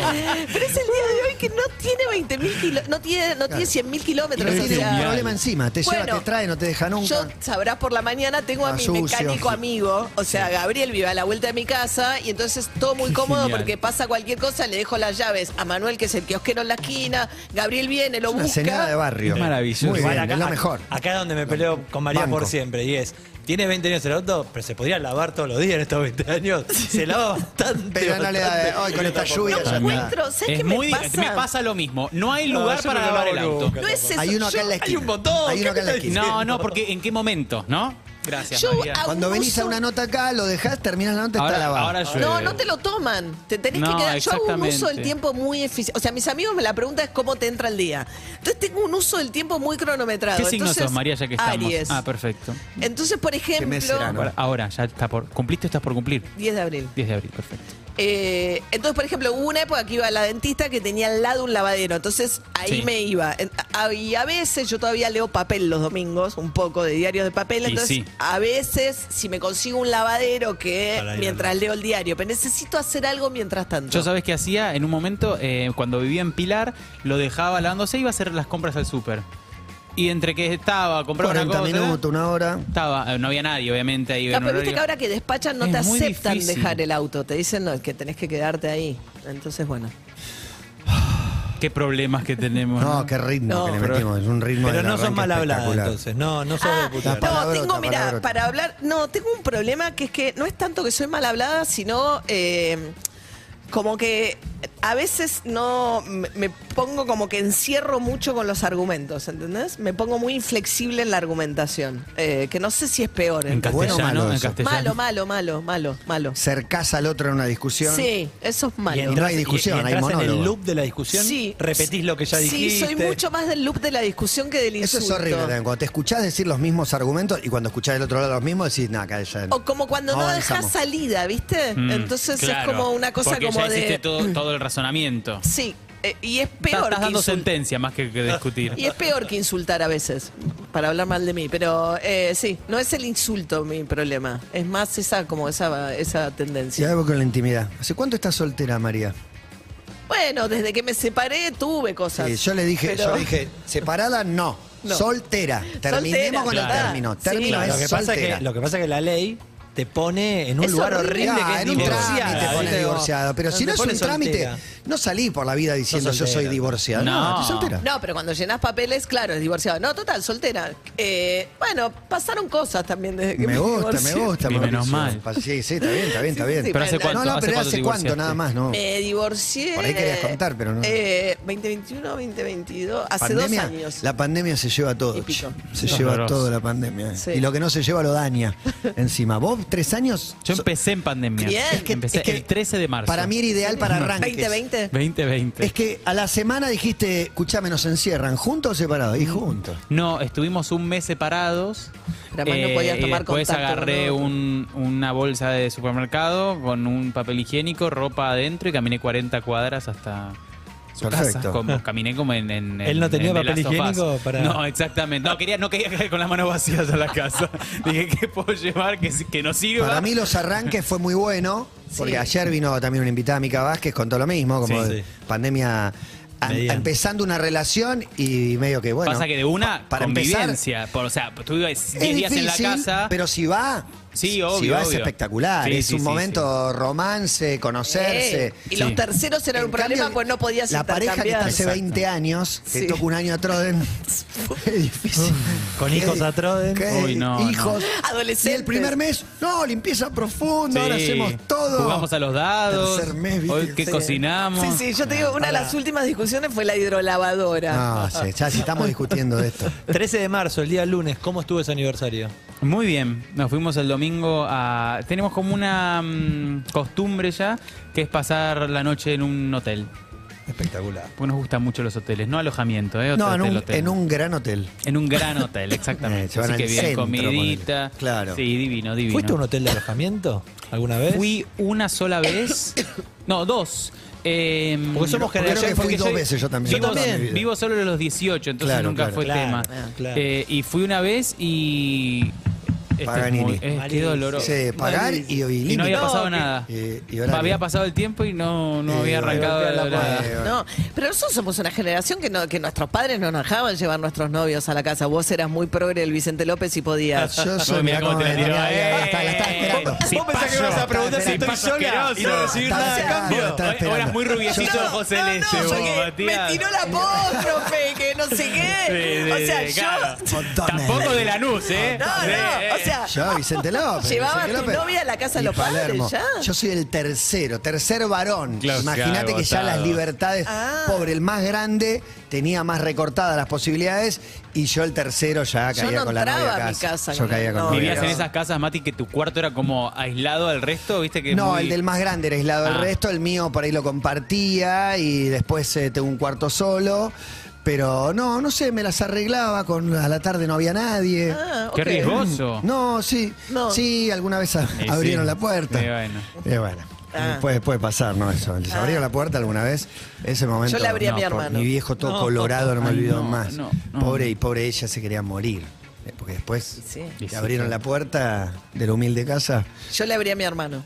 S5: Pero es el día de hoy que no tiene 20 mil no tiene, no tiene 100 mil
S3: Y
S5: kilómetros.
S3: no
S5: o
S3: tiene
S5: sea,
S3: un problema encima. Te lleva,
S5: Bueno,
S3: te trae, no te deja nunca.
S5: Yo, sabrás, por la mañana tengo a
S3: Ah,
S5: mi
S3: sucio.
S5: mecánico amigo, o sea, Gabriel vive a la vuelta de mi casa y entonces todo muy
S6: Qué
S5: cómodo
S6: genial.
S5: porque pasa cualquier cosa, le dejo las llaves a Manuel, que es el kiosquero en la esquina, Gabriel viene, lo
S3: es una señora de
S5: busca.
S3: barrio.
S6: Es maravilloso.
S3: Muy
S6: Igual
S3: bien,
S4: Acá-
S3: es lo mejor.
S4: Acá es donde me peleo con María
S3: Banco.
S4: por siempre. Y es, tiene 20 años el auto, pero se podría lavar todos los días en estos 20 años. Se lava bastante.
S3: Pero no le da de, Oh,
S4: bastante.
S3: "Ay, con esta lluvia
S5: No
S3: ya está".
S5: me encuentro, ¿sabes qué
S6: Es
S5: me
S6: muy,
S5: pasa?
S6: me pasa lo mismo. No hay
S4: No,
S6: lugar
S4: Ah, yo
S6: para
S4: no lo
S6: lavar el
S4: hago
S6: auto.
S4: nunca.
S5: No es eso.
S3: Hay uno acá en la
S5: yo-
S3: esquina.
S4: Hay un montón.
S3: Hay uno
S4: ¿qué
S3: acá en la
S4: me
S3: esquina.
S4: estás
S6: No,
S4: diciendo?
S6: no, porque ¿en qué momentos, no? Gracias,
S5: Yo
S6: María.
S5: hago-
S3: Cuando venís a
S5: uso-
S3: una nota acá, lo dejás, terminás la nota,
S6: Ahora-
S3: está lavada.
S6: ahora llueve.
S5: No, no te lo toman. Te tenés
S6: No,
S5: que quedar. Yo hago un uso del
S6: exactamente.
S5: tiempo muy eficiente. O sea, mis amigos me la pregunta es cómo te entra el día. Entonces tengo un uso del tiempo muy cronometrado.
S6: ¿Qué signo
S5: Entonces,
S6: sos, María, ya que estamos?
S5: Aries.
S6: Ah, perfecto.
S5: Entonces, por
S3: mes
S5: ejemplo,
S3: será, no?
S6: Ahora, ahora, ya está por. ¿Cumpliste o estás por cumplir?
S5: 10 de abril.
S6: 10 de abril, perfecto.
S5: Eh, entonces, por ejemplo, hubo una época que iba a la dentista que tenía al lado un lavadero. Entonces, ahí
S6: Sí.
S5: me iba. En- a- Y a veces yo todavía leo papel los domingos, un poco de diarios de papel.
S6: Y
S5: Entonces,
S6: sí.
S5: a veces, si me consigo un lavadero que
S4: Para ir
S5: mientras leo el diario, pero necesito hacer algo mientras tanto.
S6: Yo sabes qué hacía en un momento, eh, cuando vivía en Pilar, lo dejaba lavándose iba a hacer las compras al súper. Y entre que estaba, compraba una
S3: 40
S6: cosa,
S3: minutos, una hora.
S6: estaba, eh, no había nadie, obviamente, ahí
S5: No,
S6: en un
S5: pero viste
S6: horario.
S5: que ahora que despachan no
S6: Es
S5: te
S6: muy
S5: aceptan
S6: difícil.
S5: dejar el auto. Te dicen no, es que tenés que quedarte ahí. Entonces, bueno.
S6: Qué problemas que tenemos.
S3: No, qué ritmo
S5: No,
S3: que le
S6: pero-
S3: metimos. Es un ritmo
S4: Pero
S3: del
S4: no sos
S3: arranque
S4: mal hablada,
S3: espectacular.
S4: entonces. No, no sos de
S5: Ah,
S4: putear.
S3: Tapa-
S5: no,
S3: Palabrota,
S5: tengo, mira,
S3: palabrota.
S5: para hablar, no, tengo un problema que es que no es tanto que soy mal hablada, sino eh, como que a veces no me, me pongo como que encierro mucho con los argumentos, ¿entendés? Me pongo muy inflexible en la argumentación, eh, que no sé si es peor.
S6: En
S5: ¿entendés?
S3: Bueno o
S6: castellano,
S3: malo
S6: en
S3: eso.
S6: castellano.
S5: malo, malo, malo, malo, malo.
S3: Cercás al otro en una discusión.
S5: Sí, eso es malo.
S4: Y
S3: No
S4: entras,
S3: hay discusión,
S4: y- y
S3: hay
S4: entras en
S3: monólogo.
S4: el loop de la discusión,
S5: Sí.
S4: repetís lo que ya dijiste.
S5: Sí, soy mucho más del loop de la discusión que del
S3: Eso
S5: insulto.
S3: es horrible también. Cuando te escuchás decir los mismos argumentos y cuando escuchás del otro lado los mismos decís, nada, acá ya.
S5: O como cuando no,
S3: No
S5: dejas
S3: avanzamos.
S5: salida, ¿viste?
S6: Mm,
S5: Entonces es
S6: claro,
S5: como una cosa
S6: porque
S5: como
S6: ya
S5: de.
S6: hiciste todo, todo el razonamiento.
S5: Sí, eh, y es
S6: Estás-
S5: peor.
S6: Estás
S5: que
S6: dando
S5: insult-
S6: sentencia más que, que discutir.
S5: Y es peor que insultar a veces, para hablar mal de mí. Pero eh, sí, no es el insulto mi problema. Es más esa como esa, esa
S3: Si
S5: tendencia.
S3: algo con la intimidad. ¿Hace cuánto estás soltera, María?
S5: Bueno, desde que me separé tuve cosas.
S3: Sí, yo le dije,
S5: Pero-
S3: yo dije, separada no,
S5: No.
S3: soltera. Terminemos
S5: Soltera,
S3: con
S6: claro.
S3: el término.
S5: Sí.
S3: Término
S5: Claro,
S3: es
S4: Lo que, pasa es
S3: soltera.
S4: que, lo que pasa es que la ley te pone en un
S5: Es
S4: lugar
S5: horrible.
S4: horrible, que
S3: Ah,
S4: es
S3: en un
S4: divorciada,
S3: trámite
S4: ¿viste?
S3: pone
S4: Como-
S3: divorciado. Pero si
S4: te
S3: no es un
S4: pone
S3: trámite,
S4: soltera.
S3: no salís por la vida diciendo
S4: Sos
S3: yo soy
S4: soltera.
S3: divorciada. No,
S6: No.
S3: estás soltera.
S5: No, pero cuando llenas papeles, claro, es divorciado. No, total, soltera. Eh, bueno, pasaron cosas también desde que me,
S3: Me gusta, me
S5: divorcié.
S3: gusta.
S6: Y menos
S3: Mauricio. Sí, sí, está bien, está bien, está bien.
S5: sí, Eh, Pero
S6: ¿hace
S3: No,
S6: cuánto?
S3: no,
S6: ¿Hace
S3: pero
S6: cuánto
S3: ¿hace
S6: te
S3: cuánto?
S6: divorciaste?
S3: Nada más, no.
S5: Me divorcié.
S3: Por ahí querías contar, pero no.
S5: Eh, 2021, 2022, hace
S3: Pandemia,
S5: dos años.
S3: La pandemia se lleva todo.
S5: Y pico.
S3: che. Se
S6: Es
S3: lleva
S6: doloroso.
S3: todo la pandemia. eh.
S5: Sí.
S3: Y lo que no se lleva lo daña. Encima, vos tres años,
S6: Yo empecé en pandemia.
S5: Bien. Es que-
S6: empecé
S3: es que
S6: el 13 de marzo.
S3: para mí era ideal para arranques.
S5: 2020.
S6: 2020.
S3: Es que a la semana dijiste, escuchame, nos encierran, ¿juntos o separados?
S5: Mm.
S3: Y juntos.
S6: No, estuvimos un mes separados. Eh,
S5: Pero además no podías
S6: y
S5: tomar
S6: después
S5: contacto con
S6: agarré
S5: otro.
S6: un- una bolsa de supermercado con un papel higiénico, ropa adentro y caminé 40 cuadras hasta su casa.
S3: Perfecto.
S6: Como- caminé como en, en-
S4: Él no
S6: en-
S4: tenía
S6: en The
S4: papel
S6: Last of Us.
S4: higiénico para-
S6: No, exactamente. No, quería, no quería caer con las manos vacías a la casa. Dije, ¿qué puedo llevar que, que no sirva?
S3: Para mí los arranques fue muy bueno, porque
S5: Sí.
S3: ayer vino también una invitada, Mica Vázquez, contó lo mismo, como
S4: Sí,
S3: de
S4: sí.
S3: pandemia, a-
S4: Mediante.
S3: empezando una relación y medio que bueno.
S6: Pasa que de una
S3: para empezar-
S6: convivencia. por- o sea, estuve 10
S3: es
S6: días en la
S3: difícil,
S6: casa.
S3: pero si va,
S6: Sí,
S3: si
S6: obvio,
S3: va es
S6: obvio.
S3: espectacular,
S6: Sí,
S3: es
S6: sí,
S3: un
S6: sí,
S3: momento romance, conocerse.
S5: Eh, y los
S6: Sí.
S5: terceros eran un
S3: En cambio,
S5: problema, pues no podías
S3: La pareja que está hace
S5: intercambiar.
S3: 20 años, que
S5: Sí.
S3: toca un año a Troden, es difícil.
S4: Con hijos a Troden.
S3: ¿Qué?
S6: Uy, no, no.
S3: hijos.
S5: Adolescentes.
S3: Y el primer mes, no, limpieza profunda, ahora
S6: Sí.
S3: hacemos todo.
S6: Jugamos a los dados.
S3: Tercer mes, ¿viste?
S6: Hoy que
S3: Sí.
S6: cocinamos.
S5: Sí, sí, yo te digo, una de las últimas discusiones fue la hidrolavadora.
S3: No, sí, ya sí estamos discutiendo de esto.
S4: 13 de marzo, el día lunes, ¿cómo estuvo ese aniversario?
S6: Muy bien, nos fuimos el domingo a... Tenemos como una mm, costumbre ya, que es pasar la noche en un hotel.
S4: Espectacular.
S6: Porque nos gustan mucho los hoteles, no alojamiento, ¿eh? Otro
S3: No, en
S6: hotel,
S3: un,
S6: hotel.
S3: en un gran hotel.
S6: En un gran hotel,
S3: Eh,
S6: exactamente.
S3: se van
S6: Así que
S3: al
S6: bien,
S3: centro,
S6: comidita.
S3: ponele. Claro.
S6: Sí, divino, divino.
S4: ¿Fuiste a un hotel de alojamiento alguna vez?
S6: Fui una sola vez. No, dos. Eh,
S4: Porque somos
S3: Creo
S4: generación-
S3: que fui
S4: porque
S3: dos
S4: soy-
S3: veces yo también.
S4: Yo
S6: Vivo,
S3: toda mi
S4: también.
S3: vida.
S6: vivo solo de los 18, entonces
S3: Claro,
S6: nunca
S3: claro.
S6: fue
S4: Claro,
S6: tema.
S4: claro.
S6: Eh, y fui una vez y. este es
S3: Paganini.
S6: muy- eh, qué
S4: Malísimo.
S6: doloroso.
S3: Sí, pagar y, y
S6: Y no había
S3: límite.
S6: pasado
S5: No,
S6: nada.
S3: que- y- y horario.
S6: había pasado el tiempo y no, no
S3: Y
S6: había arrancado
S4: volví a la
S6: Eh, la- la-
S3: Eh,
S5: No, pero nosotros somos una generación que no, que nuestros padres no nos dejaban llevar nuestros novios a la casa. Vos eras muy progre el Vicente López y podías.
S3: Yo soy
S6: No,
S3: mirá
S6: mirá cómo te la
S3: me-
S6: tiró.
S3: mirá, mirá,
S6: Eh,
S3: está- la estaba esperando.
S6: sí, paso. Sí, paso asqueroso.
S3: Estaba esperando, estaba
S6: Hoy- hoy eras Eh, muy rubiecito de ojos celeste,
S5: no,
S6: Ah, vos,
S5: porque
S6: Matías.
S5: me tiró la voz, profe, que no sé qué.
S6: Sí, sí,
S5: o sea,
S6: sí,
S5: yo.
S6: claro.
S3: Montones.
S6: Tampoco de la Lanús, ¿eh?
S5: No,
S6: Sí,
S5: no, o
S6: eh.
S5: sea,
S3: Yo, Vicente López.
S5: Llevaba
S3: Vicente
S5: a tu
S3: López.
S5: novia a la casa de
S3: Y
S5: los padres, ya.
S3: Yo soy el tercero, tercer varón.
S6: Claro,
S3: Imagínate
S6: claro,
S3: que ya las
S6: votado.
S3: libertades,
S5: Ah.
S3: pobre, el más grande tenía más recortadas las posibilidades y yo el tercero ya
S5: Yo
S3: caía
S5: no
S3: con la novia
S5: entraba
S3: a
S5: a mi
S3: casa.
S5: casa
S3: Yo
S5: con la
S3: caía con la
S5: novia.
S3: novia a
S6: Vivías en
S3: casa.
S6: esas casas, Mati, que tu cuarto era como aislado del resto, ¿viste? Que
S3: No,
S6: muy-
S3: el del más grande era aislado del
S6: Ah.
S3: resto, el mío por ahí lo compartía y después eh, tengo un cuarto solo. Pero no, no sé, me las arreglaba, con a la tarde no había nadie. Eh,
S5: Ah,
S6: Qué
S5: ok.
S6: riesgoso.
S3: No, sí,
S5: No.
S3: sí, alguna vez a-
S6: Y sí.
S3: abrieron la puerta.
S6: Y bueno.
S3: Y bueno,
S5: Ah.
S3: Puede, puede pasar, ¿no? Eso. ¿Les abrieron la puerta alguna vez? Ese momento.
S5: Yo le abrí a
S3: no,
S5: mi
S3: por-
S5: hermano.
S3: Mi viejo todo
S4: No.
S3: colorado, no me
S6: Ay,
S3: olvido
S6: no,
S3: más.
S6: no, no.
S3: Pobre y pobre ella se quería morir. eh, Porque después
S5: Sí.
S6: Y sí,
S3: le abrieron
S6: claro.
S3: la puerta de la humilde casa.
S5: Yo le abrí a mi hermano.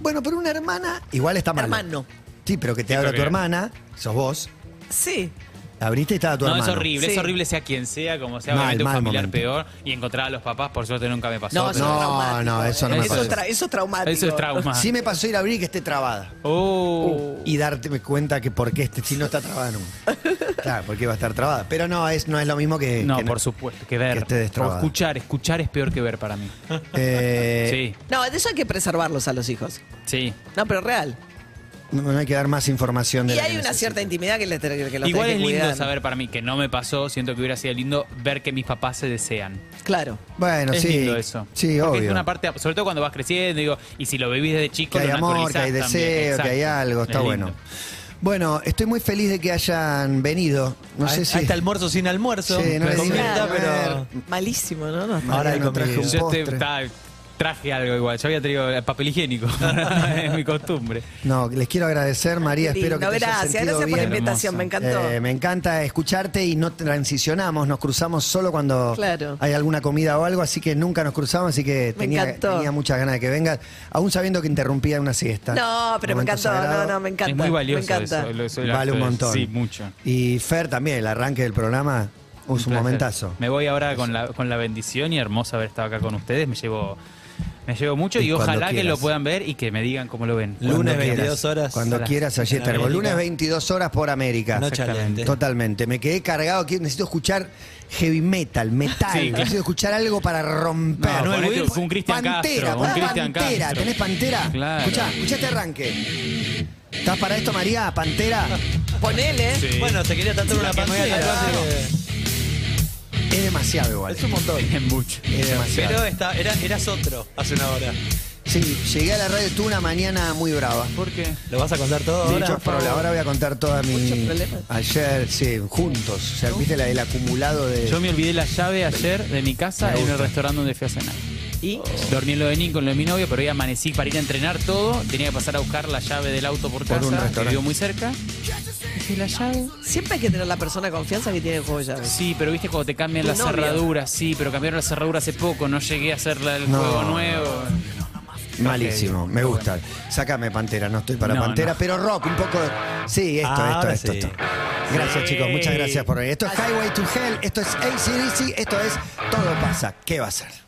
S3: Bueno, pero una hermana igual está mal.
S5: Hermano.
S3: Sí, pero que te
S6: Sí,
S3: abra
S6: porque-
S3: tu hermana, sos vos.
S5: Sí.
S3: La abriste y estaba tu
S6: No,
S3: hermano.
S6: es horrible, es
S5: Sí.
S6: horrible sea quien sea, como sea
S3: Mal,
S6: obviamente un
S3: mal
S6: familiar
S3: momento.
S6: peor. Y encontrar a los papás, por suerte nunca me pasó.
S5: No,
S6: pero-
S5: eso es
S3: No,
S5: traumático.
S3: no, eso
S6: no me
S5: eso,
S6: parece.
S5: es tra- eso es traumático.
S6: Eso es trauma.
S3: Sí Uh, me pasó ir a abrir y que esté trabada.
S6: Oh.
S3: Y darte cuenta que por qué este, si no está trabada nunca. Claro, porque va a estar trabada. Pero no, es, no es lo mismo que.
S6: no,
S3: que
S6: por supuesto, que ver.
S3: que esté
S6: o
S3: destrabada.
S6: escuchar, escuchar es peor que ver para mí.
S3: Eh,
S6: sí,
S5: No, de eso hay que preservarlos a los hijos.
S6: sí.
S5: No, pero real.
S3: No, no hay que dar más información de
S5: Y
S3: la
S5: hay
S3: que
S5: una
S3: necesita.
S5: cierta intimidad que, le, te- que los
S6: Igual
S5: tenés
S6: es
S5: que
S6: lindo
S5: cuidar.
S6: saber para mí, que no me pasó, siento que hubiera sido lindo ver que mis papás se desean.
S5: Claro.
S3: Bueno,
S6: es
S3: sí.
S6: lindo eso.
S3: Sí,
S6: Porque
S3: obvio.
S6: es una parte, sobre todo cuando vas creciendo, digo, y si lo vivís desde chico,
S3: que hay
S6: lo
S3: amor, que hay
S6: naturalizás
S3: deseo,
S6: también.
S3: que hay
S6: Exacto.
S3: algo. Está
S6: Es
S3: bueno.
S6: lindo.
S3: Bueno, estoy muy feliz de que hayan venido. No
S4: Ah,
S3: sé si.
S4: ahí está almuerzo sin almuerzo.
S3: Sí, no
S4: me
S3: le di
S4: comenta,
S3: nada.
S4: pero.
S5: Malísimo, ¿no? No,
S3: Mariano
S4: Ahora hay comida.
S3: traje un
S6: Yo te-
S3: postre.
S6: ta- traje algo igual, yo había traído el papel higiénico, es mi costumbre.
S3: No, les quiero agradecer, María.
S5: Lindo,
S3: espero que te hayas
S5: gracias,
S3: sentido
S5: gracias por la
S3: bien.
S5: invitación, me encantó.
S3: Eh, me encanta escucharte y no transicionamos, nos cruzamos solo cuando
S5: Claro.
S3: hay alguna comida o algo, así que nunca nos cruzamos, así que
S5: Me
S3: tenía,
S5: encantó.
S3: tenía muchas ganas de que vengas, aún sabiendo que interrumpía una siesta.
S5: no, pero me
S3: Momento
S5: encantó,
S3: sagrado.
S5: no, no, me encanta.
S6: es muy valioso
S5: me encanta.
S6: eso, lo- eso del
S3: Vale un
S6: acto de-
S3: montón.
S6: Sí, mucho.
S3: Y Fer también, el arranque del programa, es un,
S6: placer.
S3: momentazo.
S6: Me voy ahora con la, con la bendición y hermoso haber estado acá con ustedes. Me llevo, me llevo mucho y,
S3: Y cuando
S6: ojalá que
S3: quieras.
S6: lo puedan ver y que me digan cómo lo ven.
S4: Lunes
S3: Cuando
S4: 22 horas.
S3: Cuando
S4: Hola.
S3: quieras, allí
S4: En
S3: estaremos.
S4: América.
S3: Lunes 22 horas por América.
S4: Noche
S6: Exactamente.
S4: adelante.
S3: Totalmente. Me quedé cargado aquí. Necesito escuchar heavy metal, metal.
S6: Sí, claro.
S3: Necesito escuchar algo para romper.
S6: No,
S3: Pantera,
S6: ponete un Cristian
S3: Pantera,
S6: Castro, un
S3: ponés
S6: Cristian
S3: Pantera.
S6: Castro.
S3: ¿Tenés Pantera?
S6: Claro.
S3: Escuchá, escuchá este arranque. ¿Estás para esto, María? ¿Pantera?
S5: Ponele.
S6: Sí.
S4: Bueno, te quería tanto una
S3: que me voy a
S4: pantera.
S3: tatuar,
S4: Eh,
S3: Eh, Es demasiado igual.
S4: Es un montón.
S6: Es mucho.
S3: Es demasiado.
S4: Pero esta- era, eras otro hace una hora.
S3: Sí, llegué a la radio, tuve una mañana muy brava.
S6: ¿Por qué?
S4: ¿Lo vas a contar todo ahora?
S3: Muchos problemas. Ahora voy a contar toda
S5: Muchos
S3: mi.
S5: problemas.
S3: Ayer, sí, juntos. O sea, viste la- el acumulado de.
S6: Yo me olvidé la llave ayer de mi casa en el restaurante donde fui a cenar.
S5: ¿Y?
S6: Dormí en lo de Nico, en lo de mi novio, pero hoy amanecí para ir a entrenar todo. Tenía que pasar a buscar la llave del auto por
S3: Por un
S6: casa, que
S3: restaurante.
S6: vivo muy cerca. Dije, ¿la llave?
S5: Siempre hay que tener la persona de confianza que tiene el juego de llaves.
S6: Sí, pero viste cuando te cambian
S5: Tu
S6: la
S5: novia.
S6: cerradura, sí, pero cambiaron la cerradura hace poco, no llegué a hacer la del
S3: No.
S6: juego nuevo.
S3: Malísimo, me gusta. Sácame Pantera, no estoy para
S6: No,
S3: Pantera,
S6: no. Ah,
S3: pero rock, un poco. Sí, esto,
S4: Ahora
S3: esto,
S4: sí.
S3: esto, esto. Gracias,
S6: Sí.
S3: chicos, muchas gracias por venir. Esto es Highway to Hell, esto es ACDC, esto es Todo pasa. ¿Qué va a ser?